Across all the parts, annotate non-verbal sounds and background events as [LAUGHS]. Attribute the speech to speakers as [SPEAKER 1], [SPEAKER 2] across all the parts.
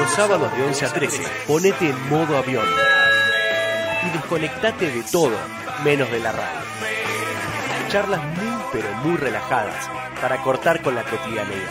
[SPEAKER 1] Los sábados de 11 a 13, ponete en modo avión y desconectate de todo, menos de la radio. Charlas muy pero muy relajadas para cortar con la cotidianidad.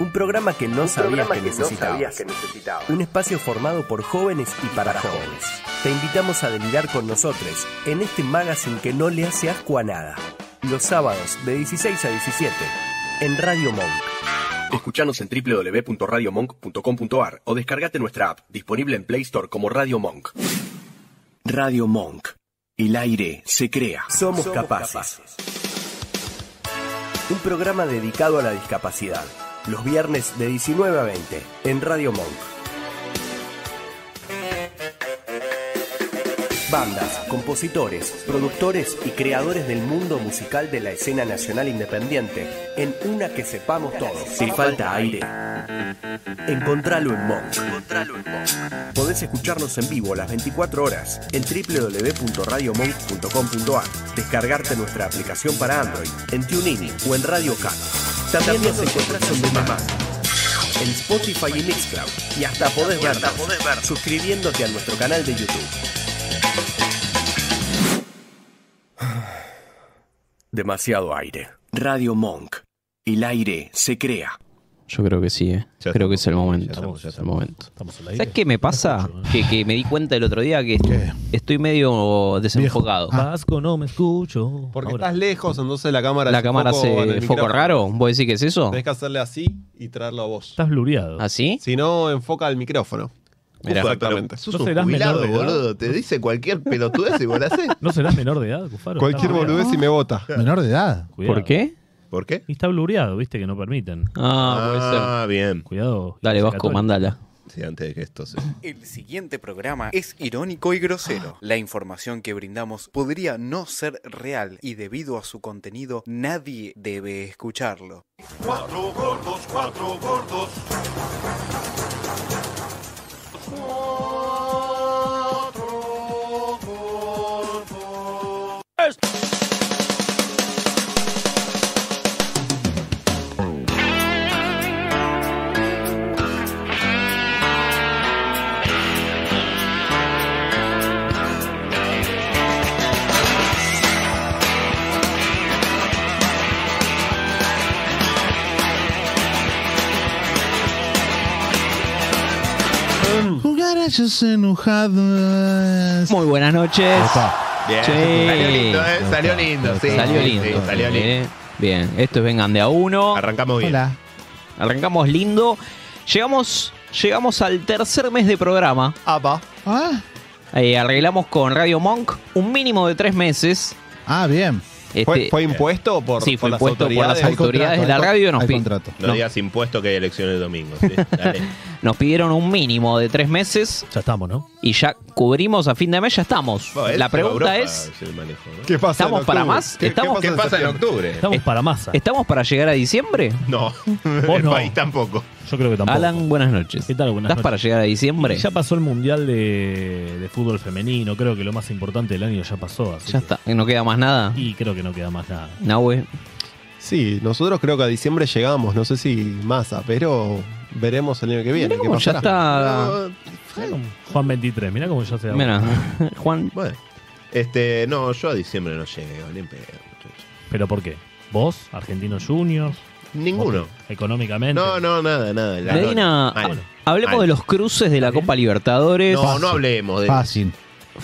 [SPEAKER 1] Un programa que no, sabías,
[SPEAKER 2] programa
[SPEAKER 1] que
[SPEAKER 2] que no
[SPEAKER 1] necesitabas.
[SPEAKER 2] sabías que necesitabas.
[SPEAKER 1] Un espacio formado por jóvenes y para, jóvenes. Te invitamos a delirar con nosotros en este magazine que no le hace asco a nada. Los sábados de 16 a 17 en Radio Monk.
[SPEAKER 3] Escuchanos en www.radiomonk.com.ar o descargate nuestra app, disponible en Play Store como Radio Monk. Radio Monk. El aire se crea.
[SPEAKER 1] Somos, capaces. Un programa dedicado a la discapacidad. Los viernes de 19 a 20 en Radio Monk. Bandas, compositores, productores y creadores del mundo musical de la escena nacional independiente en una que sepamos todos. Si falta aire, encontralo en Monk.
[SPEAKER 3] Podés escucharnos en vivo las 24 horas en www.radiomonk.com.ar. Descargarte nuestra aplicación para Android en TuneIn o en Radio Cat. También nos encontrás en Mamá.
[SPEAKER 1] en Spotify y Mixcloud. Y hasta podés vernos suscribiéndote a nuestro canal de YouTube.
[SPEAKER 3] Demasiado aire. Radio Monk. El aire se crea.
[SPEAKER 4] Yo creo que sí, ¿eh?
[SPEAKER 5] Ya estamos,
[SPEAKER 4] creo que es el momento.
[SPEAKER 5] ya estamos, ya
[SPEAKER 4] Es el
[SPEAKER 5] estamos.
[SPEAKER 4] momento.
[SPEAKER 5] Estamos al aire.
[SPEAKER 4] ¿Sabes qué me pasa? Que, que me di cuenta el otro día que est-
[SPEAKER 5] eh. ¿Qué? Ah.
[SPEAKER 4] estoy medio desenfocado.
[SPEAKER 5] Vasco, no me escucho.
[SPEAKER 6] Porque
[SPEAKER 5] Ahora.
[SPEAKER 6] estás lejos, entonces la cámara
[SPEAKER 4] ¿La cámara
[SPEAKER 6] se
[SPEAKER 4] hace foco raro? ¿Vos decís que es eso? ¿Ah,
[SPEAKER 6] Tenés que hacerle así y traerlo a vos.
[SPEAKER 5] Estás blureado.
[SPEAKER 4] ¿Así?
[SPEAKER 6] Si no, enfoca al micrófono.
[SPEAKER 4] Mirá.
[SPEAKER 6] Exactamente.
[SPEAKER 5] ¿No serás menor de edad?
[SPEAKER 7] boludo. Te dice cualquier pelotudez y vos la haces.
[SPEAKER 5] ¿No serás menor de edad, Cufaro?
[SPEAKER 6] Cualquier
[SPEAKER 5] Estás blureado.
[SPEAKER 6] boludez y me bota.
[SPEAKER 8] Menor de edad.
[SPEAKER 5] [LAUGHS] Cuidado.
[SPEAKER 4] ¿Por qué?
[SPEAKER 7] ¿Por qué?
[SPEAKER 5] Y está blureado, viste, que no permiten.
[SPEAKER 4] Ah,
[SPEAKER 7] Ah, bien.
[SPEAKER 5] Cuidado.
[SPEAKER 4] puede ser. Dale, Vasco, Este-
[SPEAKER 5] Católico.
[SPEAKER 4] mandala.
[SPEAKER 7] Sí, antes de que esto se...
[SPEAKER 9] El siguiente programa es irónico y grosero.
[SPEAKER 3] Ah.
[SPEAKER 9] La información que brindamos podría no ser real y debido a su contenido nadie debe escucharlo.
[SPEAKER 7] Mm.
[SPEAKER 8] Cucarachas enojadas.
[SPEAKER 4] Muy buenas noches.
[SPEAKER 8] Opa.
[SPEAKER 7] Bien.
[SPEAKER 4] Sí.
[SPEAKER 7] Salió lindo, ¿eh? Salió lindo, sí.
[SPEAKER 4] Salió
[SPEAKER 7] Sí,
[SPEAKER 4] lindo.
[SPEAKER 7] sí, salió lindo.
[SPEAKER 4] eh. Bien, esto es Vengan de a uno.
[SPEAKER 7] Arrancamos bien.
[SPEAKER 8] Hola.
[SPEAKER 4] Arrancamos lindo. Llegamos, llegamos al tercer mes de programa.
[SPEAKER 7] Apa.
[SPEAKER 8] Ah,
[SPEAKER 4] Eh, arreglamos con Radio Monk un mínimo de tres meses.
[SPEAKER 8] ah, bien.
[SPEAKER 4] Este,
[SPEAKER 6] ¿Fue, fue impuesto por,
[SPEAKER 4] sí, fue
[SPEAKER 6] por las
[SPEAKER 4] impuesto por
[SPEAKER 6] autoridades?
[SPEAKER 4] las autoridades de la
[SPEAKER 8] hay con-
[SPEAKER 4] radio nos,
[SPEAKER 8] hay
[SPEAKER 4] pi-
[SPEAKER 8] contrato.
[SPEAKER 7] No,
[SPEAKER 4] No.
[SPEAKER 7] digas impuesto que hay elecciones el domingo.
[SPEAKER 4] [LAUGHS]
[SPEAKER 7] ¿sí? Dale.
[SPEAKER 4] nos pidieron un mínimo de tres meses
[SPEAKER 5] Ya estamos, ¿no?
[SPEAKER 4] y ya cubrimos a fin de mes, ya estamos.
[SPEAKER 7] Bueno,
[SPEAKER 4] la
[SPEAKER 7] es
[SPEAKER 4] pregunta
[SPEAKER 7] Europa,
[SPEAKER 4] es,
[SPEAKER 7] se maneja, ¿no?
[SPEAKER 6] ¿Qué pasa en
[SPEAKER 4] ¿Estamos para
[SPEAKER 6] octubre?
[SPEAKER 4] más?
[SPEAKER 6] ¿Qué- qué
[SPEAKER 4] ¿Estamos?
[SPEAKER 7] ¿Qué pasa en
[SPEAKER 6] septiembre?
[SPEAKER 7] octubre?
[SPEAKER 5] Estamos
[SPEAKER 4] Eh,
[SPEAKER 5] para masa.
[SPEAKER 4] ¿estamos para llegar a diciembre?
[SPEAKER 7] No,
[SPEAKER 5] [LAUGHS] Vos
[SPEAKER 7] el
[SPEAKER 5] no.
[SPEAKER 7] país tampoco.
[SPEAKER 5] Yo creo que tampoco.
[SPEAKER 4] Alan, buenas noches.
[SPEAKER 5] ¿Qué tal? Buenas
[SPEAKER 4] ¿Estás
[SPEAKER 5] noches.
[SPEAKER 4] para llegar a diciembre?
[SPEAKER 5] Ya pasó el Mundial de, de Fútbol Femenino, creo que lo más importante del año ya pasó. así
[SPEAKER 4] Ya
[SPEAKER 5] que-
[SPEAKER 4] está, no queda más nada.
[SPEAKER 5] Y creo que no queda más nada.
[SPEAKER 4] Nahue,
[SPEAKER 6] Sí, nosotros creo que a diciembre llegamos, no sé si masa, pero veremos el año que viene.
[SPEAKER 4] mirá
[SPEAKER 6] qué
[SPEAKER 4] cómo ya
[SPEAKER 6] pasará.
[SPEAKER 4] está.
[SPEAKER 5] Juan 23, mirá cómo ya se da.
[SPEAKER 4] Mirá, [LAUGHS] Juan,
[SPEAKER 7] Bueno, este, no, yo a diciembre no llegué, vale, en pedo, muchacho.
[SPEAKER 5] ¿Pero por qué? ¿Vos, Argentinos Juniors?
[SPEAKER 7] Ninguno.
[SPEAKER 5] ¿Vos, Económicamente.
[SPEAKER 7] No, no, nada, nada. la-
[SPEAKER 4] Medina,
[SPEAKER 7] Ah, bueno.
[SPEAKER 4] ha- hablemos
[SPEAKER 7] Mal.
[SPEAKER 4] de los cruces de la Copa Libertadores.
[SPEAKER 7] No, no hablemos de
[SPEAKER 8] Fácil.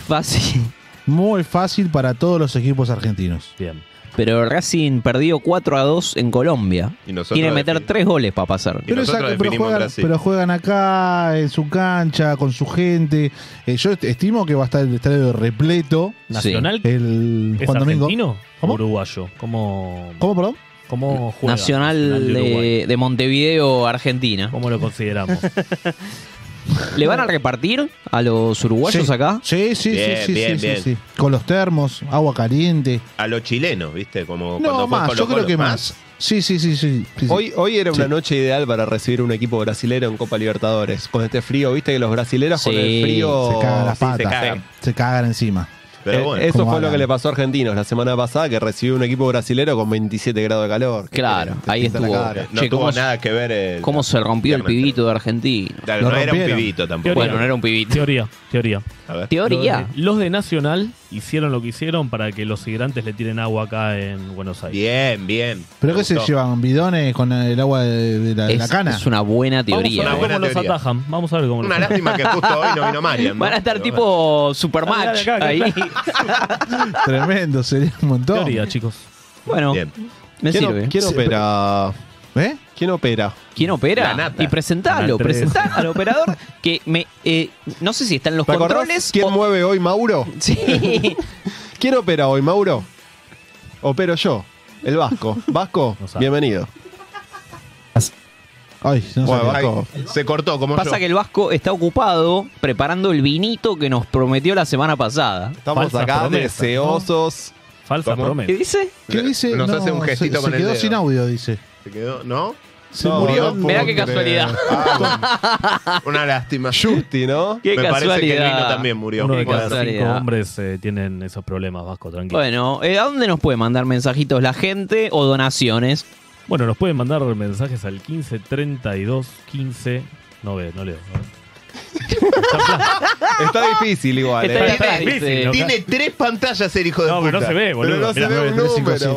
[SPEAKER 4] Fácil.
[SPEAKER 8] Muy fácil para todos los equipos argentinos.
[SPEAKER 5] Bien.
[SPEAKER 4] Pero Racing perdió 4 a 2 en Colombia.
[SPEAKER 7] Y nosotros
[SPEAKER 4] Quiere meter
[SPEAKER 7] defin-
[SPEAKER 4] 3 goles para pasar.
[SPEAKER 7] Y nosotros
[SPEAKER 8] saca-
[SPEAKER 7] definimos
[SPEAKER 8] juegan,
[SPEAKER 7] Brasil.
[SPEAKER 8] pero juegan acá, en su cancha, con su gente. Eh, yo est- estimo que va a estar el estadio repleto
[SPEAKER 4] Sí.
[SPEAKER 5] Nacional
[SPEAKER 8] el
[SPEAKER 5] es
[SPEAKER 8] Juan Domingo.
[SPEAKER 5] argentino o
[SPEAKER 8] ¿Cómo?
[SPEAKER 5] uruguayo. Como
[SPEAKER 8] ¿Cómo, perdón?
[SPEAKER 5] ¿Cómo juega?
[SPEAKER 4] Nacional
[SPEAKER 5] Uruguay?
[SPEAKER 4] de, de Montevideo, Argentina.
[SPEAKER 5] ¿Cómo lo consideramos?
[SPEAKER 4] ¿Le van a repartir a los uruguayos
[SPEAKER 8] Sí.
[SPEAKER 4] acá?
[SPEAKER 8] Sí, sí,
[SPEAKER 7] Bien,
[SPEAKER 8] sí, sí,
[SPEAKER 7] bien,
[SPEAKER 8] sí,
[SPEAKER 7] bien.
[SPEAKER 8] sí, sí. Con los termos, agua caliente.
[SPEAKER 7] A los chilenos, ¿viste? Como
[SPEAKER 8] No,
[SPEAKER 7] cuando fue
[SPEAKER 8] más, yo
[SPEAKER 7] Colo-Colo,
[SPEAKER 8] creo que más. Sí, sí, sí, sí. sí, sí.
[SPEAKER 6] Hoy, hoy era una
[SPEAKER 8] Sí.
[SPEAKER 6] noche ideal para recibir un equipo brasilero en Copa Libertadores. Con este frío, viste que los brasileros Ah, con
[SPEAKER 4] Sí,
[SPEAKER 6] el frío.
[SPEAKER 8] se cagan las
[SPEAKER 6] Sí,
[SPEAKER 8] patas.
[SPEAKER 6] se cagan.
[SPEAKER 8] Se cagan encima.
[SPEAKER 7] Pero
[SPEAKER 6] Eh,
[SPEAKER 7] bueno,
[SPEAKER 6] Eso
[SPEAKER 8] ¿cómo
[SPEAKER 6] fue lo
[SPEAKER 8] hablan?
[SPEAKER 6] que le pasó a Argentinos la semana pasada, que recibió un equipo brasilero con 27 grados de calor. ¿Qué
[SPEAKER 4] Claro,
[SPEAKER 6] quieren? Te
[SPEAKER 4] ahí
[SPEAKER 6] pinta la
[SPEAKER 4] estuvo.
[SPEAKER 6] cara.
[SPEAKER 7] no
[SPEAKER 4] Che,
[SPEAKER 7] tuvo
[SPEAKER 4] ¿cómo-
[SPEAKER 7] nada que ver eh, el...
[SPEAKER 4] ¿Cómo se rompió el pibito de Argentina?
[SPEAKER 7] Dale,
[SPEAKER 8] Lo
[SPEAKER 7] no era un
[SPEAKER 8] rompieron.
[SPEAKER 7] pibito tampoco.
[SPEAKER 4] Bueno, no era un pibito.
[SPEAKER 5] teoría, teoría.
[SPEAKER 7] A ver.
[SPEAKER 4] Teoría.
[SPEAKER 5] Los de- Los de Nacional hicieron lo que hicieron para que los hidrantes le tiren agua acá en Buenos Aires.
[SPEAKER 7] Bien, bien.
[SPEAKER 8] ¿Pero
[SPEAKER 7] Me
[SPEAKER 8] qué se
[SPEAKER 7] gustó.
[SPEAKER 8] llevan? ¿Bidones con el agua de, de la, de
[SPEAKER 4] Es,
[SPEAKER 8] la cana?
[SPEAKER 4] es una buena teoría. eh.
[SPEAKER 7] una
[SPEAKER 5] Vamos a ver
[SPEAKER 7] buena
[SPEAKER 5] cómo los
[SPEAKER 7] teoría.
[SPEAKER 5] atajan. Vamos a ver cómo
[SPEAKER 7] Una
[SPEAKER 5] los atajan.
[SPEAKER 7] lástima que justo hoy no vino Marian. ¿no?
[SPEAKER 4] Van a estar
[SPEAKER 7] Pero bueno.
[SPEAKER 4] tipo
[SPEAKER 5] Dale,
[SPEAKER 4] Supermatch
[SPEAKER 5] dale,
[SPEAKER 4] ahí.
[SPEAKER 8] Tremendo, sería un montón.
[SPEAKER 5] Teoría, chicos.
[SPEAKER 4] Bueno,
[SPEAKER 7] Bien. Ah,
[SPEAKER 4] me
[SPEAKER 6] ¿Quién,
[SPEAKER 4] sirve.
[SPEAKER 6] o- quién opera?
[SPEAKER 8] ¿Eh?
[SPEAKER 6] ¿Quién opera?
[SPEAKER 4] ¿Quién
[SPEAKER 7] La
[SPEAKER 4] opera?
[SPEAKER 7] nata.
[SPEAKER 4] Y presentarlo,
[SPEAKER 5] La tres.
[SPEAKER 4] presentar al operador que me eh, no sé si está en los
[SPEAKER 6] ¿Te acordás
[SPEAKER 4] controles.
[SPEAKER 6] ¿Quién
[SPEAKER 4] o-
[SPEAKER 6] mueve hoy, Mauro?
[SPEAKER 4] Sí.
[SPEAKER 6] [LAUGHS] ¿Quién opera hoy, Mauro? Opero yo, el Vasco. Vasco,
[SPEAKER 5] No sabe.
[SPEAKER 6] bienvenido.
[SPEAKER 8] Ay, no
[SPEAKER 6] Bueno,
[SPEAKER 8] sabía.
[SPEAKER 7] Ay,
[SPEAKER 6] Vasco.
[SPEAKER 7] se cortó como
[SPEAKER 4] Pasa
[SPEAKER 7] yo. eh,
[SPEAKER 4] que el Vasco está ocupado preparando el vinito que nos prometió la semana pasada.
[SPEAKER 6] Estamos
[SPEAKER 5] Falsas
[SPEAKER 6] acá
[SPEAKER 5] promesas, ¿no?
[SPEAKER 6] deseosos.
[SPEAKER 5] Falsa
[SPEAKER 7] ¿Cómo?
[SPEAKER 4] ¿Qué
[SPEAKER 5] promesa.
[SPEAKER 4] dice?
[SPEAKER 8] ¿Qué dice?
[SPEAKER 7] Nos
[SPEAKER 8] No,
[SPEAKER 7] hace un gestito
[SPEAKER 8] se,
[SPEAKER 7] con
[SPEAKER 8] se
[SPEAKER 7] el
[SPEAKER 8] quedó
[SPEAKER 7] dedo.
[SPEAKER 8] sin audio, dice.
[SPEAKER 7] Se quedó, ¿no?
[SPEAKER 8] Se
[SPEAKER 6] No, no,
[SPEAKER 8] murió.
[SPEAKER 4] Mirá
[SPEAKER 7] puedo
[SPEAKER 4] qué
[SPEAKER 7] creer.
[SPEAKER 4] casualidad.
[SPEAKER 7] Ah, bueno. una lástima.
[SPEAKER 4] [LAUGHS]
[SPEAKER 6] Justi, ¿no?
[SPEAKER 4] Qué
[SPEAKER 7] Me
[SPEAKER 4] casualidad.
[SPEAKER 7] parece que el vino también murió.
[SPEAKER 5] Uno de
[SPEAKER 7] Bueno,
[SPEAKER 5] cada cinco
[SPEAKER 4] casualidad.
[SPEAKER 5] hombres eh, tienen esos problemas, Vasco, tranquilo. Bueno.
[SPEAKER 4] Bueno, eh, ¿a dónde nos puede mandar mensajitos la gente o donaciones?
[SPEAKER 5] nos pueden mandar mensajes al 15 32 15. No ve, no leo.
[SPEAKER 7] [LAUGHS]
[SPEAKER 6] Está difícil igual.
[SPEAKER 4] Está
[SPEAKER 6] ¿eh?
[SPEAKER 4] bien,
[SPEAKER 5] está difícil,
[SPEAKER 4] dice.
[SPEAKER 5] ¿no?
[SPEAKER 7] Tiene tres pantallas el hijo de
[SPEAKER 5] No,
[SPEAKER 7] puta.
[SPEAKER 5] pero no se ve, boludo.
[SPEAKER 6] Pero no se
[SPEAKER 5] Mirá.
[SPEAKER 6] ve un
[SPEAKER 8] 9357,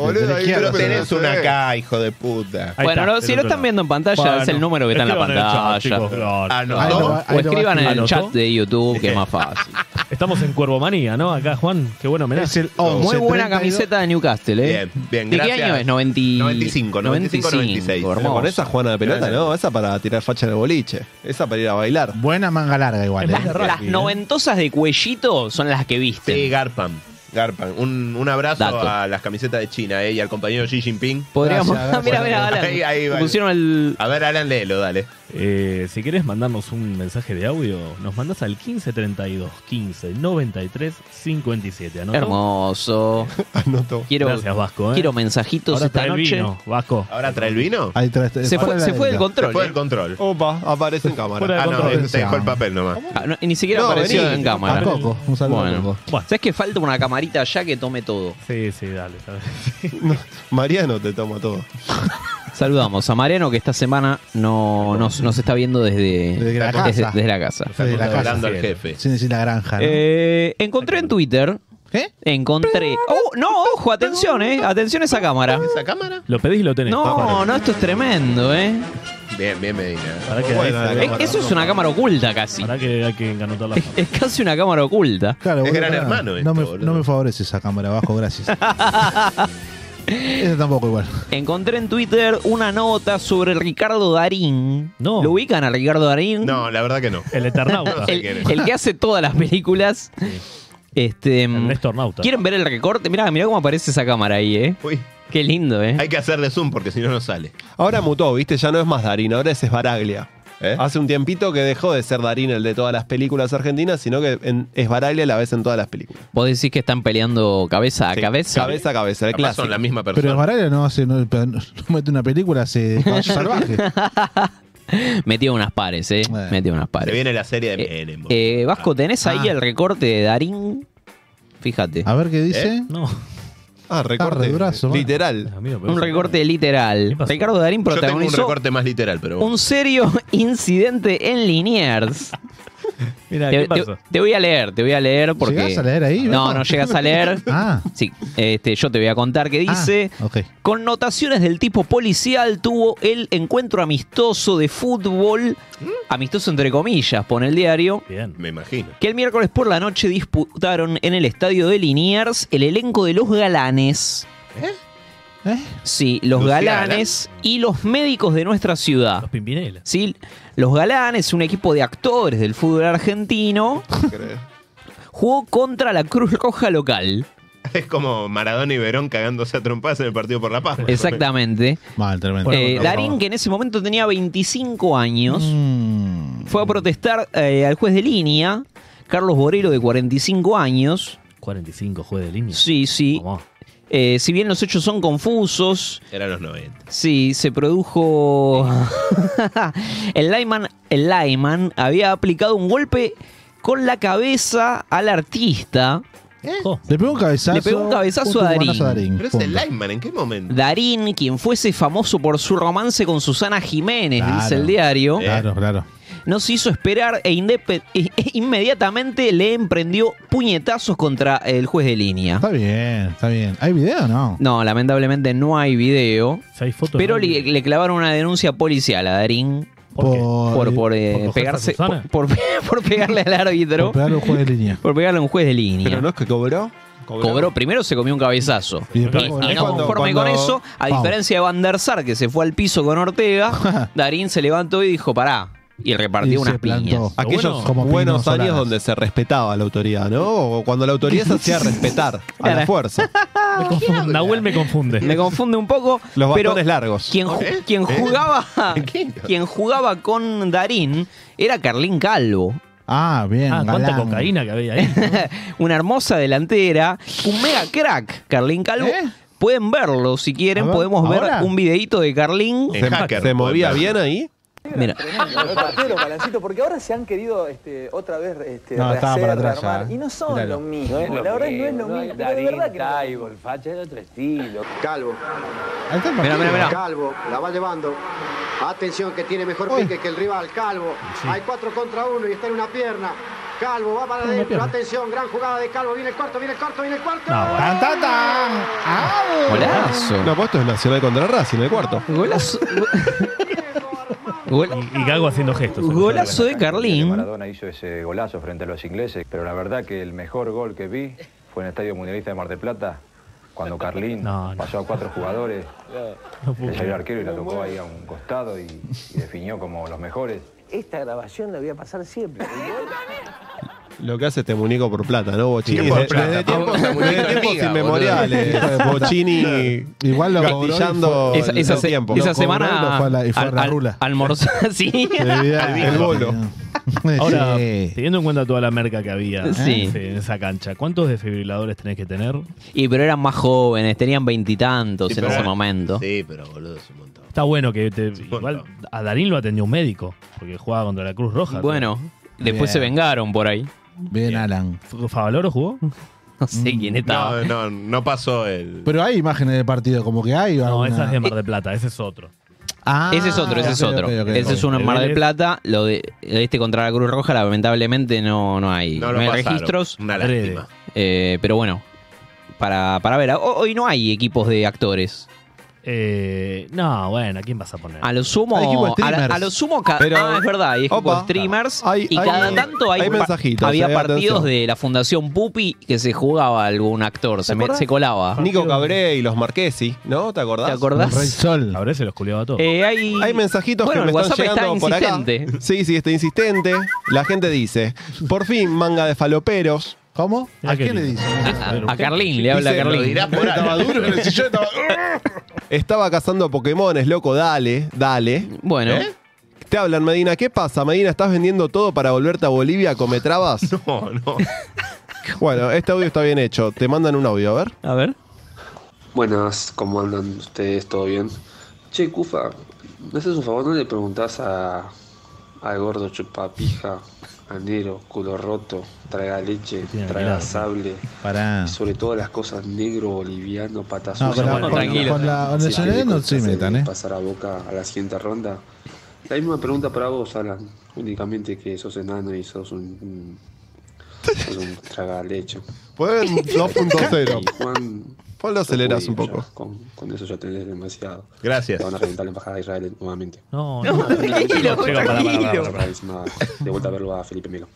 [SPEAKER 6] número, boludo.
[SPEAKER 8] tenés que
[SPEAKER 6] ahí,
[SPEAKER 7] Pero
[SPEAKER 8] Pero
[SPEAKER 7] tenés
[SPEAKER 6] no
[SPEAKER 7] una
[SPEAKER 6] se ve.
[SPEAKER 7] acá, hijo de puta.
[SPEAKER 5] Ahí
[SPEAKER 4] bueno,
[SPEAKER 5] está,
[SPEAKER 4] no,
[SPEAKER 5] el
[SPEAKER 4] si lo
[SPEAKER 5] otro
[SPEAKER 4] están
[SPEAKER 5] lado.
[SPEAKER 4] viendo en pantalla,
[SPEAKER 5] Bueno,
[SPEAKER 4] es el número que está en la
[SPEAKER 5] escriban en el chat,
[SPEAKER 4] pantalla.
[SPEAKER 5] chicos, claro.
[SPEAKER 7] Ah, no.
[SPEAKER 8] Ahí
[SPEAKER 7] ¿no?
[SPEAKER 8] lo va-
[SPEAKER 4] o
[SPEAKER 8] ahí lo va a
[SPEAKER 4] escriban en el
[SPEAKER 5] ¿Anotó?
[SPEAKER 4] chat de YouTube, que es más fácil.
[SPEAKER 5] Estamos en Cuervomanía, ¿no? Acá, Juan. Qué bueno,
[SPEAKER 8] Es
[SPEAKER 5] homenaje.
[SPEAKER 8] el 11,
[SPEAKER 4] oh, Muy buena
[SPEAKER 8] 32.
[SPEAKER 4] camiseta de Newcastle, ¿eh?
[SPEAKER 7] Bien, bien,
[SPEAKER 4] ¿De qué
[SPEAKER 7] gracias.
[SPEAKER 4] año es? 90...
[SPEAKER 7] 95, 95, 96.
[SPEAKER 6] Pero con
[SPEAKER 4] hermoso.
[SPEAKER 6] esa Juana de pelota, no, esa para tirar facha de boliche. Esa para ir a bailar.
[SPEAKER 8] Buena manga larga igual.
[SPEAKER 4] Las,
[SPEAKER 8] ¿eh?
[SPEAKER 4] las noventosas de cuellito son las que viste.
[SPEAKER 7] Sí, Garpan. Garpan. Un, un abrazo
[SPEAKER 4] Dato.
[SPEAKER 7] a las camisetas de China eh, y al compañero Xi Jinping.
[SPEAKER 4] Podríamos. [LAUGHS]
[SPEAKER 8] Gracias,
[SPEAKER 4] mira, mira,
[SPEAKER 7] gracias.
[SPEAKER 4] Alan.
[SPEAKER 7] Ahí, ahí, vale.
[SPEAKER 4] Pusieron el.
[SPEAKER 7] A ver, Alan, léelo, dale.
[SPEAKER 5] Eh, si querés mandarnos un mensaje de audio, nos mandás al 15 32 15 93 57. ¿anotó?
[SPEAKER 4] Hermoso.
[SPEAKER 6] Anotó.
[SPEAKER 4] Quiero,
[SPEAKER 5] Gracias, Vasco. ¿eh?
[SPEAKER 4] quiero mensajitos
[SPEAKER 5] Ahora
[SPEAKER 4] esta
[SPEAKER 5] trae el
[SPEAKER 4] noche.
[SPEAKER 5] vino, Vasco.
[SPEAKER 7] ¿Ahora trae el vino?
[SPEAKER 8] Ahí trae-
[SPEAKER 4] Se fue,
[SPEAKER 8] fuera
[SPEAKER 4] se
[SPEAKER 8] la
[SPEAKER 4] fue del
[SPEAKER 8] época.
[SPEAKER 4] control.
[SPEAKER 7] Fue el
[SPEAKER 4] eh.
[SPEAKER 7] control.
[SPEAKER 6] Opa, aparece en
[SPEAKER 5] Fuera
[SPEAKER 6] cámara.
[SPEAKER 7] Ah,
[SPEAKER 5] de
[SPEAKER 7] no,
[SPEAKER 5] control.
[SPEAKER 7] te dejó el papel nomás.
[SPEAKER 4] Ah, no, ni siquiera
[SPEAKER 6] No,
[SPEAKER 4] apareció
[SPEAKER 6] vení,
[SPEAKER 4] en
[SPEAKER 8] A
[SPEAKER 4] cámara.
[SPEAKER 8] Coco, un saludo a
[SPEAKER 4] Bueno.
[SPEAKER 8] Coco.
[SPEAKER 5] Bueno,
[SPEAKER 4] ¿Sabes que falta una camarita allá que tome todo?
[SPEAKER 5] sí, sí, dale. dale.
[SPEAKER 6] Mariano te toma todo.
[SPEAKER 4] [LAUGHS] Saludamos a Mariano que esta semana no, nos, nos está viendo desde,
[SPEAKER 8] Desde la
[SPEAKER 4] desde-
[SPEAKER 8] casa.
[SPEAKER 4] desde la casa.
[SPEAKER 8] Desde la casa.
[SPEAKER 7] Hablando al jefe.
[SPEAKER 8] Sin decir la granja. ¿no?
[SPEAKER 4] Eh, encontré en Twitter.
[SPEAKER 8] ¿Eh?
[SPEAKER 4] Encontré. ¡Oh! No, ojo, atención, eh. Atención a esa cámara.
[SPEAKER 7] ¿Esa cámara?
[SPEAKER 5] Lo pedís y lo tenés.
[SPEAKER 4] No, no, esto es tremendo, eh.
[SPEAKER 7] Bien, bien, Medina.
[SPEAKER 5] Para que,
[SPEAKER 6] Buena
[SPEAKER 5] ahí-
[SPEAKER 6] la
[SPEAKER 4] Eh, Eso es una cámara oculta casi.
[SPEAKER 5] pará que hay que enganotar la
[SPEAKER 4] Es, es casi una cámara oculta.
[SPEAKER 8] Claro,
[SPEAKER 7] Es
[SPEAKER 8] boludo,
[SPEAKER 7] gran
[SPEAKER 8] claro.
[SPEAKER 7] hermano esto,
[SPEAKER 8] no, me,
[SPEAKER 7] boludo.
[SPEAKER 8] no me favorece esa cámara abajo,
[SPEAKER 4] [LAUGHS]
[SPEAKER 8] gracias. Esa tampoco igual.
[SPEAKER 4] Encontré en Twitter una nota sobre Ricardo Darín.
[SPEAKER 5] No.
[SPEAKER 4] ¿Lo ubican a Ricardo Darín?
[SPEAKER 7] No, la verdad que no.
[SPEAKER 5] El Eternauta.
[SPEAKER 4] El,
[SPEAKER 7] ¿Quién es?
[SPEAKER 4] el que hace todas las películas. Este,
[SPEAKER 5] Ernesto Arnauta.
[SPEAKER 4] ¿Quieren ver el recorte? Mirá, mirá cómo aparece esa cámara ahí, eh.
[SPEAKER 7] Uy,
[SPEAKER 4] Qué lindo, eh.
[SPEAKER 7] hay que hacerle zoom porque si no, no sale.
[SPEAKER 6] Ahora mutó, viste, ya no es más Darín, ahora es Esbaraglia.
[SPEAKER 7] ¿Eh?
[SPEAKER 6] Hace un tiempito que dejó de ser Darín el de todas las películas argentinas, sino que en Esbaraglia la ves en todas las películas.
[SPEAKER 4] Vos decís que están peleando cabeza a
[SPEAKER 6] Sí,
[SPEAKER 4] cabeza.
[SPEAKER 6] Cabeza a cabeza, el
[SPEAKER 7] Capaz
[SPEAKER 6] clásico.
[SPEAKER 7] son la misma
[SPEAKER 8] Pero
[SPEAKER 7] persona.
[SPEAKER 8] Esbaraglia no hace, no, no mete una película, hace
[SPEAKER 4] [LAUGHS]
[SPEAKER 8] caballo salvaje.
[SPEAKER 4] Metió unas pares, eh.
[SPEAKER 8] Bueno.
[SPEAKER 4] Metió unas
[SPEAKER 7] Se
[SPEAKER 4] pares.
[SPEAKER 7] viene la serie de
[SPEAKER 4] Eh,
[SPEAKER 7] Menem.
[SPEAKER 4] eh, Vasco, ¿tenés ahí
[SPEAKER 8] Ah.
[SPEAKER 4] el recorte de Darín? Fíjate.
[SPEAKER 8] A ver qué dice.
[SPEAKER 7] ¿Eh?
[SPEAKER 5] No,
[SPEAKER 6] Ah,
[SPEAKER 8] Ah,
[SPEAKER 6] recorte.
[SPEAKER 8] re brazo, mano.
[SPEAKER 6] literal.
[SPEAKER 5] Ah, amigo, pero-
[SPEAKER 4] Un recorte
[SPEAKER 5] ¿Qué
[SPEAKER 4] literal.
[SPEAKER 5] pasó?
[SPEAKER 4] Ricardo Darín
[SPEAKER 7] Yo tengo un
[SPEAKER 4] protagonizó un,
[SPEAKER 7] recorte más literal, pero bueno.
[SPEAKER 4] serio [LAUGHS] incidente en Liniers.
[SPEAKER 5] [LAUGHS] Mirá,
[SPEAKER 4] te,
[SPEAKER 5] ¿qué
[SPEAKER 4] te-
[SPEAKER 5] pasó?
[SPEAKER 4] te voy a leer, te voy a leer porque.
[SPEAKER 8] ¿Llegás a leer ahí,
[SPEAKER 4] No,
[SPEAKER 8] Vasco?
[SPEAKER 4] no llegas a leer.
[SPEAKER 8] [LAUGHS] Ah,
[SPEAKER 4] Sí, este, yo te voy a contar que dice.
[SPEAKER 8] ah, ok.
[SPEAKER 4] Connotaciones del tipo policial tuvo el encuentro amistoso de fútbol,
[SPEAKER 8] Mm.
[SPEAKER 4] amistoso entre comillas, pone el diario,
[SPEAKER 5] Bien.
[SPEAKER 7] Me imagino.
[SPEAKER 4] que el miércoles por la noche disputaron en el estadio de Liniers el elenco de los galanes.
[SPEAKER 8] ¿Eh?
[SPEAKER 4] Sí, los
[SPEAKER 7] Lucía
[SPEAKER 4] galanes y los médicos de nuestra ciudad.
[SPEAKER 5] Los Pimpinela.
[SPEAKER 4] ¿sí? Los Galanes, un equipo de actores del fútbol argentino, jugó contra la Cruz Roja local.
[SPEAKER 7] [LAUGHS] Es como Maradona y Verón cagándose a trompadas en el partido por la paz.
[SPEAKER 4] Exactamente.
[SPEAKER 8] Mal, tremendo.
[SPEAKER 4] Eh,
[SPEAKER 8] Por
[SPEAKER 4] Darín,
[SPEAKER 8] favor.
[SPEAKER 4] que en ese momento tenía 25 años,
[SPEAKER 8] Mm.
[SPEAKER 4] fue a protestar eh, al juez de línea, Carlos Borero, de 45 años.
[SPEAKER 5] 45 juez de línea.
[SPEAKER 4] Sí, sí.
[SPEAKER 5] Vamos.
[SPEAKER 4] Eh, si bien los hechos son confusos,
[SPEAKER 7] Eran los 90.
[SPEAKER 4] Sí, se produjo. [LAUGHS] el Lyman, el Lyman había aplicado un golpe con la cabeza al artista.
[SPEAKER 5] Jo,
[SPEAKER 8] Le pegó un cabezazo.
[SPEAKER 4] Le pegó un cabezazo a
[SPEAKER 8] tucumanazo
[SPEAKER 4] Darín.
[SPEAKER 7] Pero es el
[SPEAKER 8] punto.
[SPEAKER 7] Lightman, ¿en qué momento?
[SPEAKER 4] Darín, quien fuese famoso por su romance con Susana Jiménez,
[SPEAKER 8] Claro.
[SPEAKER 4] dice el diario,
[SPEAKER 8] Claro, claro.
[SPEAKER 4] no se hizo esperar e, indepe- e- e inmediatamente le emprendió puñetazos contra el juez de línea.
[SPEAKER 8] Está bien, está bien. ¿Hay video o no?
[SPEAKER 4] No, lamentablemente no hay video,
[SPEAKER 5] si hay fotos.
[SPEAKER 4] pero
[SPEAKER 5] ¿no?
[SPEAKER 4] le- le clavaron una denuncia policial a Darín
[SPEAKER 5] ¿Por qué?
[SPEAKER 4] por, por, eh,
[SPEAKER 5] ¿Por cogerse a
[SPEAKER 4] pegarse
[SPEAKER 5] Susana?
[SPEAKER 4] [LAUGHS] por, por, por pegarle al árbitro
[SPEAKER 8] por pegar un juego de línea.
[SPEAKER 4] por pegarle a un juez de línea
[SPEAKER 6] Pero no es que cobró.
[SPEAKER 4] cobró primero se comió un cabezazo
[SPEAKER 8] Y después
[SPEAKER 4] y,
[SPEAKER 8] cobró.
[SPEAKER 4] y
[SPEAKER 6] es
[SPEAKER 4] no
[SPEAKER 6] cuando-
[SPEAKER 4] conforme con
[SPEAKER 6] cuando-
[SPEAKER 4] eso a
[SPEAKER 8] Pau.
[SPEAKER 4] diferencia de Van der Sar que se fue al piso con
[SPEAKER 8] [LAUGHS]
[SPEAKER 4] Ortega Darín se levantó y dijo pará y repartió
[SPEAKER 8] Y se
[SPEAKER 4] unas
[SPEAKER 8] plantó.
[SPEAKER 4] piñas
[SPEAKER 5] Lo
[SPEAKER 6] Aquellos
[SPEAKER 5] bueno-
[SPEAKER 8] Como
[SPEAKER 6] buenos
[SPEAKER 8] Pino
[SPEAKER 6] años
[SPEAKER 8] Solanas.
[SPEAKER 6] donde se respetaba la autoridad, ¿no? O cuando la autoridad
[SPEAKER 4] [LAUGHS]
[SPEAKER 6] se hacía respetar a la
[SPEAKER 4] Claro. [LAUGHS]
[SPEAKER 6] fuerza.
[SPEAKER 5] Me confunde, Nahuel me confunde.
[SPEAKER 4] me confunde un poco
[SPEAKER 6] Los
[SPEAKER 4] pero
[SPEAKER 6] bastones largos.
[SPEAKER 4] quien, ju-
[SPEAKER 7] ¿Eh?
[SPEAKER 4] quien
[SPEAKER 7] ¿Eh?
[SPEAKER 8] [LAUGHS]
[SPEAKER 4] jugaba
[SPEAKER 7] ¿Qué?
[SPEAKER 4] quien jugaba con Darín era Carlín Calvo
[SPEAKER 8] Ah, bien.
[SPEAKER 5] Ah, cuánta
[SPEAKER 8] galán.
[SPEAKER 5] cocaína que había ahí.
[SPEAKER 4] [LAUGHS] una hermosa delantera, un mega crack, Carlín Calvo.
[SPEAKER 8] ¿Eh?
[SPEAKER 4] Pueden verlo si quieren,
[SPEAKER 8] A ver,
[SPEAKER 4] podemos ver
[SPEAKER 8] ¿ahora?
[SPEAKER 4] un videito de Carlín.
[SPEAKER 7] En
[SPEAKER 6] Se,
[SPEAKER 7] hacker.
[SPEAKER 6] se movía bien ahí.
[SPEAKER 4] Mira,
[SPEAKER 2] Tremendo, el partido, Calancito, porque ahora se han querido este, otra vez este,
[SPEAKER 8] No, estaba para
[SPEAKER 2] rehacer,
[SPEAKER 8] atrás ya,
[SPEAKER 2] rearmar,
[SPEAKER 8] ¿eh?
[SPEAKER 2] y no son
[SPEAKER 8] Míralo.
[SPEAKER 2] lo mismo, la verdad no es lo mismo, pero de verdad que no es Facha es otro estilo.
[SPEAKER 10] Calvo,
[SPEAKER 8] Ahí está el partido.
[SPEAKER 4] Mirá, mirá, mirá.
[SPEAKER 10] Calvo, la va llevando. Atención que tiene mejor
[SPEAKER 8] Uy.
[SPEAKER 10] pique que el rival, Calvo. Hay cuatro contra uno y está en una pierna. Calvo va para
[SPEAKER 5] Una
[SPEAKER 10] adentro,
[SPEAKER 5] pierna.
[SPEAKER 10] atención, gran jugada de Calvo, viene el cuarto, viene el cuarto, viene el cuarto.
[SPEAKER 5] No, bueno.
[SPEAKER 8] ¡Tan, tan, tan! ¡Au!
[SPEAKER 4] golazo.
[SPEAKER 6] No, pues esto es Nacional contra Racing, el cuarto.
[SPEAKER 5] [LAUGHS]
[SPEAKER 4] Golazo. Gol-
[SPEAKER 5] Y, y Gago haciendo gestos.
[SPEAKER 4] golazo de Carlín.
[SPEAKER 2] Maradona hizo ese golazo frente a los ingleses, pero la verdad que el mejor gol que vi fue en el Estadio Mundialista de Mar del Plata, cuando Carlín
[SPEAKER 5] No, no.
[SPEAKER 2] pasó a cuatro jugadores,
[SPEAKER 5] No puedo
[SPEAKER 2] le salió el
[SPEAKER 5] creer.
[SPEAKER 2] arquero y la tocó ahí a un costado y, y definió como los mejores.
[SPEAKER 10] Esta grabación la voy a pasar siempre.
[SPEAKER 6] Lo que hace este muñeco por plata, ¿no, Bochini?
[SPEAKER 7] Tiempo por
[SPEAKER 6] Desde-
[SPEAKER 7] plata,
[SPEAKER 6] desde
[SPEAKER 7] Pablo,
[SPEAKER 6] tiempos-
[SPEAKER 7] ese muñeco
[SPEAKER 6] desde [LAUGHS]
[SPEAKER 7] de
[SPEAKER 6] tiempos
[SPEAKER 7] miga, boludo.
[SPEAKER 6] inmemoriales. eh,
[SPEAKER 8] Hijo de puta.
[SPEAKER 6] Bochini
[SPEAKER 8] Igual lo cobró y
[SPEAKER 6] gastillando
[SPEAKER 8] fue-
[SPEAKER 4] Esa, esa se-
[SPEAKER 6] tiempo.
[SPEAKER 4] esa
[SPEAKER 8] Lo cobró y lo
[SPEAKER 4] semana
[SPEAKER 8] fue a la- y fue a la
[SPEAKER 4] al-
[SPEAKER 8] rula. [LAUGHS]
[SPEAKER 4] almorzó [LAUGHS] sí.
[SPEAKER 8] El Eh,
[SPEAKER 6] bolo.
[SPEAKER 5] Ahora,
[SPEAKER 8] Sí.
[SPEAKER 5] teniendo en cuenta toda la merca que había
[SPEAKER 4] Sí.
[SPEAKER 5] eh, en esa cancha, ¿cuántos desfibriladores tenés que tener?
[SPEAKER 4] Y pero eran más jóvenes, tenían veintitantos
[SPEAKER 7] Sí,
[SPEAKER 4] en
[SPEAKER 7] pero-
[SPEAKER 4] ese momento.
[SPEAKER 7] Sí, pero boludo, es un montón.
[SPEAKER 5] Está bueno que te-
[SPEAKER 7] un
[SPEAKER 5] igual
[SPEAKER 7] montón.
[SPEAKER 5] a Darín lo atendió un médico, porque jugaba contra la Cruz Roja.
[SPEAKER 4] Bueno, después
[SPEAKER 8] Bien.
[SPEAKER 4] se vengaron por ahí.
[SPEAKER 8] Bien, Alan. Mm.
[SPEAKER 5] ¿no? ¿Favaloro jugó?
[SPEAKER 4] [LAUGHS] No sé quién estaba.
[SPEAKER 7] No, no, no pasó el.
[SPEAKER 8] Pero hay imágenes del partido, como que hay.
[SPEAKER 5] No,
[SPEAKER 8] alguna-
[SPEAKER 5] esa es de Mar del Plata, ese es otro.
[SPEAKER 8] Ah,
[SPEAKER 4] Ese es otro, ese es
[SPEAKER 8] ok,
[SPEAKER 4] otro.
[SPEAKER 8] ok, ok, ok.
[SPEAKER 4] ese es uno en
[SPEAKER 5] El
[SPEAKER 4] Mar del
[SPEAKER 5] Vélez.
[SPEAKER 4] Plata. Lo de este contra la Cruz Roja, lamentablemente no, no hay,
[SPEAKER 7] No
[SPEAKER 4] no
[SPEAKER 7] lo
[SPEAKER 4] hay
[SPEAKER 7] pasaron.
[SPEAKER 4] registros.
[SPEAKER 7] Una
[SPEAKER 5] Adrede.
[SPEAKER 7] lástima.
[SPEAKER 4] Eh, pero bueno, para, para ver, ho- hoy no hay equipos de actores.
[SPEAKER 5] Eh, no, bueno, ¿a quién vas a poner?
[SPEAKER 4] A lo
[SPEAKER 8] Hay equipos
[SPEAKER 4] sumo,
[SPEAKER 8] de
[SPEAKER 4] a, la-
[SPEAKER 8] streamers.
[SPEAKER 4] a lo sumo, ca-
[SPEAKER 6] Pero-
[SPEAKER 4] ah, es verdad, hay equipos
[SPEAKER 6] Opa.
[SPEAKER 4] de streamers
[SPEAKER 6] Hay-
[SPEAKER 4] y
[SPEAKER 6] hay-
[SPEAKER 4] cada tanto hay,
[SPEAKER 6] hay
[SPEAKER 4] pa-
[SPEAKER 6] mensajitos,
[SPEAKER 4] había
[SPEAKER 6] eh,
[SPEAKER 4] partidos
[SPEAKER 6] atención.
[SPEAKER 4] de la Fundación Pupi que se jugaba algún actor, se, me- se colaba.
[SPEAKER 6] Nico Cabré y los Marquesi, ¿no? ¿Te acordás?
[SPEAKER 4] ¿Te
[SPEAKER 8] El
[SPEAKER 4] acordás?
[SPEAKER 8] Rey Sol.
[SPEAKER 5] Habré se los culiaba a todos.
[SPEAKER 4] Eh, hay,
[SPEAKER 6] Hay mensajitos
[SPEAKER 4] bueno,
[SPEAKER 6] que me
[SPEAKER 4] el
[SPEAKER 6] están
[SPEAKER 4] WhatsApp
[SPEAKER 6] llegando por
[SPEAKER 4] está
[SPEAKER 6] acá.
[SPEAKER 4] insistente.
[SPEAKER 6] Sí, sí, está insistente. La gente dice, por fin, manga de faloperos.
[SPEAKER 8] ¿Cómo?
[SPEAKER 5] Mirá
[SPEAKER 8] ¿A
[SPEAKER 5] qué
[SPEAKER 8] quién le
[SPEAKER 5] lindo.
[SPEAKER 8] dicen?
[SPEAKER 4] A, a Carlín, le habla a
[SPEAKER 6] Dice,
[SPEAKER 4] Carlín.
[SPEAKER 6] lo dirá por
[SPEAKER 8] Estaba duro en el sillón, estaba-
[SPEAKER 6] Estaba cazando Pokémones, loco, dale, dale. ¿Eh?
[SPEAKER 4] Bueno,
[SPEAKER 6] Te hablan, Medina, ¿qué pasa? Medina, ¿estás vendiendo todo para volverte a Bolivia a cometrabas?
[SPEAKER 7] [LAUGHS] No, no.
[SPEAKER 6] Bueno, este audio está bien hecho. Te mandan un audio, a ver.
[SPEAKER 4] a ver.
[SPEAKER 10] Buenas, ¿cómo andan ustedes? ¿Todo bien? Che, Cufa, ¿me haces un favor? ¿No le preguntás a, al gordo chupapija, a negro, culo roto, traga leche,
[SPEAKER 5] Tiene
[SPEAKER 10] traga
[SPEAKER 5] alquilado.
[SPEAKER 10] sable,
[SPEAKER 8] Pará.
[SPEAKER 10] y sobre todas las cosas negro, boliviano, patas
[SPEAKER 8] No,
[SPEAKER 10] sucias,
[SPEAKER 8] con la,
[SPEAKER 4] Bueno,
[SPEAKER 8] con,
[SPEAKER 4] tranquilo.
[SPEAKER 8] con la con
[SPEAKER 10] Si
[SPEAKER 8] la
[SPEAKER 10] es que
[SPEAKER 8] Chanel
[SPEAKER 10] le
[SPEAKER 8] no se
[SPEAKER 10] cortás el
[SPEAKER 8] metan, ¿eh?
[SPEAKER 10] Pasar a boca a la siguiente ronda. La misma pregunta para vos, Alan. Únicamente que sos enano y sos un. un sos un tragalecho. [LAUGHS]
[SPEAKER 6] Pueden 2.0.
[SPEAKER 10] Y Juan.
[SPEAKER 6] Vos lo acelerás un poco.
[SPEAKER 10] ya, con, con eso ya tenés demasiado.
[SPEAKER 7] Gracias.
[SPEAKER 10] Te van a reventar la embajada de Israel nuevamente.
[SPEAKER 5] No,
[SPEAKER 4] No,
[SPEAKER 5] no.
[SPEAKER 4] tranquilo,
[SPEAKER 5] Chico, pará, pará, pará,
[SPEAKER 4] tranquilo.
[SPEAKER 5] pará, pará.
[SPEAKER 10] Para encima, de vuelta a verlo a Felipe Melo.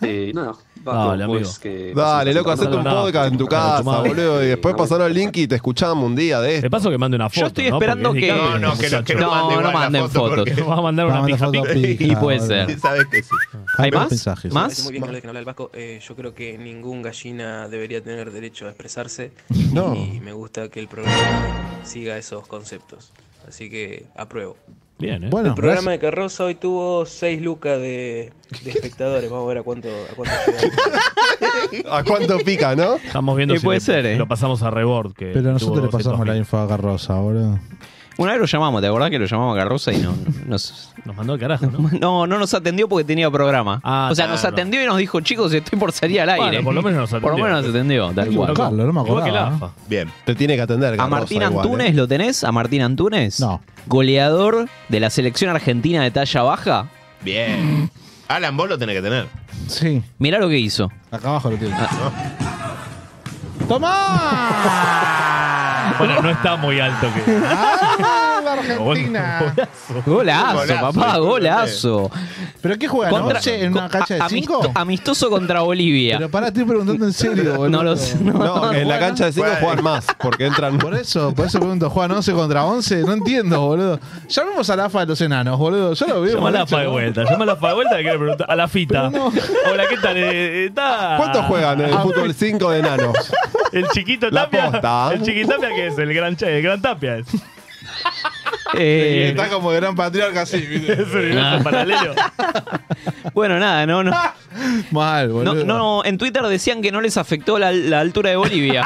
[SPEAKER 10] Eh, nada, va
[SPEAKER 5] Dale,
[SPEAKER 10] con vos
[SPEAKER 5] amigo.
[SPEAKER 10] que
[SPEAKER 6] Dale,
[SPEAKER 10] presentás.
[SPEAKER 6] loco, hacete un podcast en tu casa,
[SPEAKER 5] madre.
[SPEAKER 6] boludo. Y después pasalo el link y te escuchamos un día de esto. Te
[SPEAKER 5] paso que mande una
[SPEAKER 6] foto. Yo
[SPEAKER 5] estoy ¿no? esperando Porque es de que- cable, No, no, que no- que no muchacho. mande igual la foto [LAUGHS] porque- Va a mandar una pija pic. [LAUGHS] Y puede ser. Sí,
[SPEAKER 7] sabes que sí.
[SPEAKER 4] ¿Hay más?
[SPEAKER 8] Mensajes.
[SPEAKER 4] ¿Más?
[SPEAKER 11] Muy bien que habla de Canal del Vasco. Eh, yo creo que ningún gallina debería tener derecho a
[SPEAKER 6] [LAUGHS]
[SPEAKER 11] expresarse.
[SPEAKER 8] No.
[SPEAKER 11] Y me gusta que el programa siga esos conceptos. Así que apruebo.
[SPEAKER 5] Bien, ¿eh?
[SPEAKER 8] Bueno,
[SPEAKER 11] el programa
[SPEAKER 8] gracias.
[SPEAKER 11] de Carroza hoy tuvo 6 lucas de, de espectadores. Vamos a ver a cuánto, a cuánto llega.
[SPEAKER 6] [LAUGHS] ¿A cuánto pica, no?
[SPEAKER 5] Estamos viendo
[SPEAKER 4] Y
[SPEAKER 5] si
[SPEAKER 4] puede
[SPEAKER 5] le-
[SPEAKER 4] ser, ¿eh?
[SPEAKER 5] lo pasamos a Rebord. Que
[SPEAKER 8] Pero nosotros
[SPEAKER 5] tuvo
[SPEAKER 8] le pasamos la info a Garrosa, boludo.
[SPEAKER 4] Una vez lo llamamos, ¿te acordás que lo llamamos a Carrosa y no, no- nos,
[SPEAKER 5] mandó al carajo, ¿no?
[SPEAKER 4] [LAUGHS]
[SPEAKER 5] Ah,
[SPEAKER 4] No, no nos atendió porque tenía programa. o sea,
[SPEAKER 5] claro.
[SPEAKER 4] nos atendió y nos dijo, chicos, estoy por salir al
[SPEAKER 5] Bueno,
[SPEAKER 4] aire.
[SPEAKER 5] por lo menos nos
[SPEAKER 4] Por lo
[SPEAKER 5] atendió.
[SPEAKER 4] menos nos atendió,
[SPEAKER 5] Hay
[SPEAKER 4] tal
[SPEAKER 5] que
[SPEAKER 4] cual.
[SPEAKER 5] buscarlo, no me Igual que acordaba, la ¿eh? AFA.
[SPEAKER 7] Bien.
[SPEAKER 6] Te tiene que atender,
[SPEAKER 4] ¿A
[SPEAKER 6] Garrosa,
[SPEAKER 4] Martín
[SPEAKER 6] igual,
[SPEAKER 4] Antunes
[SPEAKER 6] ¿eh?
[SPEAKER 4] lo tenés? ¿A Martín Antunes?
[SPEAKER 8] No.
[SPEAKER 4] ¿Goleador de la selección argentina de talla baja?
[SPEAKER 7] Bien. Alan, vos lo tenés que tener.
[SPEAKER 8] Sí.
[SPEAKER 4] Mirá lo que hizo. Ah.
[SPEAKER 8] Acá abajo lo tiene.
[SPEAKER 5] [LAUGHS] Bueno, no está muy alto que.
[SPEAKER 8] ¡Ah, la Argentina!
[SPEAKER 4] Golazo,
[SPEAKER 8] Golazo,
[SPEAKER 4] papá,
[SPEAKER 8] discúlpeme.
[SPEAKER 4] golazo.
[SPEAKER 8] ¿Pero qué juegan?
[SPEAKER 4] Contra-
[SPEAKER 8] ¿Once en una cancha de
[SPEAKER 4] a-
[SPEAKER 8] cinco?
[SPEAKER 4] amisto- amistoso contra Bolivia.
[SPEAKER 8] Pero pará, estoy preguntando en serio, boludo.
[SPEAKER 4] No lo sé, no.
[SPEAKER 6] No, en la
[SPEAKER 8] ¿Juegan?
[SPEAKER 6] cancha de 5 juegan más, porque entran.
[SPEAKER 8] Por eso, por eso pregunto, ¿juegan 11 contra 11? No entiendo, boludo. Llamemos a la AFA de los enanos, boludo. Yo lo veo.
[SPEAKER 5] Llama a la AFA de vuelta, llama a la AFA de vuelta que quiero preguntar. A la fita. Hola, ¿qué tal? Eh, está-
[SPEAKER 4] Ah.
[SPEAKER 5] Ah,
[SPEAKER 6] ¿Cuántos juegan en el fútbol 5 de enanos?
[SPEAKER 5] El chiquito
[SPEAKER 6] La
[SPEAKER 5] Tapia.
[SPEAKER 6] posta.
[SPEAKER 5] El chiquitapia que es, el gran, cha- el gran Tapia
[SPEAKER 6] [LAUGHS]
[SPEAKER 5] es.
[SPEAKER 4] Eh,
[SPEAKER 8] Está como gran patriarca así, ¿viste?
[SPEAKER 5] Es un universo paralelo.
[SPEAKER 4] [LAUGHS] bueno, nada, no, no.
[SPEAKER 8] [LAUGHS] Mal,
[SPEAKER 4] No,
[SPEAKER 8] boludo.
[SPEAKER 4] no, en Twitter decían que no les afectó la, la altura
[SPEAKER 8] [LAUGHS]
[SPEAKER 4] de Bolivia.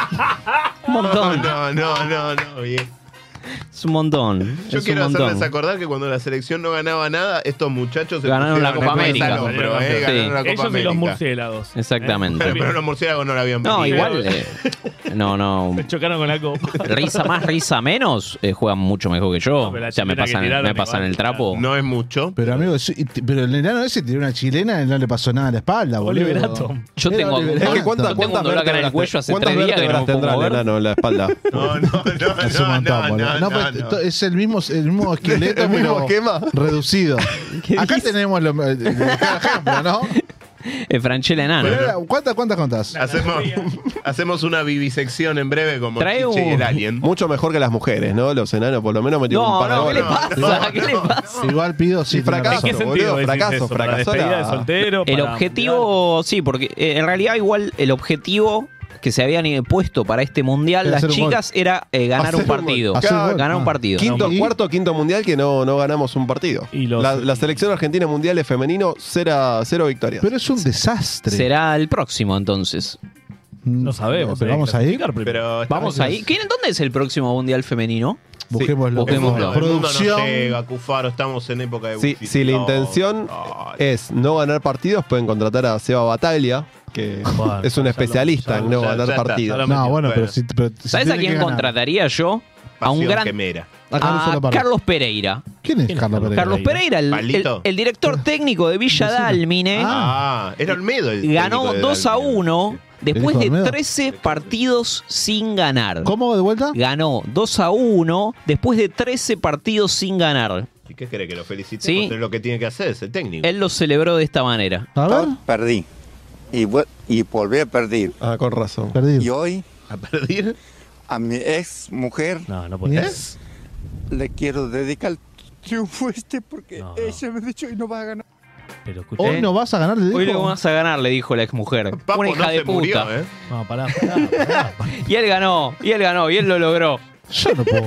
[SPEAKER 4] Un montón.
[SPEAKER 7] No, no, no, no, bien.
[SPEAKER 4] Es un montón.
[SPEAKER 7] Yo
[SPEAKER 4] es un
[SPEAKER 7] quiero
[SPEAKER 4] montón.
[SPEAKER 7] hacerles acordar que cuando la selección no ganaba nada, estos muchachos se
[SPEAKER 4] Ganaron la
[SPEAKER 7] pusieron
[SPEAKER 4] Copa
[SPEAKER 7] la cabeza
[SPEAKER 4] América.
[SPEAKER 7] al hombro, eh,
[SPEAKER 4] Sí.
[SPEAKER 7] Ganaron la Copa
[SPEAKER 5] Ellos y
[SPEAKER 7] América.
[SPEAKER 5] los murciélagos.
[SPEAKER 4] Exactamente.
[SPEAKER 7] Pero, pero los murciélagos no la habían
[SPEAKER 4] No,
[SPEAKER 7] perdido.
[SPEAKER 4] igual. eh, no,
[SPEAKER 5] [LAUGHS]
[SPEAKER 4] no.
[SPEAKER 5] Se chocaron con la copa.
[SPEAKER 4] Risa más, risa menos, eh, juegan mucho mejor que yo.
[SPEAKER 5] pero la
[SPEAKER 4] o sea, me
[SPEAKER 5] chilena que
[SPEAKER 4] pasan,
[SPEAKER 5] tiraron
[SPEAKER 4] me pasan
[SPEAKER 5] igual,
[SPEAKER 4] el trapo.
[SPEAKER 7] No es mucho.
[SPEAKER 8] Pero amigo, sí, y t- pero el enano ese tiró una chilena y no le pasó nada a la espalda, boludo.
[SPEAKER 5] Oliverato.
[SPEAKER 4] Yo
[SPEAKER 8] Era
[SPEAKER 4] tengo,
[SPEAKER 8] Oliverato.
[SPEAKER 6] Es que
[SPEAKER 4] yo
[SPEAKER 6] cuántas
[SPEAKER 4] tengo un
[SPEAKER 6] cuántas
[SPEAKER 4] dolor acá en el
[SPEAKER 6] vértebras,
[SPEAKER 4] cuello hace
[SPEAKER 6] ¿cuántas
[SPEAKER 4] tres días que no
[SPEAKER 6] vértebras
[SPEAKER 4] me puedo
[SPEAKER 6] tendrá el
[SPEAKER 4] mover.
[SPEAKER 6] enano en la
[SPEAKER 5] [LAUGHS]
[SPEAKER 6] espalda?
[SPEAKER 7] No, no, no,
[SPEAKER 8] Es un
[SPEAKER 7] no,
[SPEAKER 8] montón,
[SPEAKER 7] no,
[SPEAKER 8] boludo.
[SPEAKER 7] no,
[SPEAKER 8] No,
[SPEAKER 7] no,
[SPEAKER 8] pues,
[SPEAKER 7] no.
[SPEAKER 8] to- Es el mismo, el mismo esqueleto,
[SPEAKER 6] ¿El mismo
[SPEAKER 8] pero
[SPEAKER 6] esquema?
[SPEAKER 8] reducido. Acá
[SPEAKER 4] dice?
[SPEAKER 8] tenemos lo, el, el ejemplo, ¿no?
[SPEAKER 4] Eh, Franchella enano.
[SPEAKER 8] Pero era- ¿Cuántas, cuántas contás?
[SPEAKER 7] Hacemos, hacemos una vivisección en breve como
[SPEAKER 4] Trae
[SPEAKER 7] Chiche y
[SPEAKER 4] un-
[SPEAKER 7] el Alien.
[SPEAKER 6] Mucho mejor que las mujeres, ¿no? Los enanos, por lo menos, metieron un
[SPEAKER 4] No,
[SPEAKER 6] par de
[SPEAKER 4] no, ¿qué le
[SPEAKER 6] goles.
[SPEAKER 4] pasa? ¿Qué le pasa?
[SPEAKER 8] Igual pido
[SPEAKER 6] Y
[SPEAKER 8] sí. tenés
[SPEAKER 6] fracaso.
[SPEAKER 8] razón.
[SPEAKER 5] ¿Qué sentido
[SPEAKER 6] boludo,
[SPEAKER 5] decís
[SPEAKER 6] fracaso,
[SPEAKER 5] eso? ¿Para
[SPEAKER 6] fracasó
[SPEAKER 5] despedida
[SPEAKER 6] la-
[SPEAKER 5] de soltero?
[SPEAKER 4] El
[SPEAKER 5] para-
[SPEAKER 4] objetivo, sí, porque eh, en realidad igual el objetivo que se habían eh, puesto para este mundial
[SPEAKER 8] Era
[SPEAKER 4] las
[SPEAKER 8] hacer un
[SPEAKER 4] chicas era eh, ganar
[SPEAKER 6] Hacer
[SPEAKER 4] un
[SPEAKER 6] un gol.
[SPEAKER 4] partido.
[SPEAKER 8] Hacer un gol.
[SPEAKER 4] Ganar un
[SPEAKER 8] Ah.
[SPEAKER 4] partido.
[SPEAKER 6] Quinto,
[SPEAKER 8] Y-
[SPEAKER 6] cuarto, quinto mundial que no, no ganamos un partido.
[SPEAKER 5] Y los-
[SPEAKER 6] la, la selección argentina mundial es femenino, cero, cero victorias.
[SPEAKER 8] Pero es un desastre.
[SPEAKER 4] Será el próximo entonces.
[SPEAKER 5] No sabemos.
[SPEAKER 8] Pero
[SPEAKER 5] hay que
[SPEAKER 8] vamos ahí.
[SPEAKER 5] clasificar primero.
[SPEAKER 7] Pero
[SPEAKER 4] Vamos ahí. ¿Quién, ¿Dónde es el próximo mundial femenino?
[SPEAKER 8] Busquémoslo.
[SPEAKER 7] el mundo,
[SPEAKER 4] Busquémoslo.
[SPEAKER 7] el mundo no
[SPEAKER 8] Producción.
[SPEAKER 7] llega, Cufaro, estamos en época de
[SPEAKER 6] Si,
[SPEAKER 7] wifi.
[SPEAKER 6] si la
[SPEAKER 7] No, [LAUGHS]
[SPEAKER 6] intención
[SPEAKER 7] no.
[SPEAKER 6] es no ganar partidos, pueden contratar a Seba Bataglia, que
[SPEAKER 5] Bueno,
[SPEAKER 6] es un
[SPEAKER 5] ya
[SPEAKER 6] especialista
[SPEAKER 5] lo-
[SPEAKER 6] en no
[SPEAKER 7] ya-
[SPEAKER 6] ganar
[SPEAKER 7] ya está,
[SPEAKER 6] partidos.
[SPEAKER 7] ya
[SPEAKER 8] No, bueno,
[SPEAKER 7] Bueno.
[SPEAKER 8] pero si. Pero si
[SPEAKER 4] ¿Sabes a
[SPEAKER 8] tienen
[SPEAKER 4] quién
[SPEAKER 8] que ganar.
[SPEAKER 4] contrataría yo? A un
[SPEAKER 7] Pasión
[SPEAKER 4] gran.
[SPEAKER 7] quemera.
[SPEAKER 8] A Carlos
[SPEAKER 4] a
[SPEAKER 8] Solaparra.
[SPEAKER 4] Carlos Pereira.
[SPEAKER 8] ¿Quién es Carlos Pereira? Ah,
[SPEAKER 4] Carlos Pereira, el,
[SPEAKER 7] Palito.
[SPEAKER 4] el- el director técnico de Villa
[SPEAKER 8] Vecino.
[SPEAKER 4] Dalmine,
[SPEAKER 7] Ah, era Olmedo el
[SPEAKER 4] ganó
[SPEAKER 7] técnico de
[SPEAKER 4] 2 a
[SPEAKER 7] Dalmine.
[SPEAKER 4] 1 después
[SPEAKER 8] Federico
[SPEAKER 4] de
[SPEAKER 8] Olmedo.
[SPEAKER 4] 13 partidos sin ganar.
[SPEAKER 8] ¿Cómo de vuelta?
[SPEAKER 4] Ganó 2 a 1 después de 13 partidos sin ganar.
[SPEAKER 7] ¿Y qué quiere que lo felicite?
[SPEAKER 4] Sí.
[SPEAKER 7] Pues es lo que tiene que hacer ese técnico.
[SPEAKER 4] Él lo celebró de esta manera.
[SPEAKER 8] A ver.
[SPEAKER 12] Ah, Perdí. Y, vu- y volví a perder.
[SPEAKER 6] Ah, con razón.
[SPEAKER 12] Y
[SPEAKER 8] Perdido.
[SPEAKER 12] hoy
[SPEAKER 7] ¿A perder?
[SPEAKER 12] a mi ex mujer
[SPEAKER 5] No, no podés.
[SPEAKER 8] ¿Es?
[SPEAKER 12] le quiero dedicar el triunfo este porque
[SPEAKER 5] No, no.
[SPEAKER 12] ella me ha dicho y no va a ganar.
[SPEAKER 5] Pero escuchá.
[SPEAKER 8] Hoy no vas a ganar, le
[SPEAKER 4] Hoy lo
[SPEAKER 8] dijo.
[SPEAKER 4] vas a ganar, le dijo la exmujer.
[SPEAKER 7] Papo
[SPEAKER 4] Una
[SPEAKER 7] no
[SPEAKER 4] hija de
[SPEAKER 7] se
[SPEAKER 4] puta.
[SPEAKER 7] murió, ¿eh?
[SPEAKER 5] No, pará, pará, pará.
[SPEAKER 4] Y él ganó, y él ganó, y él lo logró.
[SPEAKER 8] Yo no puedo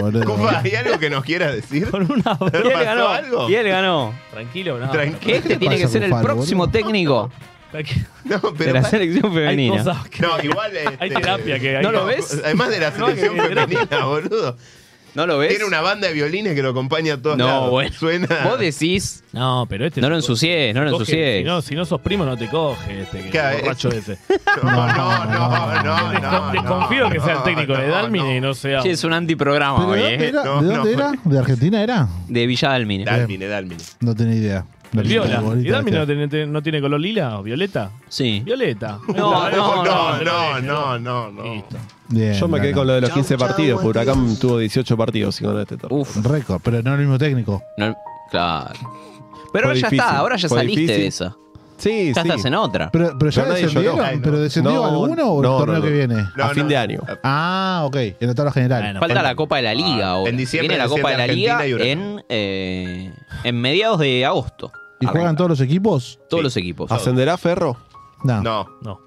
[SPEAKER 6] [LAUGHS]
[SPEAKER 8] boludo.
[SPEAKER 7] Cufa, ¿hay algo que nos quieras decir?
[SPEAKER 5] Con una
[SPEAKER 4] Y él
[SPEAKER 7] ¿Pasó
[SPEAKER 4] ganó,
[SPEAKER 7] algo?
[SPEAKER 4] y él ganó.
[SPEAKER 5] Tranquilo, no.
[SPEAKER 7] Tranquilo.
[SPEAKER 4] Que este
[SPEAKER 8] le
[SPEAKER 4] tiene
[SPEAKER 8] pasa
[SPEAKER 4] que
[SPEAKER 8] a
[SPEAKER 4] ser el
[SPEAKER 8] Bufalo,
[SPEAKER 4] próximo
[SPEAKER 8] boludo?
[SPEAKER 4] técnico
[SPEAKER 5] Tranquilo.
[SPEAKER 7] No,
[SPEAKER 4] de
[SPEAKER 7] pero
[SPEAKER 4] la selección
[SPEAKER 5] Hay
[SPEAKER 4] femenina.
[SPEAKER 5] cosas que-
[SPEAKER 7] No, igual.
[SPEAKER 5] Hay
[SPEAKER 7] este,
[SPEAKER 5] terapia que hay.
[SPEAKER 4] [LAUGHS] ¿No lo ves?
[SPEAKER 7] Además de la
[SPEAKER 5] No, que-
[SPEAKER 7] selección femenina, boludo.
[SPEAKER 4] ¿No lo ves?
[SPEAKER 7] Tiene una banda de violines que lo acompaña a todos
[SPEAKER 4] No,
[SPEAKER 7] lados.
[SPEAKER 4] bueno.
[SPEAKER 7] Suena.
[SPEAKER 4] Vos decís.
[SPEAKER 5] No, pero este.
[SPEAKER 4] No lo
[SPEAKER 5] te coge-
[SPEAKER 4] ensucies, no lo
[SPEAKER 5] te coge-
[SPEAKER 4] ensucies.
[SPEAKER 5] Si no, si no sos primo, no te coge este. Que
[SPEAKER 7] Claro,
[SPEAKER 5] borracho ese.
[SPEAKER 7] No, no, no, no, Ah, no.
[SPEAKER 5] Desconfío
[SPEAKER 7] no,
[SPEAKER 5] que sea el técnico de
[SPEAKER 7] no,
[SPEAKER 5] Dalmine
[SPEAKER 7] no.
[SPEAKER 5] y no sea.
[SPEAKER 4] Che, es un antiprograma
[SPEAKER 8] Pero
[SPEAKER 4] hoy,
[SPEAKER 8] ¿De dónde
[SPEAKER 4] eh.
[SPEAKER 8] era?
[SPEAKER 7] No,
[SPEAKER 8] ¿De
[SPEAKER 7] no.
[SPEAKER 8] dónde era? ¿De Argentina era?
[SPEAKER 4] De Villa Dalmine.
[SPEAKER 7] Dalmine, Dalmine.
[SPEAKER 8] No tenía idea. No tenía
[SPEAKER 5] Viola.
[SPEAKER 8] idea,
[SPEAKER 5] ¿Y Dalmine no
[SPEAKER 8] boludo.
[SPEAKER 5] tiene, no tiene color lila o violeta?
[SPEAKER 4] Sí.
[SPEAKER 5] Violeta.
[SPEAKER 4] No, no, no.
[SPEAKER 7] No, no, no, no, no.
[SPEAKER 5] Listo.
[SPEAKER 8] Bien,
[SPEAKER 6] Yo me
[SPEAKER 8] no,
[SPEAKER 6] quedé
[SPEAKER 8] no.
[SPEAKER 6] con lo de los 15 partidos, porque Huracán tuvo 18 partidos y ganó este torneo.
[SPEAKER 4] Uf.
[SPEAKER 8] Récord, pero no el mismo técnico.
[SPEAKER 4] No, claro. Pero
[SPEAKER 6] Fue
[SPEAKER 4] ya
[SPEAKER 6] difícil,
[SPEAKER 4] está, ahora ya
[SPEAKER 6] fue
[SPEAKER 4] saliste
[SPEAKER 6] difícil.
[SPEAKER 4] de esa.
[SPEAKER 6] Sí,
[SPEAKER 4] Ya
[SPEAKER 6] sí.
[SPEAKER 4] estás en otra.
[SPEAKER 8] Pero, pero ya
[SPEAKER 6] nadie
[SPEAKER 8] descendieron,
[SPEAKER 6] lloró. Ay, no.
[SPEAKER 8] pero descendió
[SPEAKER 6] No,
[SPEAKER 8] alguno o
[SPEAKER 6] no,
[SPEAKER 8] el torneo
[SPEAKER 6] no,
[SPEAKER 8] que
[SPEAKER 6] no.
[SPEAKER 8] viene.
[SPEAKER 6] A fin de año.
[SPEAKER 8] Ah, ok, en la tabla general.
[SPEAKER 4] Falta la Copa de la Liga ahora.
[SPEAKER 8] en diciembre
[SPEAKER 4] Viene la
[SPEAKER 8] desciende
[SPEAKER 4] Copa de la
[SPEAKER 8] Argentina
[SPEAKER 4] Liga
[SPEAKER 8] y Huracán.
[SPEAKER 4] en, eh, en mediados de agosto.
[SPEAKER 8] ¿Y juegan todos los equipos?
[SPEAKER 4] Todos los equipos.
[SPEAKER 6] ¿Ascenderá Ferro?
[SPEAKER 8] No.
[SPEAKER 7] No.
[SPEAKER 5] No.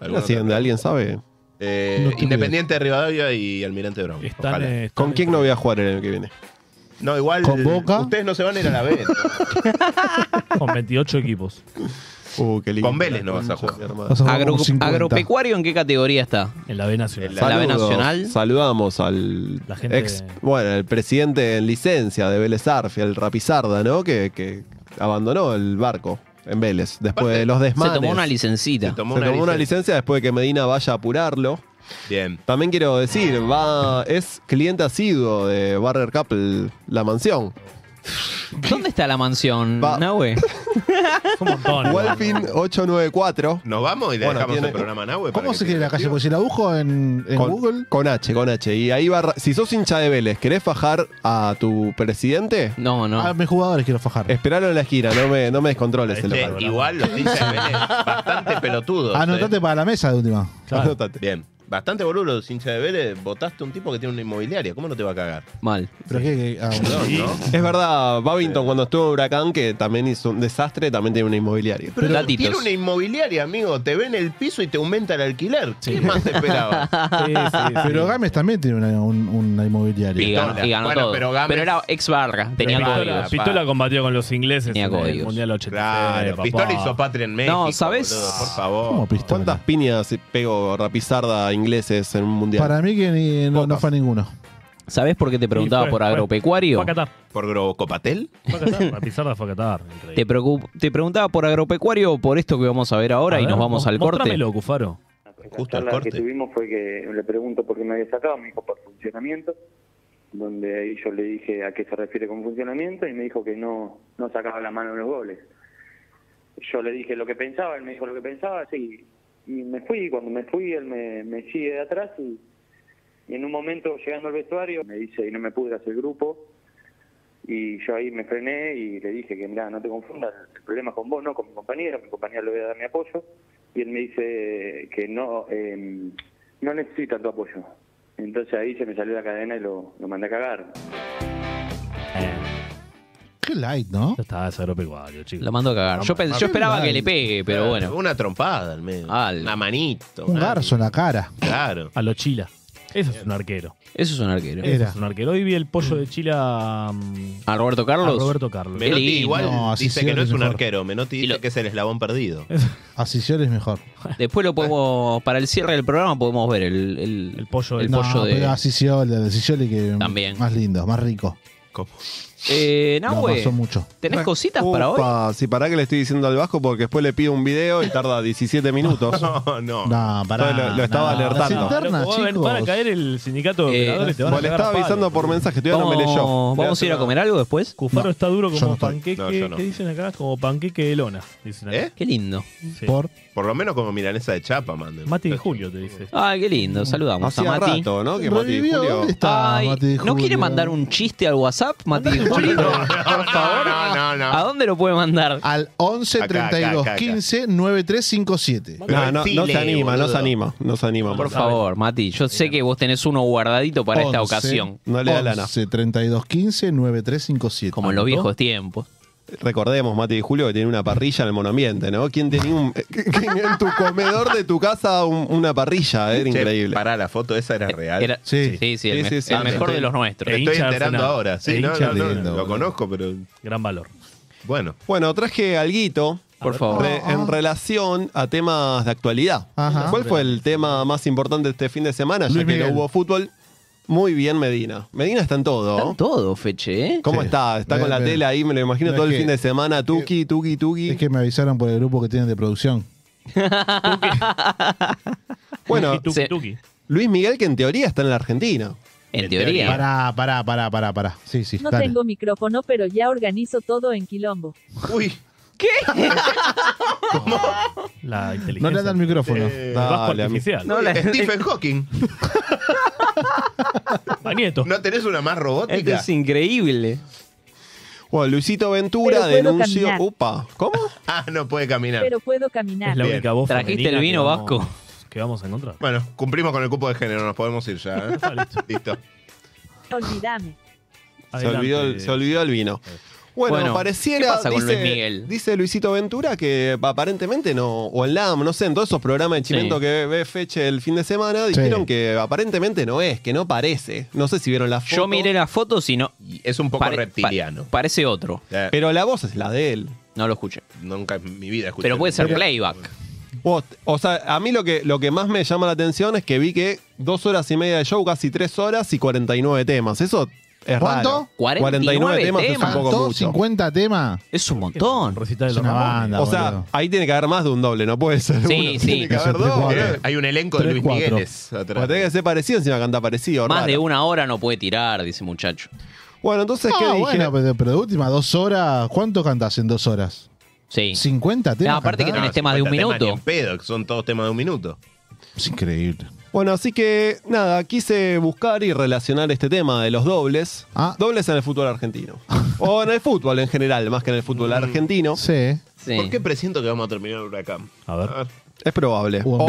[SPEAKER 6] ¿No asciende? ¿Alguien sabe?
[SPEAKER 7] Eh,
[SPEAKER 6] No tengo
[SPEAKER 7] Independiente de Rivadavia y Almirante Brown. Ojalá.
[SPEAKER 5] eh,
[SPEAKER 6] ¿Con quién no voy a jugar el año que viene?
[SPEAKER 7] No, igual. Ustedes no se van a ir a la vez.
[SPEAKER 6] [LAUGHS]
[SPEAKER 5] Con 28 equipos.
[SPEAKER 6] Uh, qué lindo.
[SPEAKER 7] Con Vélez no vas a jugar.
[SPEAKER 4] Agro- ¿Agropecuario en qué categoría está?
[SPEAKER 5] En la B Nacional.
[SPEAKER 4] En la B
[SPEAKER 6] Saludos.
[SPEAKER 4] Nacional.
[SPEAKER 6] Saludamos al
[SPEAKER 5] gente-
[SPEAKER 6] ex, bueno, el presidente en licencia de Vélez Arfi, el Rapizarda, ¿no? Que, que abandonó el barco en Vélez después de los
[SPEAKER 4] Se
[SPEAKER 6] desmanes.
[SPEAKER 4] tomó una licencita.
[SPEAKER 6] Se tomó una licencia después de que Medina vaya a apurarlo.
[SPEAKER 7] Bien.
[SPEAKER 6] También quiero decir, va, es cliente asiduo de Barrer Cup, el- la mansión.
[SPEAKER 4] ¿Dónde está la
[SPEAKER 6] [LAUGHS]
[SPEAKER 4] mansión, Nahue?
[SPEAKER 6] Walfin 894.
[SPEAKER 7] Nos vamos y le
[SPEAKER 6] Bueno,
[SPEAKER 7] dejamos
[SPEAKER 6] tiene-
[SPEAKER 7] el programa Nahue. para
[SPEAKER 8] ¿Cómo se
[SPEAKER 7] que te-
[SPEAKER 8] escribe la calle? Porque si la busco en, en
[SPEAKER 6] con,
[SPEAKER 8] Google.
[SPEAKER 6] con H, con H. Y ahí va. Si sos hincha de Vélez, ¿querés fajar a tu presidente?
[SPEAKER 4] No, no.
[SPEAKER 8] A mis jugadores quiero fajar.
[SPEAKER 6] Esperalo en la esquina, no me, no me descontroles el
[SPEAKER 7] Che,
[SPEAKER 6] local.
[SPEAKER 7] igual los hinchas de Vélez, bastante pelotudos.
[SPEAKER 6] Ah,
[SPEAKER 8] Anotate para la mesa de última.
[SPEAKER 7] eh. Bien. Bastante boludo los hinchas de Vélez. Votaste a un tipo que tiene una inmobiliaria. ¿Cómo no te va a cagar?
[SPEAKER 4] Mal.
[SPEAKER 8] Pero es que- ah, bueno.
[SPEAKER 7] Perdón, ¿no?
[SPEAKER 6] Es verdad, Babington cuando estuvo en Huracán, que también hizo un desastre, también tiene una inmobiliaria.
[SPEAKER 7] Pero tiene una inmobiliaria, amigo. Te ven el piso y te aumenta el alquiler. ¿Qué más
[SPEAKER 5] [LAUGHS]
[SPEAKER 7] te
[SPEAKER 4] [LAUGHS]
[SPEAKER 7] esperaba?
[SPEAKER 8] Pero Gámez también tiene una, un- una inmobiliaria.
[SPEAKER 4] Y ganó, y ganó
[SPEAKER 7] Bueno,
[SPEAKER 4] todo.
[SPEAKER 7] pero
[SPEAKER 4] Pero,
[SPEAKER 7] Gámez-
[SPEAKER 4] era ex barra. Tenía
[SPEAKER 5] Pistola,
[SPEAKER 4] códigos.
[SPEAKER 5] Pistola combatió con los ingleses
[SPEAKER 4] Tenía
[SPEAKER 5] en el
[SPEAKER 4] códigos.
[SPEAKER 5] Mundial 86.
[SPEAKER 7] Claro,
[SPEAKER 5] papá.
[SPEAKER 7] Pistola hizo patria en México.
[SPEAKER 4] No, ¿sabes?
[SPEAKER 7] boludo, por favor.
[SPEAKER 6] ¿Cuántas piñas pegó Rapizarda a ingleses en un mundial?
[SPEAKER 8] Para mí que ni- no, no fue ninguno.
[SPEAKER 4] ¿Sabés por qué te preguntaba
[SPEAKER 5] fue-
[SPEAKER 4] por
[SPEAKER 5] fue-
[SPEAKER 4] agropecuario?
[SPEAKER 5] Fue a Qatar.
[SPEAKER 7] ¿Por Grocopatel?
[SPEAKER 5] Fue a Qatar. La pizarra fue a Qatar. increíble.
[SPEAKER 4] Te, preocup- te preguntaba por agropecuario o por esto que vamos a ver ahora
[SPEAKER 5] A
[SPEAKER 4] y
[SPEAKER 5] ver,
[SPEAKER 4] nos vamos
[SPEAKER 5] mo-
[SPEAKER 4] al corte.
[SPEAKER 5] mostrámelo, Cufaro.
[SPEAKER 7] Justo
[SPEAKER 13] charla que tuvimos fue que le pregunto por qué me había sacado, me dijo por funcionamiento, donde ahí yo le dije a qué se refiere con funcionamiento y me dijo que no, no sacaba la mano en los goles. Yo le dije lo que pensaba, él me dijo lo que pensaba, así, y me fui, cuando me fui él me, me sigue de atrás y, y en un momento llegando al vestuario me dice y no me pudras el grupo y yo ahí me frené y le dije que mira no te confundas, el problema es con vos, no con mi compañero, mi compañero le voy a dar mi apoyo y él me dice que no eh, no necesita tu apoyo. Entonces ahí se me salió la cadena y lo, lo mandé a cagar.
[SPEAKER 8] Eh, Qué light, ¿no?
[SPEAKER 5] Ya está, es agropecuario, chicos.
[SPEAKER 4] Lo mando a cagar. Yo, pens- yo esperaba que le pegue, pero bueno.
[SPEAKER 7] Una trompada al medio. Una manito.
[SPEAKER 8] Un garzo en la cara.
[SPEAKER 7] Claro.
[SPEAKER 5] A lo Chila. Eso es un arquero.
[SPEAKER 4] Eso es un arquero.
[SPEAKER 5] Eso es un arquero. Hoy vi el pollo de Chila. mm,
[SPEAKER 4] ¿A Roberto Carlos?
[SPEAKER 5] A Roberto Carlos.
[SPEAKER 7] Menotti igual dice que no es un
[SPEAKER 8] mejor.
[SPEAKER 7] arquero. Menotti dice que es el eslabón perdido.
[SPEAKER 5] ¿Eh?
[SPEAKER 8] Asisior es mejor.
[SPEAKER 4] Después lo podemos, para el cierre del programa podemos ver el, el, pollo, el
[SPEAKER 8] no,
[SPEAKER 4] pollo de...
[SPEAKER 8] pero Asisior, el Asisior y que
[SPEAKER 4] También.
[SPEAKER 8] más lindo, más rico.
[SPEAKER 4] Eh,
[SPEAKER 8] Lo
[SPEAKER 4] Nahue,
[SPEAKER 8] pasó mucho.
[SPEAKER 4] ¿tenés cositas para hoy?
[SPEAKER 6] Upa, sí, pará que le estoy diciendo al Vasco porque después le pido un video y tarda 17 minutos.
[SPEAKER 7] [LAUGHS] No, no.
[SPEAKER 8] No, pará.
[SPEAKER 6] Entonces lo, lo estaba
[SPEAKER 8] no,
[SPEAKER 6] alertando.
[SPEAKER 8] las internas,
[SPEAKER 5] Vos ven- Van a
[SPEAKER 8] chicos.
[SPEAKER 5] caer el sindicato de operadores. Te van a
[SPEAKER 6] Bueno, le
[SPEAKER 5] cagar
[SPEAKER 6] estaba
[SPEAKER 5] a palo.
[SPEAKER 6] avisando por mensaje, todavía no me leyó.
[SPEAKER 4] Vamos, vamos a ir a comer algo después.
[SPEAKER 5] Cufaro está duro
[SPEAKER 8] yo
[SPEAKER 5] como
[SPEAKER 8] no estoy.
[SPEAKER 5] panqueque.
[SPEAKER 7] No, yo no.
[SPEAKER 5] ¿Qué dicen acá? Como panqueque de lona. Dicen acá.
[SPEAKER 7] ¿Eh?
[SPEAKER 4] Qué lindo.
[SPEAKER 5] Sí.
[SPEAKER 8] Por
[SPEAKER 7] Por lo menos como milanesa de chapa, manden.
[SPEAKER 5] Mati de Julio te dice.
[SPEAKER 4] Ay, qué lindo. Saludamos
[SPEAKER 6] Hacía
[SPEAKER 4] a Mati.
[SPEAKER 6] rato, ¿no? Que Mati y
[SPEAKER 8] Revivió,
[SPEAKER 6] Julio.
[SPEAKER 8] ¿dónde está
[SPEAKER 4] Ay,
[SPEAKER 8] Mati de
[SPEAKER 4] ¿No quiere
[SPEAKER 8] Julio?
[SPEAKER 4] mandar un chiste al WhatsApp, Mati de Julio? Por favor.
[SPEAKER 7] No, no, no.
[SPEAKER 4] ¿A dónde lo puede mandar?
[SPEAKER 8] Al 11
[SPEAKER 7] Acá, acá,
[SPEAKER 8] 32
[SPEAKER 7] acá, acá.
[SPEAKER 8] 15 9357.
[SPEAKER 6] No, no, no
[SPEAKER 7] Chile,
[SPEAKER 6] se anima, no
[SPEAKER 7] boludo.
[SPEAKER 6] se anima, no se anima.
[SPEAKER 4] Por favor, Mati, yo sé que vos tenés uno guardadito para esta
[SPEAKER 8] 11,
[SPEAKER 4] ocasión.
[SPEAKER 6] No le da lana.
[SPEAKER 8] 11 32 15 9357.
[SPEAKER 4] Como en los viejos tiempos.
[SPEAKER 6] Recordemos, Mati y Julio, que tiene una parrilla en el monoambiente, ¿no? ¿Quién tenía un, eh, [LAUGHS] quién en tu comedor de tu casa un- una parrilla? Era
[SPEAKER 7] Che,
[SPEAKER 6] increíble.
[SPEAKER 7] Pará, la foto esa era real.
[SPEAKER 4] Era-
[SPEAKER 8] Sí.
[SPEAKER 4] sí, sí, el,
[SPEAKER 6] Sí,
[SPEAKER 4] me-
[SPEAKER 6] sí, sí.
[SPEAKER 4] el
[SPEAKER 6] Ah,
[SPEAKER 4] mejor
[SPEAKER 6] me-
[SPEAKER 4] de los nuestros.
[SPEAKER 7] Me estoy
[SPEAKER 5] hincha
[SPEAKER 7] enterando
[SPEAKER 5] Arsenal.
[SPEAKER 7] ahora. Sí,
[SPEAKER 6] Eh,
[SPEAKER 5] E
[SPEAKER 7] no,
[SPEAKER 5] hincha
[SPEAKER 7] no, no,
[SPEAKER 5] Arsenal.
[SPEAKER 7] lo conozco, pero
[SPEAKER 5] Gran valor.
[SPEAKER 7] bueno.
[SPEAKER 6] Bueno, traje alguito.
[SPEAKER 4] Por favor.
[SPEAKER 6] re- en relación a temas de actualidad.
[SPEAKER 8] Ajá.
[SPEAKER 6] ¿Cuál fue el tema más importante este fin de semana? Ya
[SPEAKER 8] Luis
[SPEAKER 6] que
[SPEAKER 8] Miguel.
[SPEAKER 6] no hubo fútbol. Muy bien, Medina. Medina está en todo.
[SPEAKER 4] Están todo, Feche, ¿eh?
[SPEAKER 6] ¿Cómo
[SPEAKER 8] Sí.
[SPEAKER 6] está? Está
[SPEAKER 8] Me-
[SPEAKER 6] con la
[SPEAKER 8] me-
[SPEAKER 6] tela ahí, me lo imagino
[SPEAKER 8] No,
[SPEAKER 6] todo
[SPEAKER 8] es
[SPEAKER 6] el
[SPEAKER 8] que-
[SPEAKER 6] fin de semana. Tuki, tuki, tuki.
[SPEAKER 8] Es que me avisaron por el grupo que tienen de producción.
[SPEAKER 6] bueno,
[SPEAKER 5] Tuki,
[SPEAKER 4] se-
[SPEAKER 5] tuki.
[SPEAKER 6] Luis Miguel, que en teoría está en la Argentina.
[SPEAKER 4] En teoría.
[SPEAKER 8] Pará, pará, pará, pará, pará. Sí, sí,
[SPEAKER 14] No
[SPEAKER 8] dale.
[SPEAKER 14] tengo micrófono, pero ya organizo todo en quilombo.
[SPEAKER 7] Uy,
[SPEAKER 5] La
[SPEAKER 8] No le
[SPEAKER 5] inteligencia.
[SPEAKER 8] dan el micrófono.
[SPEAKER 7] eh,
[SPEAKER 5] el vasco
[SPEAKER 6] Dale, amigo.
[SPEAKER 5] artificial.
[SPEAKER 4] No, la-
[SPEAKER 7] Stephen
[SPEAKER 5] [LAUGHS]
[SPEAKER 7] Hawking.
[SPEAKER 5] Manieto.
[SPEAKER 7] ¿No tenés una más
[SPEAKER 4] Esto
[SPEAKER 7] robótica?
[SPEAKER 4] es increíble.
[SPEAKER 6] Bueno, Luisito Ventura
[SPEAKER 14] Pero puedo
[SPEAKER 6] denunció.
[SPEAKER 14] caminar.
[SPEAKER 6] Upa, ¿cómo?
[SPEAKER 7] [LAUGHS] Ah, no puede caminar.
[SPEAKER 14] Pero puedo caminar.
[SPEAKER 5] Es la única voz
[SPEAKER 4] Trajiste el vino vasco.
[SPEAKER 5] Que vamos a encontrar.
[SPEAKER 7] Bueno, cumplimos con el cupo de género, nos podemos ir ya. ¿eh?
[SPEAKER 5] [LAUGHS]
[SPEAKER 7] Listo.
[SPEAKER 14] Olvídame.
[SPEAKER 6] Se olvidó, el- se olvidó el vino. Bueno,
[SPEAKER 4] Bueno,
[SPEAKER 6] pareciera.
[SPEAKER 4] ¿qué pasa con
[SPEAKER 6] dice,
[SPEAKER 4] Luis Miguel?
[SPEAKER 6] dice Luisito Ventura que aparentemente no. O en LAM, no sé, en todos esos programas de Chimento
[SPEAKER 4] Sí.
[SPEAKER 6] que ve Feche el fin de semana, dijeron que aparentemente no es, que no parece. No sé si vieron la foto.
[SPEAKER 4] Yo miré las fotos y no.
[SPEAKER 7] Es un poco reptiliano. Eh.
[SPEAKER 4] parece otro.
[SPEAKER 6] Pero la voz es la de él.
[SPEAKER 4] No lo escuché.
[SPEAKER 7] Nunca en mi vida escuché.
[SPEAKER 4] Pero puede ser
[SPEAKER 6] Mira.
[SPEAKER 4] playback.
[SPEAKER 6] Vos, o sea, a mí lo que, lo que más me llama la atención es que vi que dos horas y media de show, casi tres horas y 49 temas. Eso es raro.
[SPEAKER 8] ¿Cuánto?
[SPEAKER 6] 49 temas, es un poco
[SPEAKER 8] ¿Tanto?
[SPEAKER 6] mucho.
[SPEAKER 8] 50 temas.
[SPEAKER 4] Es un montón.
[SPEAKER 8] Es una banda.
[SPEAKER 6] o sea,
[SPEAKER 8] boludo.
[SPEAKER 6] ahí tiene que haber más de un doble, no puede ser.
[SPEAKER 4] Sí,
[SPEAKER 6] uno,
[SPEAKER 4] sí.
[SPEAKER 6] Tiene que haber dos. ¿eh?
[SPEAKER 8] Eso es tres,
[SPEAKER 6] boludo.
[SPEAKER 8] cuatro.
[SPEAKER 7] Hay un elenco de
[SPEAKER 8] Tres,
[SPEAKER 7] Luis
[SPEAKER 8] cuatro.
[SPEAKER 7] Migueles
[SPEAKER 6] Pues
[SPEAKER 7] atrás.
[SPEAKER 6] tiene que ser parecido, encima canta parecido.
[SPEAKER 4] Más
[SPEAKER 6] raro.
[SPEAKER 4] de una hora no puede tirar, dice muchacho.
[SPEAKER 6] Bueno, entonces, ¿qué
[SPEAKER 8] Ah,
[SPEAKER 6] dije?
[SPEAKER 8] bueno, pero, pero de última, dos horas. ¿Cuánto cantás en dos horas?
[SPEAKER 4] Sí.
[SPEAKER 8] 50 temas.
[SPEAKER 4] No, aparte que
[SPEAKER 8] cantás?
[SPEAKER 4] tenés temas de un
[SPEAKER 7] 50
[SPEAKER 4] minuto.
[SPEAKER 7] ni en pedo, que son todos temas de un minuto.
[SPEAKER 8] Es increíble.
[SPEAKER 6] Bueno, así que nada, quise buscar y relacionar este tema de los dobles.
[SPEAKER 8] Ah.
[SPEAKER 6] Dobles en el fútbol argentino. o en el fútbol en general, más que en el fútbol
[SPEAKER 5] Mm.
[SPEAKER 6] argentino.
[SPEAKER 8] Sí.
[SPEAKER 7] ¿Por qué presiento que vamos a terminar el huracán?
[SPEAKER 5] A ver.
[SPEAKER 6] Es probable. O,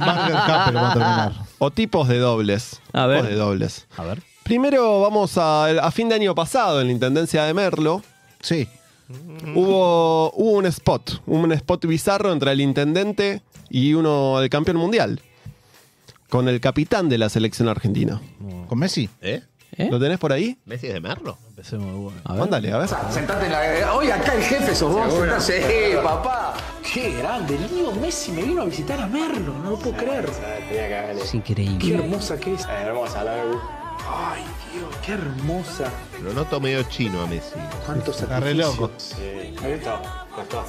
[SPEAKER 6] [LAUGHS] o tipos de dobles.
[SPEAKER 4] A ver.
[SPEAKER 6] Tipos de dobles.
[SPEAKER 5] A ver.
[SPEAKER 6] Primero vamos a, a fin de año pasado en la Intendencia de Merlo.
[SPEAKER 8] Sí.
[SPEAKER 6] Hubo, hubo un spot, un spot bizarro entre el intendente y uno del campeón mundial. Con el capitán de la selección argentina.
[SPEAKER 8] Mm. ¿Con Messi?
[SPEAKER 7] ¿Eh?
[SPEAKER 6] ¿Lo tenés por ahí?
[SPEAKER 7] ¿Messi es de Merlo?
[SPEAKER 5] Empecemos de vuelta.
[SPEAKER 6] A ver. Ándale, a ver.
[SPEAKER 1] Sentate en la. Oye, acá el jefe sos vos. sentate. Sí, papá. Qué grande. Leo Messi me vino a visitar a Merlo. No lo puedo creer.
[SPEAKER 7] Ah,
[SPEAKER 4] Es increíble.
[SPEAKER 1] Qué hermosa que es.
[SPEAKER 7] Hermosa, la
[SPEAKER 1] Ay, Dios, qué hermosa.
[SPEAKER 7] Lo noto medio chino a Messi.
[SPEAKER 1] Cuántos
[SPEAKER 8] Está re loco.
[SPEAKER 1] Ahí está, costó.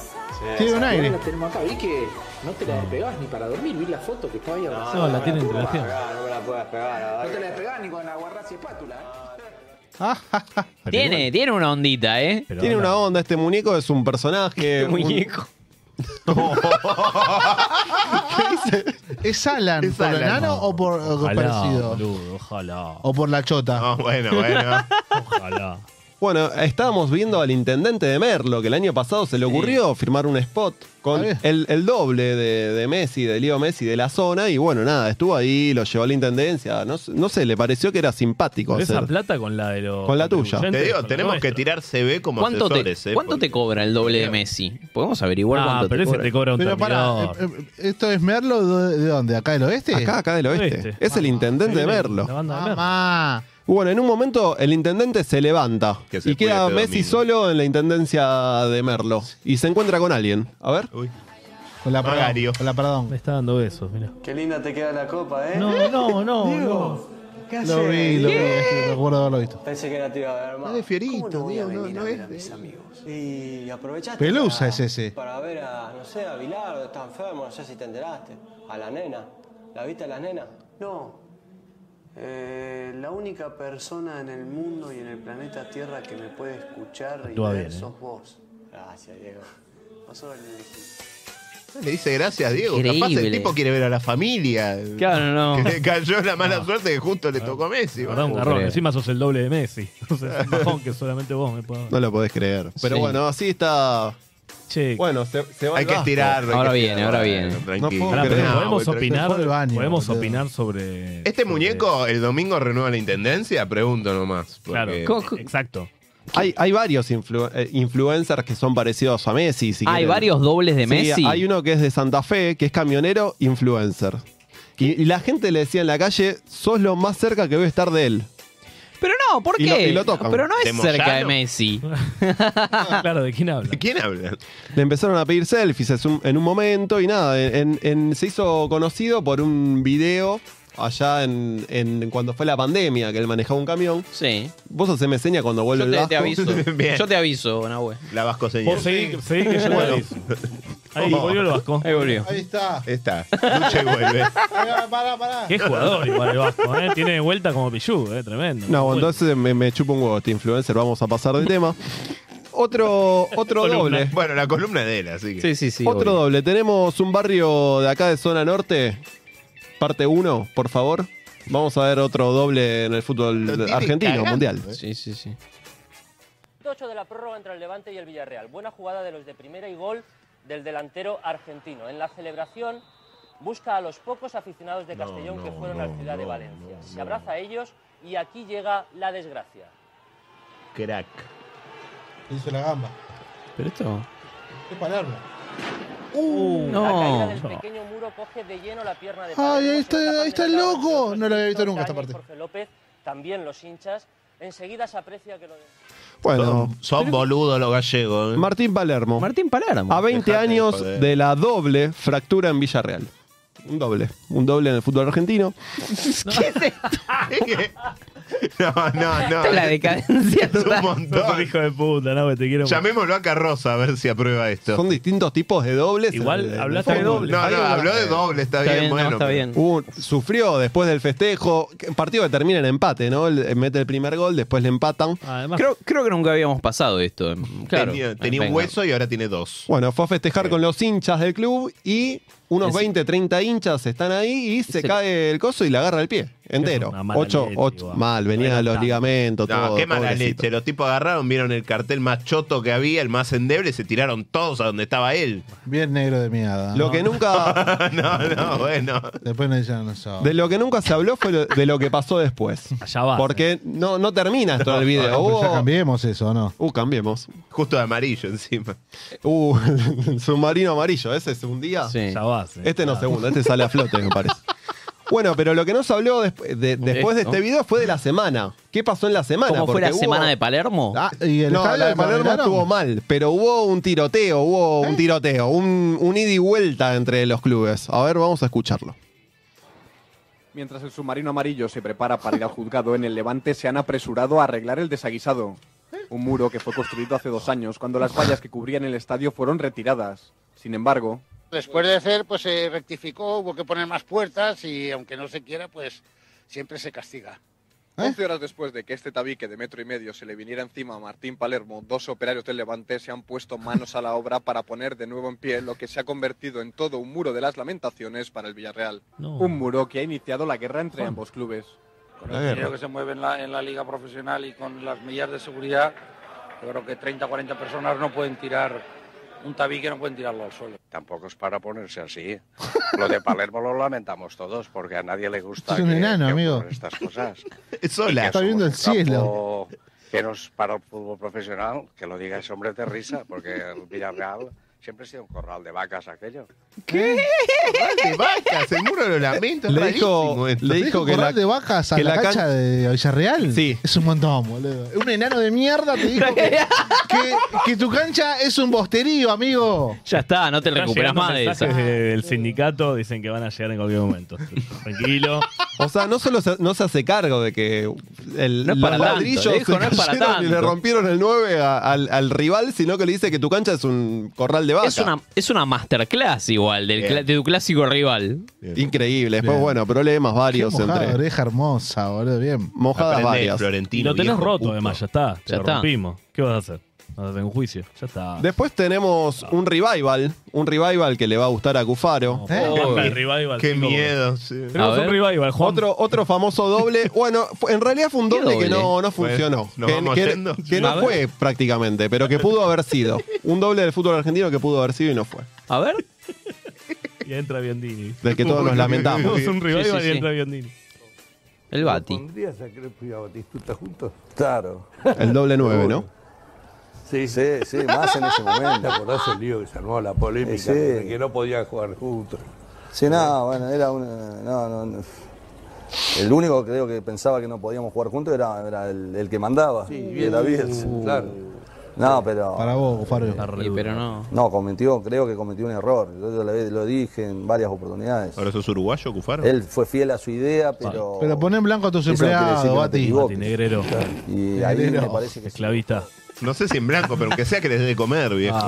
[SPEAKER 8] Tiene un aire.
[SPEAKER 1] La tenemos acá. Vi que no te la despegabas ni para dormir. Vi la foto que estaba ahí abrazada.
[SPEAKER 5] No, la tiene entre las piernas.
[SPEAKER 1] No me la puedes pegar. No te la despegabas ni con la guarracia espátula. ¿eh?
[SPEAKER 8] Ah,
[SPEAKER 4] Tiene, tiene una ondita, ¿eh?
[SPEAKER 6] Tiene una onda, este muñeco es un personaje. un-
[SPEAKER 4] muñeco.
[SPEAKER 8] ¿Es Alan
[SPEAKER 7] Es
[SPEAKER 8] por
[SPEAKER 7] Alan.
[SPEAKER 8] el enano o por o
[SPEAKER 5] Ojalá,
[SPEAKER 8] parecido?
[SPEAKER 5] boludo, ojalá.
[SPEAKER 8] O por la chota.
[SPEAKER 7] Ah, bueno, bueno.
[SPEAKER 5] Ojalá.
[SPEAKER 6] Bueno, estábamos viendo al intendente de Merlo, que el año pasado se le ocurrió firmar un spot con el, el doble de, de Messi, de Leo Messi de la zona, y bueno, nada, estuvo ahí, lo llevó a la intendencia. No, sé- no sé, le pareció que era simpático.
[SPEAKER 5] Pero esa
[SPEAKER 6] hacer.
[SPEAKER 5] plata con la de los.
[SPEAKER 6] Con la tuya.
[SPEAKER 7] Te
[SPEAKER 5] contribuyentes,
[SPEAKER 7] digo,
[SPEAKER 5] con la
[SPEAKER 7] tenemos que
[SPEAKER 5] nuestra.
[SPEAKER 7] tirar CB como
[SPEAKER 4] ¿Cuánto, te,
[SPEAKER 7] asesores, ¿eh?
[SPEAKER 4] cuánto te cobra el doble de Messi? Podemos averiguar
[SPEAKER 5] Ah,
[SPEAKER 4] cuánto
[SPEAKER 5] pero
[SPEAKER 4] te
[SPEAKER 5] ese
[SPEAKER 4] cobra.
[SPEAKER 5] te cobra un
[SPEAKER 8] Pero pará,
[SPEAKER 5] terminador.
[SPEAKER 8] eh, eh, ¿esto es Merlo de de dónde? ¿Acá del oeste?
[SPEAKER 6] Acá, acá del oeste.
[SPEAKER 5] Oeste. Ah,
[SPEAKER 6] Es el intendente de Merlo.
[SPEAKER 5] La banda de Merlo.
[SPEAKER 8] Mamá.
[SPEAKER 6] Bueno, en un momento el intendente se levanta
[SPEAKER 7] Que se
[SPEAKER 6] y queda
[SPEAKER 7] cuide este
[SPEAKER 6] Messi
[SPEAKER 7] domingo.
[SPEAKER 6] solo en la intendencia de Merlo. Y se encuentra con alguien. A ver.
[SPEAKER 7] Uy.
[SPEAKER 8] Con la
[SPEAKER 7] Magario.
[SPEAKER 8] Pradón. Con la Pradón.
[SPEAKER 5] Me está dando besos, mira.
[SPEAKER 1] Qué linda te queda la copa, ¿eh?
[SPEAKER 5] No, no, no.
[SPEAKER 1] ¿Qué
[SPEAKER 8] Lo vi, lo vi.
[SPEAKER 1] ¿Qué?
[SPEAKER 8] Recuerdo haberlo visto.
[SPEAKER 1] Pensé que era tirada, hermano.
[SPEAKER 7] Es de Fiorito,
[SPEAKER 1] ¿Cómo no voy a
[SPEAKER 7] Diego, no-
[SPEAKER 1] venir
[SPEAKER 7] no
[SPEAKER 1] a ver
[SPEAKER 7] es
[SPEAKER 1] a
[SPEAKER 7] de
[SPEAKER 1] mis amigos? Y aprovechaste
[SPEAKER 8] Pelusa
[SPEAKER 1] para-
[SPEAKER 8] es ese.
[SPEAKER 1] Para ver a, no sé, a Bilardo, está enfermo, no sé si te enteraste. A la nena. ¿La viste a la nena? No. Eh, la única persona en el mundo y en el planeta Tierra que me puede escuchar
[SPEAKER 5] y Actúa ver bien, ¿eh? sos
[SPEAKER 1] vos. Gracias, Diego. Vos sos el
[SPEAKER 7] Le dice gracias, Diego. Capaz el
[SPEAKER 4] Increíble.
[SPEAKER 7] tipo quiere ver a la familia.
[SPEAKER 4] Claro, no.
[SPEAKER 7] [LAUGHS] Que le cayó la mala suerte que justo le tocó a Messi.
[SPEAKER 5] Me da Ah, un
[SPEAKER 7] boludo.
[SPEAKER 5] garrón.
[SPEAKER 4] creer.
[SPEAKER 5] Encima sos el doble de Messi. Ah, O sea, es
[SPEAKER 7] [LAUGHS]
[SPEAKER 5] un bajón que solamente vos me podés.
[SPEAKER 6] [LAUGHS] No lo podés creer. Pero
[SPEAKER 4] Sí.
[SPEAKER 6] bueno, así está.
[SPEAKER 5] Che,
[SPEAKER 6] Bueno, se, se va
[SPEAKER 7] Hay
[SPEAKER 6] el
[SPEAKER 7] que
[SPEAKER 6] Vasco.
[SPEAKER 7] estirarlo. hay
[SPEAKER 4] Ahora
[SPEAKER 7] que
[SPEAKER 4] viene,
[SPEAKER 7] estirarlo.
[SPEAKER 4] ahora viene.
[SPEAKER 7] Tranquilo.
[SPEAKER 6] No puedo
[SPEAKER 5] pará,
[SPEAKER 6] creer.
[SPEAKER 5] pero
[SPEAKER 6] No,
[SPEAKER 5] podemos
[SPEAKER 7] güey,
[SPEAKER 5] opinar.
[SPEAKER 8] fue al baño,
[SPEAKER 5] podemos
[SPEAKER 8] boludo.
[SPEAKER 5] opinar sobre.
[SPEAKER 7] Este
[SPEAKER 5] sobre-
[SPEAKER 7] muñeco el domingo renueva la intendencia, pregunto nomás.
[SPEAKER 5] Claro,
[SPEAKER 7] porque-
[SPEAKER 4] Co- co-
[SPEAKER 5] exacto.
[SPEAKER 6] Hay, hay varios influ- eh, influencers que son parecidos a Messi. si
[SPEAKER 4] Ah, Hay
[SPEAKER 6] quieren.
[SPEAKER 4] varios dobles de
[SPEAKER 6] Sí,
[SPEAKER 4] Messi.
[SPEAKER 6] Hay uno que es de Santa Fe, que es camionero, influencer. Y, y la gente le decía en la calle, sos lo más cerca que voy a estar de él.
[SPEAKER 4] Pero no, ¿por qué?
[SPEAKER 6] Y lo- y lo tocan.
[SPEAKER 4] Pero no es
[SPEAKER 7] ¿De
[SPEAKER 4] cerca Ah, de
[SPEAKER 7] Moyano?
[SPEAKER 4] Messi.
[SPEAKER 5] Ah, claro, ¿de quién habla?
[SPEAKER 7] ¿De quién habla?
[SPEAKER 6] Le empezaron a pedir selfies en un, en un momento y nada, en- en- se hizo conocido por un video allá en, en- cuando fue la pandemia, que él manejaba un camión.
[SPEAKER 4] Sí.
[SPEAKER 6] Vos haceme seña cuando vuelve
[SPEAKER 4] Yo
[SPEAKER 6] el Vasco. [LAUGHS]
[SPEAKER 4] te, te aviso.
[SPEAKER 7] [LAUGHS] Bien.
[SPEAKER 4] Yo te aviso, Nahue.
[SPEAKER 7] La Vasco señal.
[SPEAKER 5] Vos seguí, seguí que yo te aviso. Ahí volvió el
[SPEAKER 7] [LAUGHS]
[SPEAKER 5] Vasco.
[SPEAKER 4] Ahí volvió.
[SPEAKER 8] Ahí está.
[SPEAKER 7] Está. Lucha
[SPEAKER 8] [LAUGHS]
[SPEAKER 7] y vuelve.
[SPEAKER 8] Pará, pará, pará.
[SPEAKER 5] Qué jugador igual el Vasco, ¿eh? Tiene de vuelta como Pichu, ¿eh? Tremendo.
[SPEAKER 6] No, bueno, entonces me, me chupa un huevo este influencer, vamos a pasar del tema. Otro, otro
[SPEAKER 7] Columna.
[SPEAKER 6] doble.
[SPEAKER 7] Bueno, la columna de él, así
[SPEAKER 4] [LAUGHS]
[SPEAKER 7] que.
[SPEAKER 4] Sí, sí, sí.
[SPEAKER 6] Otro
[SPEAKER 4] obvio.
[SPEAKER 6] doble. Tenemos un barrio de acá de zona norte, parte 1, por favor. Vamos a ver otro doble en el
[SPEAKER 7] Lo
[SPEAKER 6] fútbol
[SPEAKER 7] tiene eh.
[SPEAKER 6] argentino,
[SPEAKER 7] cagando,
[SPEAKER 6] mundial.
[SPEAKER 4] Sí, sí, sí.
[SPEAKER 15] minuto 8 de la prórroga entre el Levante y el Villarreal. Buena jugada de los de primera y gol del delantero argentino. En la celebración busca a los pocos aficionados de Castellón que fueron a la ciudad de Valencia. Se abraza a ellos y aquí llega la desgracia.
[SPEAKER 7] Crack.
[SPEAKER 8] Hizo la gamba.
[SPEAKER 4] Pero esto.
[SPEAKER 8] Es Palermo.
[SPEAKER 6] Uh,
[SPEAKER 5] Uh,
[SPEAKER 15] La caída
[SPEAKER 8] no.
[SPEAKER 15] del pequeño muro coge de lleno la pierna de
[SPEAKER 8] Ay,
[SPEAKER 15] Palermo.
[SPEAKER 8] ahí está, ahí está el loco. No lo había visto nunca esta
[SPEAKER 15] Cañas,
[SPEAKER 8] parte.
[SPEAKER 15] Jorge López, también los hinchas. Enseguida se aprecia que lo...
[SPEAKER 6] Bueno,
[SPEAKER 7] Son boludos los gallegos. ¿eh?
[SPEAKER 6] Martín Palermo.
[SPEAKER 4] Martín Palermo.
[SPEAKER 6] A 20
[SPEAKER 7] Dejate de
[SPEAKER 6] años
[SPEAKER 7] joder.
[SPEAKER 6] de la doble fractura en Villarreal. Un doble. Un doble en el fútbol argentino.
[SPEAKER 7] [LAUGHS] No, no, Ah, no.
[SPEAKER 4] [LAUGHS] Esta es la decadencia
[SPEAKER 7] Es un montón.
[SPEAKER 5] hijo de puta, no, te quiero.
[SPEAKER 7] Llamémoslo a Carroza a ver si aprueba esto.
[SPEAKER 6] Son distintos tipos de dobles.
[SPEAKER 5] Igual
[SPEAKER 6] en el-
[SPEAKER 5] hablaste
[SPEAKER 6] en el
[SPEAKER 5] de
[SPEAKER 6] fútbol.
[SPEAKER 5] dobles.
[SPEAKER 7] No, no, habló de doble, está, bien, bueno. pero-
[SPEAKER 6] Hubo- sufrió después del festejo. que- Partido que termina en empate, ¿no? El- eh, mete el primer gol, después le empatan.
[SPEAKER 4] Creo, creo que nunca habíamos pasado esto. Claro.
[SPEAKER 7] tenía tenía un
[SPEAKER 4] Venga.
[SPEAKER 7] hueso y ahora tiene dos.
[SPEAKER 6] Bueno, fue a festejar con los hinchas del club y unos
[SPEAKER 4] Es-
[SPEAKER 6] 20, 30 hinchas están ahí y se
[SPEAKER 4] Sí.
[SPEAKER 6] cae el coso y le agarra el pie entero.
[SPEAKER 5] una mala
[SPEAKER 6] Ocho,
[SPEAKER 5] leche,
[SPEAKER 6] ocho,
[SPEAKER 5] igual.
[SPEAKER 6] mal, venía de los ligamentos,
[SPEAKER 7] No,
[SPEAKER 6] todo.
[SPEAKER 7] qué mala
[SPEAKER 6] pobrecito.
[SPEAKER 7] leche. Los tipos agarraron, vieron el cartel más choto que había, el más endeble, se tiraron todos a donde estaba él.
[SPEAKER 8] Bien negro de mierda.
[SPEAKER 6] Lo
[SPEAKER 8] ¿no?
[SPEAKER 6] que
[SPEAKER 8] [LAUGHS]
[SPEAKER 6] nunca,
[SPEAKER 7] [LAUGHS] no, no, bueno.
[SPEAKER 8] Después no ya no sabe.
[SPEAKER 6] de lo que nunca se habló fue lo- de lo que pasó después.
[SPEAKER 5] Allá va.
[SPEAKER 6] Porque no, no termina esto
[SPEAKER 8] [LAUGHS]
[SPEAKER 6] en el video.
[SPEAKER 8] Pero pues ya
[SPEAKER 6] Hubo-
[SPEAKER 8] cambiemos eso, ¿no?
[SPEAKER 6] Uh, cambiemos.
[SPEAKER 7] Justo de amarillo encima.
[SPEAKER 6] Uh, [LAUGHS] el submarino amarillo, ese es un día.
[SPEAKER 4] Sí.
[SPEAKER 5] Ya vas. eh.
[SPEAKER 6] Este no
[SPEAKER 5] Ya.
[SPEAKER 6] se hunde, este sale a flote, me parece. Bueno, pero lo que no se habló desp- de- después de
[SPEAKER 4] Esto.
[SPEAKER 6] este video fue de la semana. ¿Qué pasó en la semana?
[SPEAKER 4] ¿Cómo fue
[SPEAKER 6] Porque
[SPEAKER 4] la
[SPEAKER 6] hubo-
[SPEAKER 4] semana de Palermo?
[SPEAKER 6] Ah,
[SPEAKER 8] ¿Y el
[SPEAKER 6] no,
[SPEAKER 8] estadio
[SPEAKER 6] la de
[SPEAKER 8] lo
[SPEAKER 6] Palermo
[SPEAKER 8] arreglaron?
[SPEAKER 6] estuvo mal, pero hubo un tiroteo, hubo un tiroteo, un, un ida y vuelta entre los clubes. A ver, vamos a escucharlo.
[SPEAKER 16] Mientras el submarino amarillo se prepara para ir al juzgado en el Levante, se han apresurado a arreglar el desaguisado.
[SPEAKER 12] ¿Eh?
[SPEAKER 16] Un muro que fue construido hace dos años, cuando las vallas que cubrían el estadio fueron retiradas. Sin embargo,
[SPEAKER 17] Después de hacer, pues se rectificó, hubo que poner más puertas y aunque no se quiera, pues siempre se castiga.
[SPEAKER 12] ¿Eh?
[SPEAKER 16] 11 horas después de que este tabique de metro y medio se le viniera encima a Martín Palermo, dos operarios del Levante se han puesto manos a la obra para poner de nuevo en pie lo que se ha convertido en todo un muro de las lamentaciones para el Villarreal.
[SPEAKER 5] No.
[SPEAKER 16] Un muro que ha iniciado la guerra entre ambos clubes.
[SPEAKER 17] Con el dinero que se mueve en la, en la liga profesional y con las medidas de seguridad, yo creo que 30, 40 personas no pueden tirar un tabique, no pueden tirarlo al suelo.
[SPEAKER 18] Tampoco es para ponerse así. Lo de Palermo lo lamentamos todos porque a nadie le gusta
[SPEAKER 8] Es un
[SPEAKER 18] que-
[SPEAKER 8] enano,
[SPEAKER 18] que
[SPEAKER 8] amigo.
[SPEAKER 18] ocurran estas
[SPEAKER 8] [LAUGHS]
[SPEAKER 18] cosas.
[SPEAKER 7] Es
[SPEAKER 8] sola. Está viendo el cielo.
[SPEAKER 18] O que no es para el fútbol profesional, que lo diga ese hombre de risa, porque el Villarreal siempre ha sido un corral de vacas aquello.
[SPEAKER 8] ¿Qué?
[SPEAKER 7] Vale, vacas, el muro lo lamento. es
[SPEAKER 6] Le dijo,
[SPEAKER 7] rarísimo esto.
[SPEAKER 6] le
[SPEAKER 8] ¿Te
[SPEAKER 6] dijo
[SPEAKER 8] dijo
[SPEAKER 6] que la,
[SPEAKER 8] corral de vacas a
[SPEAKER 6] que
[SPEAKER 8] la,
[SPEAKER 6] la
[SPEAKER 8] cancha
[SPEAKER 6] can-
[SPEAKER 8] de Villarreal?
[SPEAKER 6] Sí.
[SPEAKER 8] Es un montón, boludo. Un enano de mierda te dijo que,
[SPEAKER 6] [LAUGHS]
[SPEAKER 8] que- que tu cancha es un bosterío, amigo.
[SPEAKER 4] Ya está, no te
[SPEAKER 5] Están
[SPEAKER 4] recuperas
[SPEAKER 5] llegando
[SPEAKER 4] más de
[SPEAKER 5] mensajes
[SPEAKER 4] esa.
[SPEAKER 5] del sindicato dicen que van a llegar en cualquier momento. Tranquilo.
[SPEAKER 6] O sea, no solo se, no se hace cargo de que el,
[SPEAKER 4] No es para
[SPEAKER 6] los
[SPEAKER 4] tanto,
[SPEAKER 6] ladrillos
[SPEAKER 4] le dijo,
[SPEAKER 6] se
[SPEAKER 4] no es para
[SPEAKER 6] cayeron y le
[SPEAKER 4] tanto.
[SPEAKER 6] rompieron el 9 a- al, al rival, sino que le dice que tu cancha es un corral de vaca.
[SPEAKER 4] Es una, es una masterclass igual del
[SPEAKER 6] Bien.
[SPEAKER 4] cla- de tu clásico rival.
[SPEAKER 6] Increíble. Después, bueno, problemas
[SPEAKER 8] Qué
[SPEAKER 6] varios
[SPEAKER 8] mojada,
[SPEAKER 7] ¿eh?
[SPEAKER 6] entre.
[SPEAKER 8] oreja hermosa, boludo. Bien.
[SPEAKER 6] Mojadas
[SPEAKER 7] Aprende,
[SPEAKER 6] varias.
[SPEAKER 5] Y
[SPEAKER 7] Florentino,
[SPEAKER 5] lo tenés
[SPEAKER 7] viejo
[SPEAKER 5] roto,
[SPEAKER 7] puto.
[SPEAKER 5] además, ya está. Te
[SPEAKER 4] Ya
[SPEAKER 5] lo
[SPEAKER 4] está.
[SPEAKER 5] rompimos. ¿Qué vas a hacer? Vas a hacer un juicio. Ya está.
[SPEAKER 6] Después tenemos un revival, un revival que le va a gustar a Cufaro.
[SPEAKER 5] ¿Eh? Canta el revival,
[SPEAKER 7] Qué
[SPEAKER 5] cinco, güey.
[SPEAKER 7] miedo. sí.
[SPEAKER 5] Tenemos
[SPEAKER 4] A
[SPEAKER 5] un
[SPEAKER 4] ver.
[SPEAKER 5] revival, Juan.
[SPEAKER 6] Otro, otro famoso doble. Bueno, fu- en realidad fue un
[SPEAKER 4] ¿Qué
[SPEAKER 6] doble, que
[SPEAKER 4] doble?
[SPEAKER 6] no, no
[SPEAKER 7] Pues,
[SPEAKER 6] funcionó.
[SPEAKER 7] ¿nos
[SPEAKER 6] que
[SPEAKER 7] vamos
[SPEAKER 6] que-
[SPEAKER 7] yendo?
[SPEAKER 6] que
[SPEAKER 4] A
[SPEAKER 6] no
[SPEAKER 4] ver.
[SPEAKER 6] fue prácticamente, pero que pudo haber sido. Un doble del fútbol argentino que pudo haber sido y no fue.
[SPEAKER 4] A ver.
[SPEAKER 5] Y entra Biondini.
[SPEAKER 6] Del que todos nos lamentamos.
[SPEAKER 5] Tenemos un revival
[SPEAKER 4] Sí, sí,
[SPEAKER 5] y
[SPEAKER 4] sí.
[SPEAKER 5] entra Biondini.
[SPEAKER 4] El Bati.
[SPEAKER 19] ¿Pondrías a Crespo y a Batistuta juntos? Claro.
[SPEAKER 6] El doble 9, ¿no?
[SPEAKER 19] Sí, sí, sí, más en ese momento. ¿Te acordás el lío que se armó la polémica
[SPEAKER 20] de
[SPEAKER 19] que no podían jugar juntos?
[SPEAKER 20] Sí, no, bueno, era una. No, no, no. El único creo que pensaba que no podíamos jugar juntos era, era el, el que mandaba. y era Bielsa, claro. No, pero.
[SPEAKER 8] Para vos, Fabio.
[SPEAKER 4] Uh. Y pero no.
[SPEAKER 20] No, cometió, creo que cometió un error. Yo lo, lo dije en varias oportunidades.
[SPEAKER 7] Ahora sos uruguayo, Cufaro.
[SPEAKER 20] Él fue fiel a su idea, pero.
[SPEAKER 8] Pero pon en blanco a tus
[SPEAKER 20] eso no quiere decir
[SPEAKER 8] empleados,
[SPEAKER 20] que no te
[SPEAKER 8] Bati.
[SPEAKER 20] equivoques.
[SPEAKER 5] Bati Negrero.
[SPEAKER 20] Y ahí
[SPEAKER 8] Negrero.
[SPEAKER 20] me parece que sí.
[SPEAKER 5] Esclavista.
[SPEAKER 7] No sé si en blanco, pero aunque sea que les dé de comer, viejo.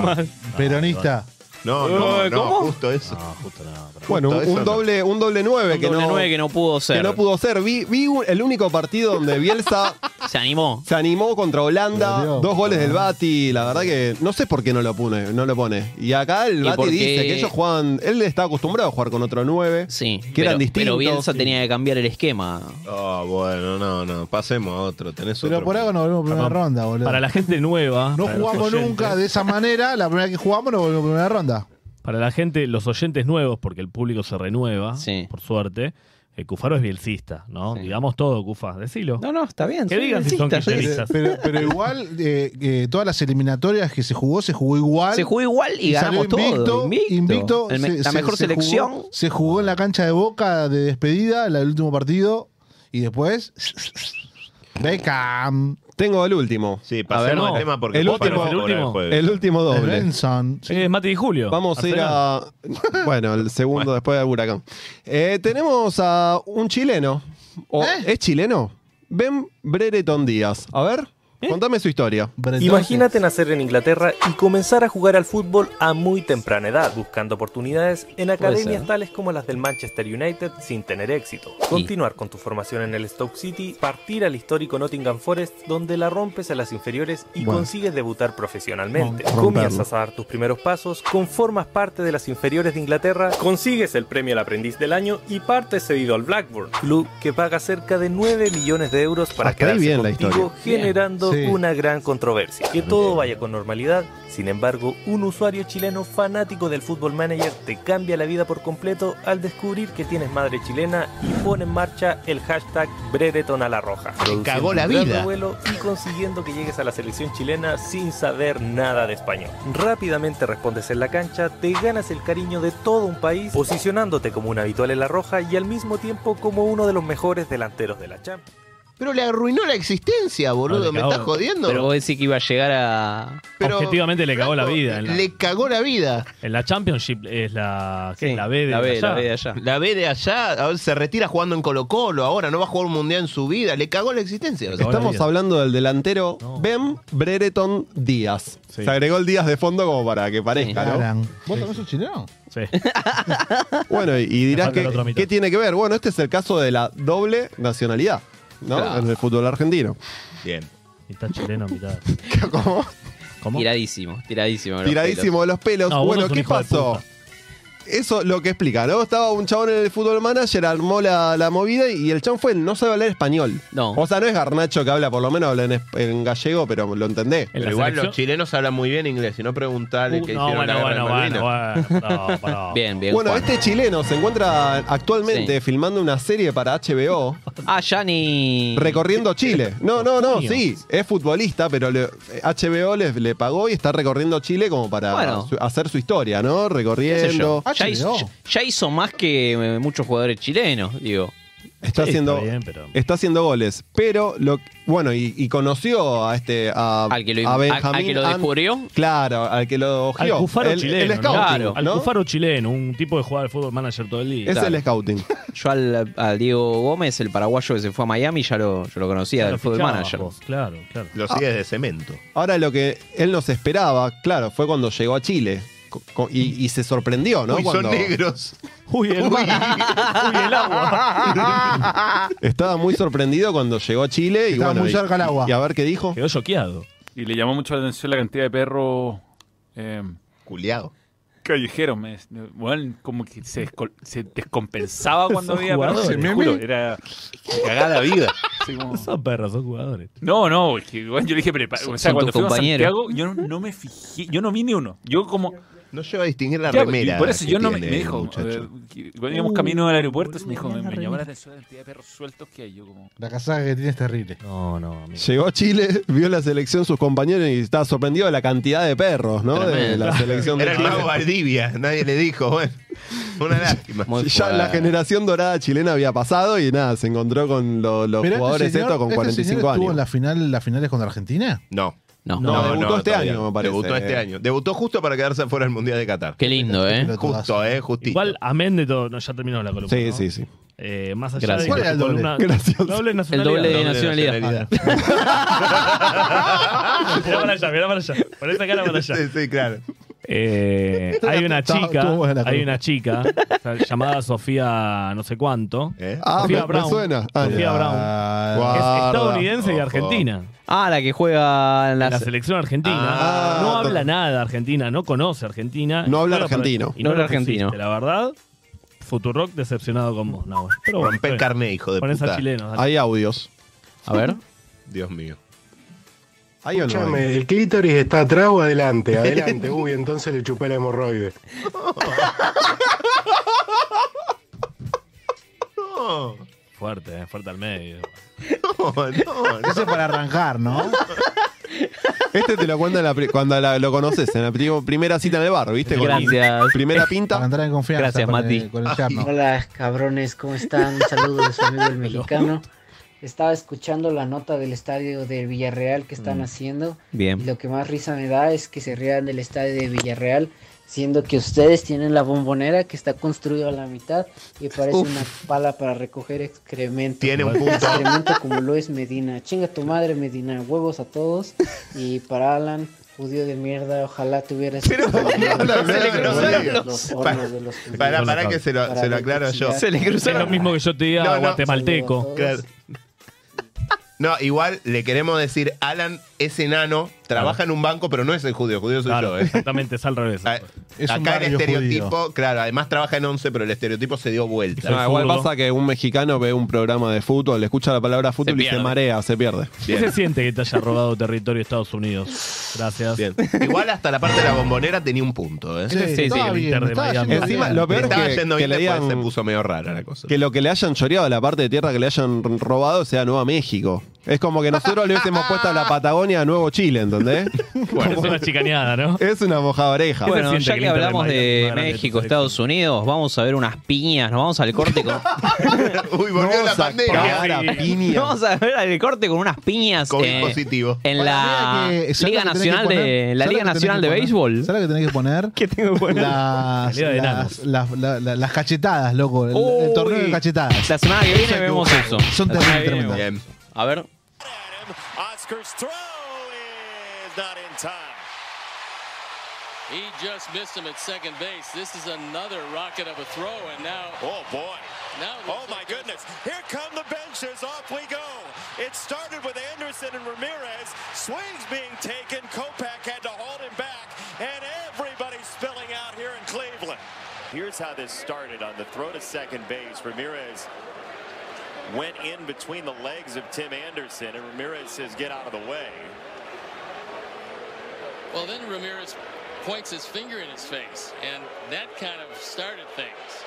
[SPEAKER 8] Peronista.
[SPEAKER 7] No, no,
[SPEAKER 4] Eh,
[SPEAKER 7] no,
[SPEAKER 4] ¿cómo?
[SPEAKER 7] justo eso.
[SPEAKER 5] Ah, No, justo no. pero-
[SPEAKER 6] Bueno, un,
[SPEAKER 7] eso
[SPEAKER 6] un
[SPEAKER 7] no.
[SPEAKER 6] doble, un doble 9
[SPEAKER 4] Un
[SPEAKER 6] que
[SPEAKER 4] doble
[SPEAKER 6] no.
[SPEAKER 4] nueve que no pudo
[SPEAKER 6] que
[SPEAKER 4] ser. [LAUGHS]
[SPEAKER 6] no pudo ser. Vi, vi un- el único partido donde Bielsa
[SPEAKER 4] Se animó.
[SPEAKER 6] Se animó contra Holanda,
[SPEAKER 4] Lo dio.
[SPEAKER 6] dos goles del Bati, la verdad que no sé por qué no lo pone, no lo pone. Y acá el
[SPEAKER 4] Y
[SPEAKER 6] Bati
[SPEAKER 4] porque-
[SPEAKER 6] dice que ellos juegan, él está acostumbrado a jugar con otro 9,
[SPEAKER 4] sí,
[SPEAKER 6] que
[SPEAKER 4] pero,
[SPEAKER 6] eran distintos.
[SPEAKER 4] pero Bielsa tenía que cambiar el esquema.
[SPEAKER 1] Oh, bueno, no, no. Pasemos a otro. Tenés
[SPEAKER 8] Pero
[SPEAKER 1] otro.
[SPEAKER 8] por algo nos volvemos primera
[SPEAKER 1] Perdón.
[SPEAKER 8] ronda, boludo.
[SPEAKER 5] Para la gente nueva.
[SPEAKER 8] No
[SPEAKER 5] para los
[SPEAKER 8] jugamos
[SPEAKER 5] oyentes,
[SPEAKER 8] nunca de esa manera. La primera vez que jugamos nos volvemos primera ronda.
[SPEAKER 5] Para la gente, los oyentes nuevos, porque el público se renueva, por suerte. eh, Cufaro es bielcista, ¿no? Digamos todo, Cufa, decilo.
[SPEAKER 4] No, no, está bien.
[SPEAKER 5] Que
[SPEAKER 4] soy
[SPEAKER 5] digan si son
[SPEAKER 4] bielcista, soy-
[SPEAKER 5] kirchneristas.
[SPEAKER 8] Pero, pero igual, eh, eh, todas las eliminatorias que se jugó, se jugó igual.
[SPEAKER 4] Se jugó igual y
[SPEAKER 8] salió
[SPEAKER 4] ganamos todo, invicto.
[SPEAKER 8] Invicto.
[SPEAKER 4] El me- la mejor
[SPEAKER 8] jugó-
[SPEAKER 4] selección.
[SPEAKER 8] se jugó en la cancha de Boca de despedida, la del último partido. Y después. Beckham.
[SPEAKER 6] Tengo el último.
[SPEAKER 1] Sí,
[SPEAKER 6] pasemos al tema porque vos tenés el último. El último doble.
[SPEAKER 8] Benson.
[SPEAKER 5] [LAUGHS] Es Mati y Julio.
[SPEAKER 6] Vamos a ir
[SPEAKER 5] Arsenal.
[SPEAKER 6] a. [LAUGHS] Bueno, el segundo después del huracán. Eh, tenemos a un chileno. O- ¿Es chileno? Ben Brereton Díaz. A ver, contame su historia.
[SPEAKER 21] Imagínate nacer en Inglaterra y comenzar a jugar al fútbol a muy temprana edad, buscando oportunidades en academias
[SPEAKER 20] ser.
[SPEAKER 21] tales como las del Manchester United sin tener éxito. Continuar con tu formación en el Stoke City, partir al histórico Nottingham Forest donde la rompes a las inferiores y
[SPEAKER 20] Bueno.
[SPEAKER 21] consigues debutar profesionalmente.
[SPEAKER 20] Romperlo.
[SPEAKER 21] Comienzas a dar tus primeros pasos, conformas parte de las inferiores de Inglaterra, consigues el premio al aprendiz del año y partes cedido al Blackburn, club que paga cerca de 9 millones de euros para
[SPEAKER 6] Hasta ahí
[SPEAKER 21] quedarse
[SPEAKER 6] bien la
[SPEAKER 21] contigo,
[SPEAKER 6] historia.
[SPEAKER 21] generando
[SPEAKER 6] Bien. Sí.
[SPEAKER 21] una gran controversia. Que todo vaya con normalidad, sin embargo, un usuario chileno fanático del Football Manager te cambia la vida por completo al descubrir que tienes madre chilena y pone en marcha el hashtag Brereton a la roja.
[SPEAKER 8] cagó
[SPEAKER 21] Produciendo un
[SPEAKER 8] la
[SPEAKER 21] gran
[SPEAKER 8] vida.
[SPEAKER 21] vuelo y consiguiendo que llegues a la selección chilena sin saber nada de español. Rápidamente respondes en la cancha, te ganas el cariño de todo un país, posicionándote como un habitual en la roja y al mismo tiempo como uno de los mejores delanteros de la Champions.
[SPEAKER 7] Pero le arruinó la existencia, boludo.
[SPEAKER 21] No, le
[SPEAKER 7] ¿Me
[SPEAKER 21] cagó.
[SPEAKER 7] estás jodiendo?
[SPEAKER 4] Pero vos decís que iba a llegar a.
[SPEAKER 5] Objetivamente le cagó la vida. En la,
[SPEAKER 7] le cagó la vida.
[SPEAKER 5] en la Championship es la, ¿qué es? la B de allá.
[SPEAKER 7] La B de allá. A ver, se retira jugando en Colo-Colo ahora. No va a jugar un mundial en su vida. Le cagó la existencia.
[SPEAKER 6] Estamos hablando del delantero Ben Brereton Díaz. Se agregó el Díaz de fondo como para que parezca, ¿no?
[SPEAKER 8] ¿Vos también sos chileno?
[SPEAKER 5] Sí.
[SPEAKER 6] Bueno, y, y dirás
[SPEAKER 8] falta la otra
[SPEAKER 6] que,
[SPEAKER 8] mitad.
[SPEAKER 6] ¿qué tiene que ver? Bueno, este es el caso de la doble nacionalidad, ¿no?
[SPEAKER 4] Claro.
[SPEAKER 6] En el fútbol argentino.
[SPEAKER 1] Bien.
[SPEAKER 5] Mitad chileno,
[SPEAKER 6] [LAUGHS]
[SPEAKER 5] mitad.
[SPEAKER 4] Tiradísimo, tiradísimo. de los
[SPEAKER 6] Tiradísimo de los pelos.
[SPEAKER 4] No, vos
[SPEAKER 6] bueno,
[SPEAKER 4] sos un
[SPEAKER 6] ¿qué
[SPEAKER 4] hijo de
[SPEAKER 6] pasó?
[SPEAKER 4] puta.
[SPEAKER 6] Eso lo que explica, ¿no? Estaba un chabón en el fútbol manager, armó la, la movida y el chabón fue, no sabe hablar español.
[SPEAKER 4] No.
[SPEAKER 6] O sea, no es Garnacho que habla, por lo menos habla en, es- en gallego, pero lo entendés.
[SPEAKER 1] Pero
[SPEAKER 19] Pero igual los chilenos hablan muy bien inglés, si no preguntarle
[SPEAKER 1] Uh,
[SPEAKER 19] qué
[SPEAKER 1] no,
[SPEAKER 19] hicieron
[SPEAKER 1] bueno,
[SPEAKER 19] la guerra de
[SPEAKER 1] bueno,
[SPEAKER 19] Malvinas.
[SPEAKER 1] bueno,
[SPEAKER 7] [LAUGHS]
[SPEAKER 4] Bien, bien.
[SPEAKER 6] bueno,
[SPEAKER 4] Juan.
[SPEAKER 6] este chileno se encuentra actualmente filmando una serie para HBO.
[SPEAKER 4] Ah, Gianni.
[SPEAKER 6] Recorriendo
[SPEAKER 5] [LAUGHS]
[SPEAKER 6] Chile. No, no, no,
[SPEAKER 4] Dios
[SPEAKER 6] sí. Es futbolista, pero le- HBO le, le pagó y está recorriendo Chile como para
[SPEAKER 4] Bueno.
[SPEAKER 6] su- hacer su historia, ¿no?
[SPEAKER 4] ¿Qué sé
[SPEAKER 6] Recorriendo.
[SPEAKER 4] yo? Ya, hizo, ya- ya hizo más que eh, muchos jugadores chilenos, digo.
[SPEAKER 6] Está haciendo, está, haciendo goles. Pero lo bueno, y, y conoció a este a,
[SPEAKER 4] Al que lo-
[SPEAKER 6] a
[SPEAKER 4] al-
[SPEAKER 6] Benjamín
[SPEAKER 4] al que lo
[SPEAKER 6] An-
[SPEAKER 4] descubrió.
[SPEAKER 6] claro, al que lo
[SPEAKER 5] Al
[SPEAKER 6] ojió.
[SPEAKER 5] Cufaro
[SPEAKER 6] el,
[SPEAKER 5] chileno.
[SPEAKER 6] el
[SPEAKER 5] ¿no?
[SPEAKER 6] scouting,
[SPEAKER 5] Claro. Al
[SPEAKER 6] ¿no?
[SPEAKER 5] Cufaro chileno, un tipo de jugar al fútbol manager todo el día.
[SPEAKER 6] Es el scouting.
[SPEAKER 4] [LAUGHS] Yo al, a Diego Gómez, el paraguayo que se fue a Miami, ya lo, yo lo conocía del fútbol manager.
[SPEAKER 8] este-
[SPEAKER 5] Claro, claro.
[SPEAKER 1] Lo
[SPEAKER 7] [LAUGHS]
[SPEAKER 1] sigues de cemento.
[SPEAKER 6] Ahora lo que él nos esperaba, claro, fue cuando llegó a Chile. Co- co- Y, y se sorprendió, ¿no?
[SPEAKER 1] Uy, son
[SPEAKER 6] cuando
[SPEAKER 1] negros.
[SPEAKER 5] [LAUGHS] Uy, el
[SPEAKER 6] Estaba muy sorprendido cuando llegó a Chile. y
[SPEAKER 8] Estaba
[SPEAKER 6] bueno,
[SPEAKER 8] muy
[SPEAKER 6] y-
[SPEAKER 8] cerca al agua.
[SPEAKER 6] Y a ver qué dijo.
[SPEAKER 5] Quedó choqueado.
[SPEAKER 22] Y le llamó mucho la atención la cantidad de perros. Eh,
[SPEAKER 1] Culeado.
[SPEAKER 22] Callejeros, me- bueno, como que se, descol- se descompensaba cuando
[SPEAKER 5] Son
[SPEAKER 22] veía perros.
[SPEAKER 5] jugadores.
[SPEAKER 22] te juro, era cagada la [LAUGHS] vida. Así como-
[SPEAKER 5] Son perros, son jugadores.
[SPEAKER 22] No, no, es que, bueno, yo le dije, pero,
[SPEAKER 5] Son-
[SPEAKER 22] o sea,
[SPEAKER 5] son
[SPEAKER 22] cuando
[SPEAKER 5] tus
[SPEAKER 22] fuimos a
[SPEAKER 5] compañeros.
[SPEAKER 22] Santiago, yo no, no me fijé, yo no vi ni uno. Yo como.
[SPEAKER 19] No lleva a distinguir la
[SPEAKER 22] Claro,
[SPEAKER 19] remera.
[SPEAKER 22] y por eso
[SPEAKER 19] que
[SPEAKER 22] yo no me,
[SPEAKER 19] tiene
[SPEAKER 22] me
[SPEAKER 19] el
[SPEAKER 22] dijo,
[SPEAKER 19] muchacho.
[SPEAKER 22] eh, que- cuando íbamos camino al aeropuerto, se me dijo, me, me llamó la atención la cantidad de perros sueltos que hay. Yo como,
[SPEAKER 8] La casaca que tiene es terrible.
[SPEAKER 5] No, no,
[SPEAKER 6] [LAUGHS] Llegó a Chile, vio la selección, sus compañeros, y estaba sorprendido de la cantidad de perros, ¿no? De
[SPEAKER 19] Tremendo.
[SPEAKER 6] la selección de
[SPEAKER 19] Era el
[SPEAKER 6] Chile.
[SPEAKER 19] mago Valdivia, nadie le dijo, bueno. Una lástima.
[SPEAKER 6] Ya la generación dorada chilena había pasado y nada, se encontró con lo- los
[SPEAKER 8] Pero este
[SPEAKER 5] [LAUGHS]
[SPEAKER 6] jugadores
[SPEAKER 8] señor-
[SPEAKER 6] estos con
[SPEAKER 8] este
[SPEAKER 6] 45
[SPEAKER 8] señor
[SPEAKER 6] años.
[SPEAKER 8] ¿Estuvo en la final, las finales contra Argentina?
[SPEAKER 1] No.
[SPEAKER 4] No,
[SPEAKER 6] No, debutó este
[SPEAKER 19] todavía
[SPEAKER 6] año,
[SPEAKER 19] no.
[SPEAKER 6] me parece.
[SPEAKER 19] Debutó este año. Debutó justo para quedarse fuera del Mundial de Qatar.
[SPEAKER 4] Qué lindo, ¿eh?
[SPEAKER 19] Justo, ¿eh? Justito.
[SPEAKER 5] Igual, amén de todo. No, ya terminó la columna.
[SPEAKER 6] Sí,
[SPEAKER 5] ¿no?
[SPEAKER 6] sí, sí.
[SPEAKER 5] Eh, más allá
[SPEAKER 6] Gracias.
[SPEAKER 5] de
[SPEAKER 6] ¿Cuál era el
[SPEAKER 5] tu
[SPEAKER 6] doble?
[SPEAKER 5] columna- [LAUGHS]
[SPEAKER 6] Gracias.
[SPEAKER 5] Doble
[SPEAKER 6] El
[SPEAKER 5] nacionalidad.
[SPEAKER 4] doble de Doble nacionalidad. nacionalidad.
[SPEAKER 5] Mirá para allá, mirá para allá. Por esa cara para allá.
[SPEAKER 19] Sí, sí, claro.
[SPEAKER 5] Eh, hay una
[SPEAKER 8] Estaba-
[SPEAKER 5] chica,
[SPEAKER 8] estuvo buena,
[SPEAKER 5] hay
[SPEAKER 8] estuvo.
[SPEAKER 5] una chica o sea, llamada Sofía no sé cuánto.
[SPEAKER 6] Ah,
[SPEAKER 5] Sofía
[SPEAKER 6] me- me
[SPEAKER 5] Brown.
[SPEAKER 6] suena. Ah,
[SPEAKER 5] Sofía
[SPEAKER 6] ya.
[SPEAKER 5] Brown.
[SPEAKER 6] Guarda.
[SPEAKER 5] Es estadounidense y
[SPEAKER 6] Ojo.
[SPEAKER 5] argentina.
[SPEAKER 4] Ah, la que juega en la,
[SPEAKER 5] La selección argentina.
[SPEAKER 4] Ah,
[SPEAKER 5] no
[SPEAKER 4] to-
[SPEAKER 5] habla nada de Argentina, no conoce Argentina.
[SPEAKER 6] No habla
[SPEAKER 5] Bueno, pero-
[SPEAKER 6] argentino.
[SPEAKER 5] y
[SPEAKER 4] No habla
[SPEAKER 5] lo pusiste,
[SPEAKER 4] argentino.
[SPEAKER 5] La verdad, Futurock decepcionado con vos. No, pero
[SPEAKER 1] Rompe
[SPEAKER 5] bueno,
[SPEAKER 1] el
[SPEAKER 5] está bien.
[SPEAKER 1] carné, hijo de
[SPEAKER 5] Pones
[SPEAKER 1] puta.
[SPEAKER 5] a chilenos. dale.
[SPEAKER 6] Hay audios.
[SPEAKER 4] A ver.
[SPEAKER 1] [LAUGHS] Dios mío.
[SPEAKER 6] ¿Hay o no hay?
[SPEAKER 2] Escúchame, ¿el clítoris está atrás o adelante? Adelante, uy, entonces le chupé la hemorroide.
[SPEAKER 5] Fuerte, eh, fuerte al medio.
[SPEAKER 8] [LAUGHS] Eso es para arrancar, ¿no?
[SPEAKER 6] Este te lo cuenta en la pri- cuando la- lo conoces, en la pri- primera cita en el bar, ¿viste? Con-
[SPEAKER 4] Gracias. [LAUGHS]
[SPEAKER 6] Primera
[SPEAKER 5] [LAUGHS]
[SPEAKER 6] pinta.
[SPEAKER 8] Para entrar en confianza.
[SPEAKER 4] Gracias,
[SPEAKER 8] con el-
[SPEAKER 4] Mati.
[SPEAKER 8] con el yerno.
[SPEAKER 3] Hola, cabrones, ¿cómo están? Un saludo de su
[SPEAKER 4] [LAUGHS]
[SPEAKER 3] amigo el mexicano. Estaba escuchando la nota del estadio de Villarreal que
[SPEAKER 4] Mm.
[SPEAKER 3] están haciendo.
[SPEAKER 4] Bien.
[SPEAKER 3] Y lo que más risa me da es que se rían del estadio de Villarreal, siendo que ustedes tienen la bombonera que está construida a la mitad y parece
[SPEAKER 1] Uf.
[SPEAKER 3] una pala para recoger excremento.
[SPEAKER 1] Tiene un punto.
[SPEAKER 3] Excremento [LAUGHS] como lo es Medina. Chinga tu madre, Medina. Huevos a todos. Y para Alan, judío de mierda, ojalá tuvieras.
[SPEAKER 1] [LAUGHS]
[SPEAKER 3] Los hornos de los
[SPEAKER 1] Pará,
[SPEAKER 3] judíos.
[SPEAKER 1] pará que se lo,
[SPEAKER 3] Para
[SPEAKER 1] se lo aclaro yo.
[SPEAKER 3] electricidad.
[SPEAKER 5] Es lo mismo que yo te diga
[SPEAKER 1] No, no.
[SPEAKER 5] guatemalteco.
[SPEAKER 1] Claro. No, igual le queremos decir, Alan es enano, trabaja en un banco, pero no es el judío, judío soy
[SPEAKER 5] Claro,
[SPEAKER 1] yo. ¿eh? Ah,
[SPEAKER 5] exactamente, es al revés.
[SPEAKER 8] Es un
[SPEAKER 1] Acá el
[SPEAKER 8] barrio
[SPEAKER 1] estereotipo, claro, además trabaja en 11, pero el estereotipo se dio vuelta.
[SPEAKER 6] No, Ah, igual pasa que un mexicano ve un programa de fútbol, le escucha la palabra fútbol y se
[SPEAKER 5] pierde.
[SPEAKER 6] marea, se pierde.
[SPEAKER 5] ¿Qué se siente que te haya robado territorio de Estados Unidos? Gracias.
[SPEAKER 1] Igual hasta la parte de la bombonera tenía un punto, ¿eh?
[SPEAKER 8] Sí, Sí, sí, estaba
[SPEAKER 5] el bien, Inter de estaba Miami. yendo
[SPEAKER 6] Encima,
[SPEAKER 5] bien.
[SPEAKER 6] lo peor es
[SPEAKER 1] Estaba
[SPEAKER 6] que,
[SPEAKER 1] yendo
[SPEAKER 6] que
[SPEAKER 1] bien,
[SPEAKER 6] le
[SPEAKER 1] después
[SPEAKER 6] digan
[SPEAKER 1] se puso medio rara la
[SPEAKER 8] [LAUGHS]
[SPEAKER 1] cosa.
[SPEAKER 6] que lo que le hayan choreado la parte de tierra que le hayan r- robado sea Nueva México. Es como que nosotros le hubiésemos puesto a la Patagonia a Nuevo Chile, ¿entendés?
[SPEAKER 5] Bueno, es una chicaneada,
[SPEAKER 1] [LAUGHS]
[SPEAKER 5] [LAUGHS] ¿no?
[SPEAKER 6] Es una mojada oreja.
[SPEAKER 4] Bueno,
[SPEAKER 5] siente
[SPEAKER 4] ya
[SPEAKER 5] que
[SPEAKER 4] que
[SPEAKER 5] el Inter de
[SPEAKER 4] hablamos
[SPEAKER 5] Miami es
[SPEAKER 4] de
[SPEAKER 5] más grande que
[SPEAKER 4] México,
[SPEAKER 5] tu
[SPEAKER 4] Estados Unidos, vamos a ver unas piñas, nos vamos al corte con.
[SPEAKER 1] Uy, volvió
[SPEAKER 6] No
[SPEAKER 1] la
[SPEAKER 6] saca-
[SPEAKER 1] pandemia.
[SPEAKER 6] Cara, piña.
[SPEAKER 4] Vamos a ver al corte con unas piñas
[SPEAKER 1] COVID
[SPEAKER 4] eh,
[SPEAKER 1] positivo.
[SPEAKER 4] en
[SPEAKER 8] Ahora,
[SPEAKER 4] la
[SPEAKER 8] mira que- ¿sabes lo que tenés
[SPEAKER 4] Liga
[SPEAKER 8] que
[SPEAKER 4] Nacional de
[SPEAKER 8] poner?
[SPEAKER 4] la
[SPEAKER 8] ¿Sabes
[SPEAKER 4] Liga
[SPEAKER 8] lo que tenés
[SPEAKER 4] Nacional
[SPEAKER 8] que
[SPEAKER 4] de
[SPEAKER 8] poner?
[SPEAKER 4] Béisbol.
[SPEAKER 8] ¿Sabes lo que tenés que poner?
[SPEAKER 4] [LAUGHS] ¿Qué tengo que poner?
[SPEAKER 8] Las,
[SPEAKER 5] La Liga de
[SPEAKER 8] las,
[SPEAKER 5] Enanos.
[SPEAKER 8] las- la- la- las cachetadas, loco. El, el
[SPEAKER 4] Uy.
[SPEAKER 8] torneo de cachetadas.
[SPEAKER 4] La semana que viene vemos eso.
[SPEAKER 8] Son
[SPEAKER 4] La semana
[SPEAKER 8] terribles,
[SPEAKER 4] que viene
[SPEAKER 8] tremendas.
[SPEAKER 1] Bien.
[SPEAKER 4] vemos. A ver.
[SPEAKER 9] Oscar's throw is not in time. He just missed him at second base. This is another rocket of a throw, and now. Oh, boy. Now oh, my goodness. Here come the benches. Off we go. It started with Anderson and Ramirez. Swings being taken. Kopak had to hold him back, and everybody's spilling out here in Cleveland. Here's how this started on the throw to second base. Ramirez went in between the legs of Tim Anderson, and Ramirez says, get out of the way.
[SPEAKER 23] Well, then Ramirez points his finger in his face, and that kind of started things.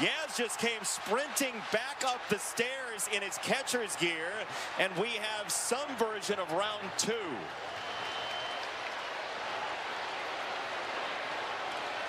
[SPEAKER 9] Yaz just came sprinting back up the stairs in his catcher's gear, and we have some version of round two.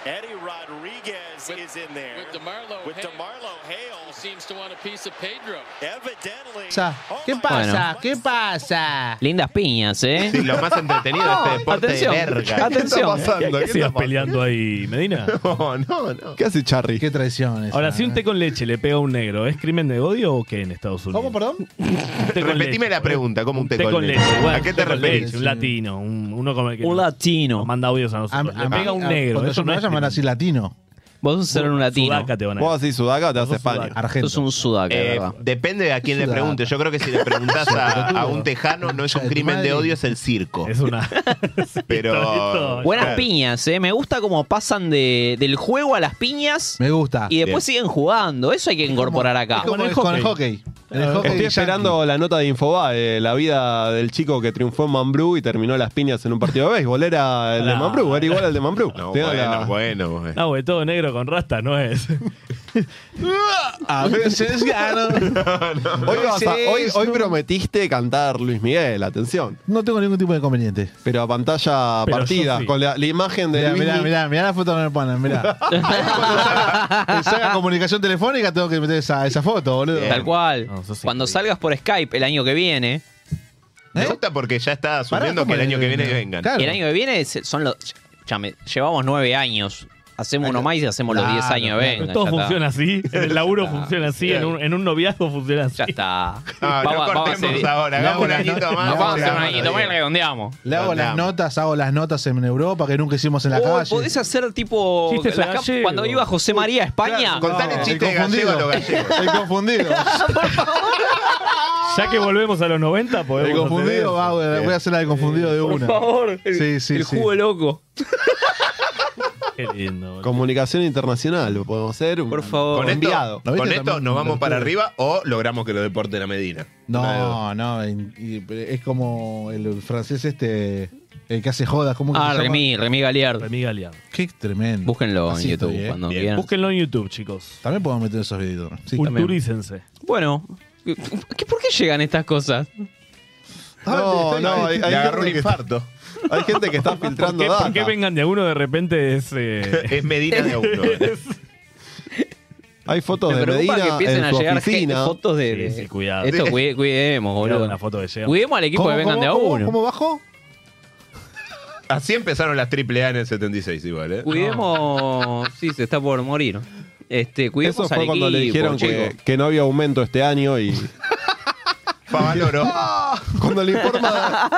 [SPEAKER 9] Eddie Rodriguez is in there.
[SPEAKER 23] With DeMarlo
[SPEAKER 9] With
[SPEAKER 23] Hale,
[SPEAKER 9] DeMarlo Hale.
[SPEAKER 23] seems to want a piece of Pedro.
[SPEAKER 8] [LAUGHS]
[SPEAKER 9] Evidently.
[SPEAKER 8] Sa- ¿Qué pasa? ¿Qué pasa?
[SPEAKER 4] Lindas piñas, ¿eh?
[SPEAKER 1] Sí, lo más entretenido de este
[SPEAKER 4] [LAUGHS]
[SPEAKER 1] deporte de
[SPEAKER 4] atención,
[SPEAKER 1] verga.
[SPEAKER 4] Atención. [LAUGHS]
[SPEAKER 6] ¿Qué está pasando?
[SPEAKER 5] ¿Qué
[SPEAKER 6] ¿Qué
[SPEAKER 5] hacías
[SPEAKER 6] está pasando?
[SPEAKER 5] peleando ahí, Medina?
[SPEAKER 1] [LAUGHS] No, no, no.
[SPEAKER 6] ¿Qué hace Charry?
[SPEAKER 8] Qué traición esa,
[SPEAKER 5] Ahora,
[SPEAKER 8] ¿eh?
[SPEAKER 5] si un té con leche le pega a un negro, ¿es crimen de odio o qué en Estados Unidos?
[SPEAKER 8] ¿Cómo, perdón?
[SPEAKER 5] [LAUGHS] Un té con
[SPEAKER 1] Repetime
[SPEAKER 5] leche.
[SPEAKER 1] la pregunta, ¿cómo un té con leche?
[SPEAKER 5] bueno,
[SPEAKER 1] ¿A qué
[SPEAKER 5] un
[SPEAKER 1] te
[SPEAKER 5] té con
[SPEAKER 1] referís?
[SPEAKER 5] leche, Un latino, un, uno como el que
[SPEAKER 4] Un
[SPEAKER 5] nos-
[SPEAKER 4] latino.
[SPEAKER 5] nos manda audios a nosotros. le pega un
[SPEAKER 8] a-
[SPEAKER 5] negro.
[SPEAKER 8] Cuando
[SPEAKER 5] eso
[SPEAKER 8] yo me
[SPEAKER 5] no
[SPEAKER 8] voy a
[SPEAKER 5] es
[SPEAKER 8] llamar así
[SPEAKER 5] crimen.
[SPEAKER 8] latino.
[SPEAKER 4] Vos sos un latino.
[SPEAKER 5] Sudaca te van a
[SPEAKER 6] Vos así sudaca te hace
[SPEAKER 5] sudaca.
[SPEAKER 6] España.
[SPEAKER 4] Sos
[SPEAKER 8] Argento.
[SPEAKER 4] un sudaca,
[SPEAKER 1] Eh,
[SPEAKER 4] ¿verdad?
[SPEAKER 1] depende de a quién le
[SPEAKER 8] Sudaca.
[SPEAKER 1] pregunte. Yo creo que si le preguntás a, a un tejano, no es un
[SPEAKER 8] Concha de tu
[SPEAKER 1] crimen de
[SPEAKER 8] madre.
[SPEAKER 1] odio, es el circo. [LAUGHS]
[SPEAKER 5] Es una.
[SPEAKER 1] Pero.
[SPEAKER 4] Buenas
[SPEAKER 1] claro.
[SPEAKER 4] piñas, ¿eh? Me gusta cómo pasan de, del juego a las piñas
[SPEAKER 8] Me gusta.
[SPEAKER 4] y después siguen jugando. Eso hay que incorporar acá.
[SPEAKER 8] Es como
[SPEAKER 5] Con el
[SPEAKER 8] el- con el hockey. En el hockey
[SPEAKER 6] Estoy
[SPEAKER 8] yankee.
[SPEAKER 6] esperando la nota de Infobae, la vida del chico que triunfó en Mambrú y terminó las piñas en un partido de béisbol. Era el de
[SPEAKER 5] Pará.
[SPEAKER 6] Mambrú, era igual al de Mambrú.
[SPEAKER 1] No,
[SPEAKER 6] Tenía
[SPEAKER 1] bueno,
[SPEAKER 6] la-
[SPEAKER 1] bueno, bueno.
[SPEAKER 5] [LAUGHS] No, güey, todo negro con rastas no es.
[SPEAKER 8] A veces
[SPEAKER 1] ah,
[SPEAKER 8] gano.
[SPEAKER 6] Hoy, vas a- hoy-
[SPEAKER 8] Sí,
[SPEAKER 6] hoy
[SPEAKER 8] no.
[SPEAKER 6] prometiste cantar Luis Miguel, atención.
[SPEAKER 8] No tengo ningún tipo de inconveniente.
[SPEAKER 6] Pero a pantalla
[SPEAKER 5] Pero yo
[SPEAKER 6] partida,
[SPEAKER 5] sí.
[SPEAKER 6] con la, la imagen de
[SPEAKER 8] Mirá,
[SPEAKER 6] Luis Miguel. [LAUGHS]
[SPEAKER 8] mirá,
[SPEAKER 4] [LAUGHS]
[SPEAKER 8] mirá, mirá la foto que me ponen, mirá. Ahí cuando salga- que salga una comunicación telefónica tengo que meter esa, esa foto, boludo.
[SPEAKER 4] Tal cual. Cuando salgas por Skype el año que
[SPEAKER 8] ¿Eh?
[SPEAKER 4] viene.
[SPEAKER 1] Me gusta porque ya está asumiendo que el año que viene vengan.
[SPEAKER 4] El año que viene se- son los. ya me- llevamos nueve años. Hacemos uno más y hacemos los
[SPEAKER 5] Claro,
[SPEAKER 4] diez años.
[SPEAKER 5] claro.
[SPEAKER 4] Venga,
[SPEAKER 5] Todo
[SPEAKER 4] ya está.
[SPEAKER 5] funciona
[SPEAKER 4] [LAUGHS]
[SPEAKER 5] así. En el laburo funciona así. En
[SPEAKER 4] Claro.
[SPEAKER 5] un, en un noviazgo funciona así. Ya
[SPEAKER 4] está.
[SPEAKER 1] Ah, no cortemos ahora, hagamos un añito más.
[SPEAKER 4] Vamos a hacer un
[SPEAKER 1] Hagamos
[SPEAKER 4] añito más y redondeamos.
[SPEAKER 8] Le hago las notas, hago las notas en Europa que nunca hicimos en la
[SPEAKER 4] Oh,
[SPEAKER 8] calle.
[SPEAKER 4] podés hacer tipo
[SPEAKER 8] Chistes
[SPEAKER 4] las cap-
[SPEAKER 8] gallegos.
[SPEAKER 4] cuando iba José María a España.
[SPEAKER 8] No, el confundido. [LAUGHS] El confundido.
[SPEAKER 5] Ya que volvemos a los 90, podemos.
[SPEAKER 4] [LAUGHS]
[SPEAKER 8] El confundido, va, voy a- voy a hacer la del confundido de una.
[SPEAKER 4] el,
[SPEAKER 8] Sí, sí, sí.
[SPEAKER 4] loco.
[SPEAKER 5] Qué lindo.
[SPEAKER 6] Comunicación internacional, lo podemos hacer. Por
[SPEAKER 4] favor.
[SPEAKER 1] Con esto,
[SPEAKER 6] enviado.
[SPEAKER 1] con esto nos vamos para arriba o logramos que lo deporte la Medina.
[SPEAKER 8] No, no, en- y- es como el, el francés este, el que hace jodas. ¿cómo que
[SPEAKER 4] Ah,
[SPEAKER 8] se llama?
[SPEAKER 4] Remy, Remy Galeard.
[SPEAKER 5] Remy Galeard.
[SPEAKER 8] Qué tremendo.
[SPEAKER 4] Búsquenlo
[SPEAKER 8] Así
[SPEAKER 4] en YouTube
[SPEAKER 8] estoy, ¿eh?
[SPEAKER 4] cuando
[SPEAKER 8] Bien.
[SPEAKER 4] quieran.
[SPEAKER 5] Búsquenlo en YouTube, chicos.
[SPEAKER 8] También podemos meter esos videos. también. Sí, también.
[SPEAKER 5] Culturícense.
[SPEAKER 4] Bueno, ¿qué- ¿por qué llegan estas cosas?
[SPEAKER 6] No, no, hay, hay
[SPEAKER 1] Le agarró
[SPEAKER 6] gente
[SPEAKER 1] un
[SPEAKER 6] que-
[SPEAKER 1] infarto.
[SPEAKER 6] hay gente
[SPEAKER 1] [LAUGHS]
[SPEAKER 6] que está
[SPEAKER 5] ¿Por
[SPEAKER 6] filtrando
[SPEAKER 5] qué,
[SPEAKER 6] data.
[SPEAKER 5] por qué vengan de a uno de repente es. eh,
[SPEAKER 1] Es Medina de a uno. eh.
[SPEAKER 6] Hay fotos
[SPEAKER 4] Me
[SPEAKER 6] de
[SPEAKER 4] preocupa que
[SPEAKER 6] Medina
[SPEAKER 4] empiecen
[SPEAKER 6] en
[SPEAKER 4] a
[SPEAKER 6] su
[SPEAKER 4] llegar gente-
[SPEAKER 6] oficina.
[SPEAKER 4] fotos de. de-
[SPEAKER 5] sí, cuidado.
[SPEAKER 4] Esto cuide- cuidemos, boludo.
[SPEAKER 5] una foto de Shea.
[SPEAKER 4] Cuidemos al equipo
[SPEAKER 1] ¿Cómo,
[SPEAKER 4] que vengan
[SPEAKER 1] cómo,
[SPEAKER 4] de a
[SPEAKER 1] cómo,
[SPEAKER 4] uno.
[SPEAKER 8] ¿Cómo bajo?
[SPEAKER 1] Así empezaron las AAA en el 76 igual, ¿eh?
[SPEAKER 4] Cuidemos. Sí, se está por morir. Este, cuidemos
[SPEAKER 6] Eso fue
[SPEAKER 4] al
[SPEAKER 6] cuando le
[SPEAKER 4] equipo,
[SPEAKER 6] dijeron que,
[SPEAKER 4] chicos.
[SPEAKER 6] que no había aumento este año
[SPEAKER 4] [LAUGHS]
[SPEAKER 6] y
[SPEAKER 1] Favaloro.
[SPEAKER 6] [LAUGHS] cuando le informa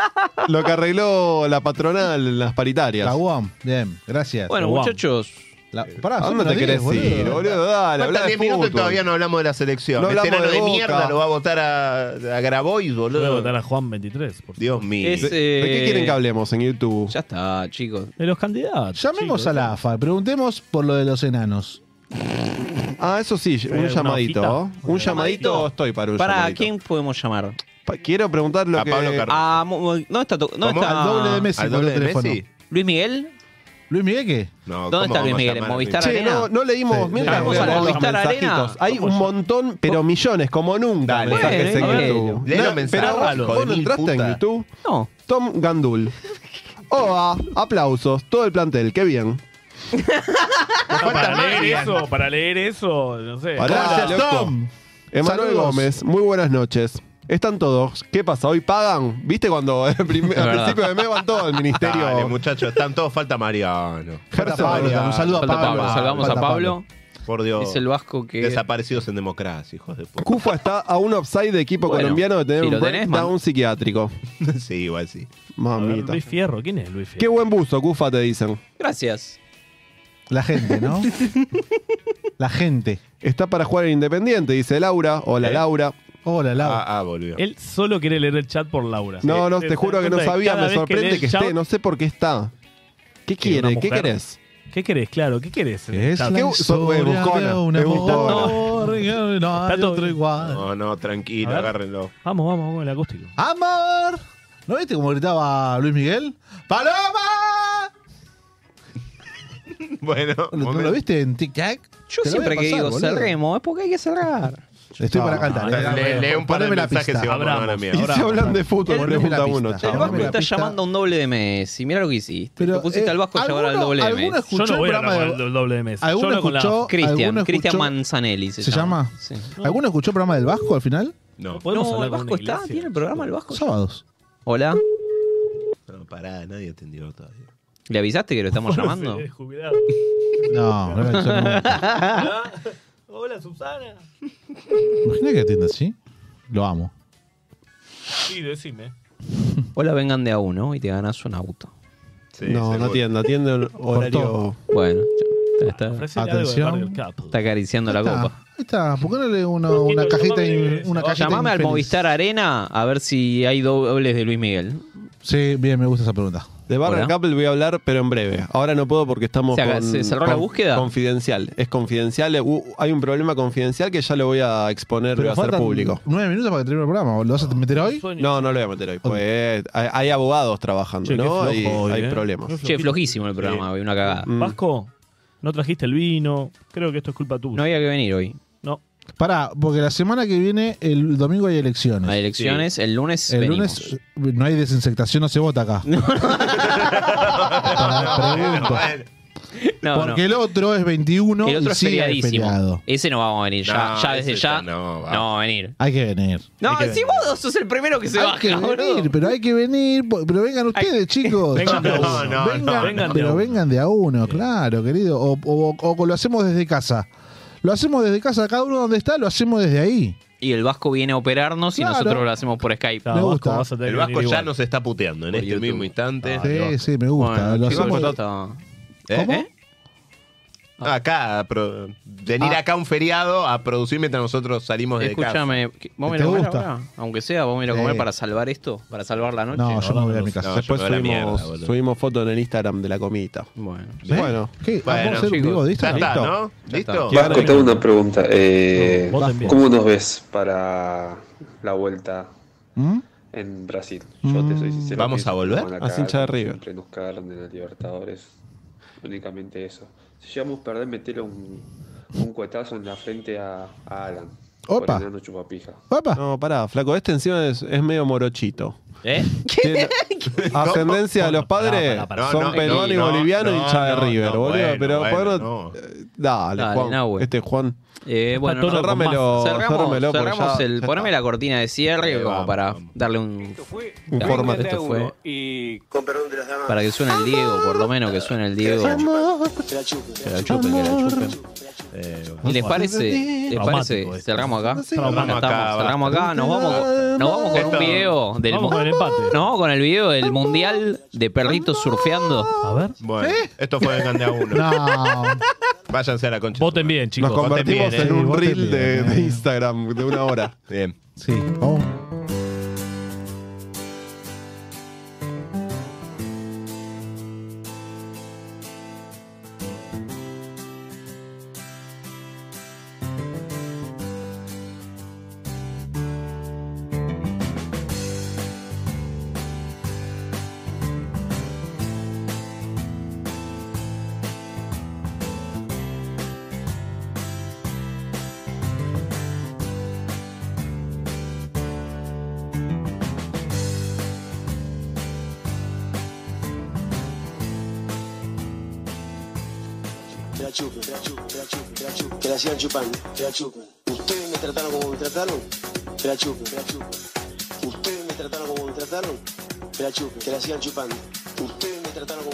[SPEAKER 6] lo que arregló la patronal en las paritarias.
[SPEAKER 8] La UAM, bien, gracias.
[SPEAKER 4] Bueno,
[SPEAKER 6] Guam.
[SPEAKER 4] muchachos.
[SPEAKER 8] La- pará,
[SPEAKER 6] ¿A
[SPEAKER 8] son
[SPEAKER 6] dónde
[SPEAKER 8] las
[SPEAKER 6] te
[SPEAKER 8] 10,
[SPEAKER 6] querés ir, boludo? Dale, habla
[SPEAKER 1] Faltan
[SPEAKER 6] de
[SPEAKER 1] 10 minutos y
[SPEAKER 6] fútbol.
[SPEAKER 1] todavía no hablamos de la selección.
[SPEAKER 6] No hablamos
[SPEAKER 1] Veterano
[SPEAKER 6] de
[SPEAKER 1] de,
[SPEAKER 6] Boca.
[SPEAKER 1] mierda lo va a votar a, a Grabois, boludo.
[SPEAKER 5] Voy a votar a Juan 23. Por
[SPEAKER 1] Dios mío.
[SPEAKER 4] Es,
[SPEAKER 6] ¿De qué
[SPEAKER 4] eh,
[SPEAKER 6] quieren que hablemos en YouTube?
[SPEAKER 4] Ya está,
[SPEAKER 6] [LAUGHS]
[SPEAKER 4] chicos.
[SPEAKER 5] De los candidatos.
[SPEAKER 8] Llamemos
[SPEAKER 5] chicos.
[SPEAKER 8] a la AFA, preguntemos por lo de los enanos.
[SPEAKER 6] Ah, eso sí, un
[SPEAKER 5] una
[SPEAKER 6] llamadito.
[SPEAKER 5] hojita.
[SPEAKER 6] ¿oh? Un llamadito estoy para un
[SPEAKER 4] ¿Para
[SPEAKER 6] llamadito.
[SPEAKER 4] quién podemos llamar?
[SPEAKER 6] Pa- Quiero preguntar lo
[SPEAKER 1] A
[SPEAKER 6] que...
[SPEAKER 1] Pablo Carrasco.
[SPEAKER 4] Ah, mo- mo- ¿Dónde está? tu- ¿Dónde
[SPEAKER 1] ¿Cómo?
[SPEAKER 4] está?
[SPEAKER 1] Al
[SPEAKER 8] doble de Messi
[SPEAKER 1] ¿Al
[SPEAKER 8] por
[SPEAKER 1] doble
[SPEAKER 8] el
[SPEAKER 1] de
[SPEAKER 8] teléfono.
[SPEAKER 1] Messi?
[SPEAKER 4] ¿Luis Miguel?
[SPEAKER 8] ¿Luis Miguel qué?
[SPEAKER 1] No,
[SPEAKER 4] ¿Dónde
[SPEAKER 1] ¿cómo
[SPEAKER 4] está Luis
[SPEAKER 1] vamos a
[SPEAKER 4] Miguel?
[SPEAKER 1] llamar
[SPEAKER 4] ¿En
[SPEAKER 1] a Luis
[SPEAKER 4] Movistar
[SPEAKER 6] Che,
[SPEAKER 4] Arena?
[SPEAKER 6] no, no leímos
[SPEAKER 8] Sí,
[SPEAKER 6] mientras
[SPEAKER 4] vamos a la
[SPEAKER 6] leemos los
[SPEAKER 4] lista de arena.
[SPEAKER 6] mensajitos. Hay un montón, pero millones, como nunca,
[SPEAKER 1] Dale.
[SPEAKER 6] mensajes
[SPEAKER 4] Bueno,
[SPEAKER 6] en
[SPEAKER 4] bueno.
[SPEAKER 6] YouTube.
[SPEAKER 1] Lee los
[SPEAKER 6] No,
[SPEAKER 1] mensajes,
[SPEAKER 6] pero
[SPEAKER 1] hijo de
[SPEAKER 6] vos no
[SPEAKER 1] mil
[SPEAKER 6] entraste
[SPEAKER 1] puta.
[SPEAKER 6] en YouTube.
[SPEAKER 4] No.
[SPEAKER 6] Tom
[SPEAKER 4] [LAUGHS]
[SPEAKER 6] Gandul. Oa, aplausos, todo el plantel, qué bien.
[SPEAKER 5] No, para leer eso, para leer eso, no sé.
[SPEAKER 6] Pará,
[SPEAKER 8] Gracias,
[SPEAKER 6] loco.
[SPEAKER 8] Tom.
[SPEAKER 6] Emanuel
[SPEAKER 8] Saludos.
[SPEAKER 6] Gómez, muy buenas noches. Están todos. ¿Qué pasa? ¿Hoy pagan? ¿Viste cuando [LAUGHS] al prim- al
[SPEAKER 4] verdad.
[SPEAKER 6] principio de mes van todo al ministerio?
[SPEAKER 1] Dale, muchachos, están todos. Falta Mariano.
[SPEAKER 8] Falta Pablo,
[SPEAKER 1] Mariano.
[SPEAKER 8] un saludo a
[SPEAKER 4] Falta
[SPEAKER 8] Pablo.
[SPEAKER 4] Pablo, salvamos
[SPEAKER 8] Falta
[SPEAKER 4] a Pablo.
[SPEAKER 1] Por Dios.
[SPEAKER 4] Dice el Vasco que.
[SPEAKER 1] Desaparecidos en democracia, hijos de puta.
[SPEAKER 6] Cufa está a un offside de equipo
[SPEAKER 4] Bueno,
[SPEAKER 6] colombiano de tener
[SPEAKER 4] si
[SPEAKER 6] un
[SPEAKER 4] lo tenés,
[SPEAKER 6] breakdown
[SPEAKER 8] [LAUGHS]
[SPEAKER 4] man-
[SPEAKER 6] psiquiátrico.
[SPEAKER 1] sí, igual sí.
[SPEAKER 5] A ver,
[SPEAKER 6] Mamita.
[SPEAKER 5] Luis Fierro, ¿quién es Luis
[SPEAKER 6] Qué
[SPEAKER 5] Fierro?
[SPEAKER 6] buen buzo, Cufa, te dicen.
[SPEAKER 4] Gracias.
[SPEAKER 8] La
[SPEAKER 6] [LAUGHS]
[SPEAKER 8] gente, ¿no? la gente.
[SPEAKER 6] Está para jugar el Independiente, dice Laura. Hola,
[SPEAKER 5] ¿Eh?
[SPEAKER 6] Laura.
[SPEAKER 8] Hola, Lau.
[SPEAKER 1] Ah, ah, volvió.
[SPEAKER 5] Él solo quiere leer el chat por Laura.
[SPEAKER 6] No,
[SPEAKER 5] Sí.
[SPEAKER 6] no, te juro que no
[SPEAKER 5] Eh, Entonces,
[SPEAKER 6] sabía.
[SPEAKER 5] cada
[SPEAKER 6] Me
[SPEAKER 5] vez lee
[SPEAKER 6] sorprende
[SPEAKER 5] el
[SPEAKER 6] que
[SPEAKER 5] chat-
[SPEAKER 6] esté. No sé por qué está. ¿Qué
[SPEAKER 5] ¿Quiere
[SPEAKER 6] quiere?
[SPEAKER 5] una
[SPEAKER 6] ¿Qué
[SPEAKER 5] mujer?
[SPEAKER 6] querés?
[SPEAKER 5] ¿Qué querés? Claro, ¿qué querés? en el
[SPEAKER 8] Es
[SPEAKER 5] chat?
[SPEAKER 8] la
[SPEAKER 6] ¿Qué-
[SPEAKER 8] historia
[SPEAKER 6] Buscona,
[SPEAKER 8] de un
[SPEAKER 6] es Buscona.
[SPEAKER 8] amor, que no hay
[SPEAKER 5] Está todo
[SPEAKER 8] otro
[SPEAKER 5] bien.
[SPEAKER 8] igual.
[SPEAKER 1] No, no, tranquilo,
[SPEAKER 5] A ver.
[SPEAKER 1] agárrenlo.
[SPEAKER 5] Vamos, vamos, vamos, el acústico.
[SPEAKER 8] ¡Amor! ¿No viste cómo gritaba Luis Miguel? ¡Paloma!
[SPEAKER 1] [LAUGHS] Bueno,
[SPEAKER 8] ¿No, no
[SPEAKER 1] momento.
[SPEAKER 8] lo viste en Tic Tac? Te
[SPEAKER 4] Yo
[SPEAKER 8] lo voy
[SPEAKER 4] siempre
[SPEAKER 8] a
[SPEAKER 4] que
[SPEAKER 8] pasar,
[SPEAKER 4] digo
[SPEAKER 8] boludo.
[SPEAKER 4] cerremos es porque hay que cerrar.
[SPEAKER 8] Estoy para
[SPEAKER 6] No,
[SPEAKER 8] cantar. eh.
[SPEAKER 1] Le- Lee un par de
[SPEAKER 8] Poneme la
[SPEAKER 1] mensajes
[SPEAKER 8] pista.
[SPEAKER 1] y vamos a la
[SPEAKER 5] Abramos.
[SPEAKER 6] Y
[SPEAKER 1] mierda.
[SPEAKER 6] se hablan de fútbol,
[SPEAKER 8] El-
[SPEAKER 6] pregunta
[SPEAKER 8] el-
[SPEAKER 6] uno.
[SPEAKER 4] El
[SPEAKER 8] Ahora
[SPEAKER 6] chao.
[SPEAKER 4] Vasco
[SPEAKER 8] me la
[SPEAKER 4] está
[SPEAKER 8] pista.
[SPEAKER 4] llamando a un doble de Messi. Mira lo que hiciste. Te pusiste
[SPEAKER 8] eh,
[SPEAKER 4] al Vasco a llevar al
[SPEAKER 8] ¿alguno-
[SPEAKER 4] doble de
[SPEAKER 8] ¿Alguno
[SPEAKER 4] Messi.
[SPEAKER 8] escuchó
[SPEAKER 5] Yo no voy
[SPEAKER 8] el
[SPEAKER 5] a
[SPEAKER 8] programa
[SPEAKER 5] hablar
[SPEAKER 8] de-
[SPEAKER 5] del doble de Messi.
[SPEAKER 8] ¿Alguno
[SPEAKER 5] Solo con la-
[SPEAKER 8] escuchó?
[SPEAKER 4] Cristian,
[SPEAKER 8] ¿Alguno
[SPEAKER 4] Cristian
[SPEAKER 8] escuchó-
[SPEAKER 4] Manzanelli se,
[SPEAKER 8] ¿Se llama?
[SPEAKER 4] Sí.
[SPEAKER 8] ¿Alguno escuchó el programa del Vasco al final?
[SPEAKER 1] No,
[SPEAKER 5] ¿Podemos
[SPEAKER 4] No,
[SPEAKER 5] hablar
[SPEAKER 4] el
[SPEAKER 5] con
[SPEAKER 4] Vasco está,
[SPEAKER 5] Iglesia?
[SPEAKER 4] tiene el programa el Vasco.
[SPEAKER 8] Sábados.
[SPEAKER 4] Hola,
[SPEAKER 1] no, pará, nadie entendió todavía.
[SPEAKER 4] ¿le avisaste que
[SPEAKER 5] [LAUGHS]
[SPEAKER 4] lo estamos
[SPEAKER 5] Bueno,
[SPEAKER 4] llamando?
[SPEAKER 5] se- Eh, jubilado.
[SPEAKER 8] No, no me avisó nunca.
[SPEAKER 5] [LAUGHS] Hola, Susana.
[SPEAKER 8] Imagina que atienda así. Lo amo.
[SPEAKER 5] Sí, decime.
[SPEAKER 4] Hola, vengan de a uno y te ganas un auto.
[SPEAKER 1] Sí,
[SPEAKER 6] No, no
[SPEAKER 1] seguro.
[SPEAKER 6] atiende, atiende un horario.
[SPEAKER 4] Bueno, ya, está, está-
[SPEAKER 5] Ofrecele
[SPEAKER 8] Atención.
[SPEAKER 5] algo de parte del
[SPEAKER 4] está acariciando la
[SPEAKER 8] Está,
[SPEAKER 4] copa.
[SPEAKER 8] ahí está. ¿Por qué no le uno- una cajita in- una cajita
[SPEAKER 4] Oh, Llamame al
[SPEAKER 8] infeliz?
[SPEAKER 4] Movistar Arena a ver si hay dobles de Luis Miguel.
[SPEAKER 8] Sí, bien, me gusta esa pregunta.
[SPEAKER 6] De Barra
[SPEAKER 4] Hola.
[SPEAKER 6] Capel voy a hablar, pero en breve. Ahora no puedo porque estamos
[SPEAKER 4] Se haga-
[SPEAKER 6] con-
[SPEAKER 4] se cerró la
[SPEAKER 6] con-
[SPEAKER 4] búsqueda.
[SPEAKER 6] Confidencial. Es confidencial. Uh, hay un problema confidencial que ya lo voy a exponer, lo voy a hacer
[SPEAKER 8] faltan
[SPEAKER 6] público.
[SPEAKER 8] Nueve minutos para que termine el programa. ¿Lo vas a meter hoy?
[SPEAKER 5] sueño.
[SPEAKER 6] No, no lo voy a meter hoy. pues, eh, hay, hay abogados trabajando,
[SPEAKER 5] Che, qué
[SPEAKER 6] ¿no?
[SPEAKER 5] flojo
[SPEAKER 6] Hay-
[SPEAKER 5] hoy,
[SPEAKER 6] hay
[SPEAKER 5] eh.
[SPEAKER 6] problemas.
[SPEAKER 4] Che, flojísimo el programa, hoy, una cagada.
[SPEAKER 6] Mm.
[SPEAKER 5] Vasco, no trajiste el vino. Creo que esto es culpa tuya.
[SPEAKER 4] No había que venir hoy.
[SPEAKER 5] No.
[SPEAKER 8] Pará, porque la semana que viene, el domingo hay elecciones.
[SPEAKER 4] Hay elecciones, el lunes
[SPEAKER 8] el
[SPEAKER 4] venimos.
[SPEAKER 8] lunes eh, no hay desinsectación, no se vota acá. Pará, pregunto.
[SPEAKER 1] Bueno,
[SPEAKER 4] No,
[SPEAKER 8] Porque
[SPEAKER 4] no.
[SPEAKER 8] el otro es 21
[SPEAKER 4] El otro
[SPEAKER 8] y
[SPEAKER 4] es
[SPEAKER 8] sigue
[SPEAKER 4] peleadísimo.
[SPEAKER 8] peleado.
[SPEAKER 4] Ese no vamos a venir. Ya,
[SPEAKER 8] No,
[SPEAKER 4] ya desde
[SPEAKER 8] ese
[SPEAKER 4] ya.
[SPEAKER 8] ya
[SPEAKER 4] No,
[SPEAKER 8] no,
[SPEAKER 4] va.
[SPEAKER 8] va.
[SPEAKER 4] a venir.
[SPEAKER 8] Hay que venir.
[SPEAKER 4] No,
[SPEAKER 8] Hay que
[SPEAKER 4] si vos sos el primero que se
[SPEAKER 8] Hay
[SPEAKER 4] baja,
[SPEAKER 8] que
[SPEAKER 4] boludo.
[SPEAKER 8] venir, pero hay que venir, po- pero vengan ustedes, chicos.
[SPEAKER 4] Vengan de a
[SPEAKER 8] Chicos,
[SPEAKER 4] uno. No, no,
[SPEAKER 8] vengan,
[SPEAKER 4] no, vengan de a
[SPEAKER 8] pero
[SPEAKER 4] uno.
[SPEAKER 8] vengan de a uno, claro, querido. O, o- o lo hacemos desde casa. Lo hacemos desde casa, cada uno donde está, lo hacemos desde ahí.
[SPEAKER 4] Y el Vasco viene a operarnos y
[SPEAKER 8] Claro.
[SPEAKER 4] nosotros lo hacemos por Skype.
[SPEAKER 8] Me gusta. Vasco, vas a tener
[SPEAKER 7] El
[SPEAKER 8] que
[SPEAKER 7] Vasco
[SPEAKER 8] venir
[SPEAKER 7] ya
[SPEAKER 8] igual.
[SPEAKER 7] nos está puteando en
[SPEAKER 4] Por
[SPEAKER 7] este
[SPEAKER 4] YouTube.
[SPEAKER 7] mismo instante.
[SPEAKER 8] sí, sí, me gusta. Ah, lo
[SPEAKER 7] chicos,
[SPEAKER 8] hacemos.
[SPEAKER 7] yo- ¿Eh?
[SPEAKER 8] ¿Cómo?
[SPEAKER 7] ¿Eh? Acá, pro- venir
[SPEAKER 4] Ah.
[SPEAKER 7] acá a un feriado a producir mientras nosotros salimos de casa.
[SPEAKER 4] Escúchame, ¿qué- ¿vos me
[SPEAKER 7] ¿Te
[SPEAKER 4] lo comer
[SPEAKER 7] gusta?
[SPEAKER 4] ahora? Aunque sea, vos me lo
[SPEAKER 7] Sí.
[SPEAKER 4] comer para salvar esto, para salvar la noche.
[SPEAKER 8] No, yo me voy a mi casa.
[SPEAKER 6] Después
[SPEAKER 7] yo me voy a la
[SPEAKER 6] subimos,
[SPEAKER 7] mierda, boludo.
[SPEAKER 6] subimos foto en el Instagram de la comita.
[SPEAKER 4] Bueno.
[SPEAKER 6] Bueno.
[SPEAKER 8] ¿Qué? Ah, ¿Vamos a hacer un
[SPEAKER 6] chicos,
[SPEAKER 8] vivo de
[SPEAKER 6] ya
[SPEAKER 8] Instagram?
[SPEAKER 6] está,
[SPEAKER 8] Listo.
[SPEAKER 6] ¿no?
[SPEAKER 8] Ya está.
[SPEAKER 6] ¿Listo?
[SPEAKER 10] Vasco, te hago una pregunta. eh,
[SPEAKER 8] No, vos también.
[SPEAKER 10] ¿Cómo nos ves para la vuelta
[SPEAKER 8] ¿Mm?
[SPEAKER 10] en Brasil? Yo te soy sincero.
[SPEAKER 7] Mm, ¿Vamos
[SPEAKER 10] pienso
[SPEAKER 7] a
[SPEAKER 10] que
[SPEAKER 7] volver?
[SPEAKER 10] nos van
[SPEAKER 7] Haz hincha de
[SPEAKER 10] cagar,
[SPEAKER 7] River.
[SPEAKER 10] Siempre nos cagaron en la Libertadores. Únicamente eso. Si llegamos a perder, meterle un, un cuetazo en la frente a, a Alan. por
[SPEAKER 6] Opa.
[SPEAKER 10] enano chupapija.
[SPEAKER 6] No, pará, flaco, este encima es, es medio morochito.
[SPEAKER 4] ¿Eh?
[SPEAKER 10] [LAUGHS]
[SPEAKER 6] Tiene ascendencia de los padres
[SPEAKER 7] No, pará, pará.
[SPEAKER 6] son
[SPEAKER 7] No, no,
[SPEAKER 6] peruano y
[SPEAKER 7] no,
[SPEAKER 6] boliviano y
[SPEAKER 7] no,
[SPEAKER 6] hincha de
[SPEAKER 7] no,
[SPEAKER 6] River,
[SPEAKER 7] no,
[SPEAKER 6] boludo.
[SPEAKER 7] bueno,
[SPEAKER 6] pero
[SPEAKER 7] bueno,
[SPEAKER 6] bueno,
[SPEAKER 7] no.
[SPEAKER 6] eh, dale,
[SPEAKER 4] Dale,
[SPEAKER 6] Juan.
[SPEAKER 4] Nahue.
[SPEAKER 6] Este Juan.
[SPEAKER 4] Eh, bueno, no,
[SPEAKER 6] cerrámelo,
[SPEAKER 4] cerramos,
[SPEAKER 6] cerrámelo, porque
[SPEAKER 4] cerramos
[SPEAKER 6] ya-
[SPEAKER 4] el,
[SPEAKER 6] ya
[SPEAKER 4] poneme
[SPEAKER 6] está.
[SPEAKER 4] la cortina de cierre como para darle un,
[SPEAKER 6] Un
[SPEAKER 4] Ya,
[SPEAKER 6] formato.
[SPEAKER 4] Esto fue
[SPEAKER 24] Y
[SPEAKER 4] para que suene el Diego, por lo menos que suene el Diego. Que la chupen, que la chupen. ¿Y les parece? ¿Les parece?
[SPEAKER 5] Traumático esto.
[SPEAKER 4] Cerramos acá.
[SPEAKER 5] Traumático.
[SPEAKER 4] Acá estamos, cerramos acá, nos vamos, con- nos vamos con un
[SPEAKER 5] Esto-
[SPEAKER 4] video del
[SPEAKER 5] Vamos con el empate.
[SPEAKER 4] Nos vamos con el video del mundial de perritos surfeando. A ver.
[SPEAKER 7] Bueno, esto fue Vengan de a uno. Váyanse a la concha.
[SPEAKER 5] Voten bien, chicos.
[SPEAKER 6] Nos convertimos
[SPEAKER 7] bien,
[SPEAKER 6] en
[SPEAKER 7] eh.
[SPEAKER 6] un
[SPEAKER 7] Voten
[SPEAKER 6] reel de,
[SPEAKER 7] bien,
[SPEAKER 6] de Instagram de una hora.
[SPEAKER 7] Bien.
[SPEAKER 8] Sí, vamos.
[SPEAKER 1] Te la chupen, te la chupen, te la chupen, te la chupen. Te la sigan chupando, te la chupen. Ustedes me trataron como me trataron, te la chupen, te la chupen. Ustedes me trataron como me trataron, te la chupen, te la sigan chupando. Ustedes me trataron como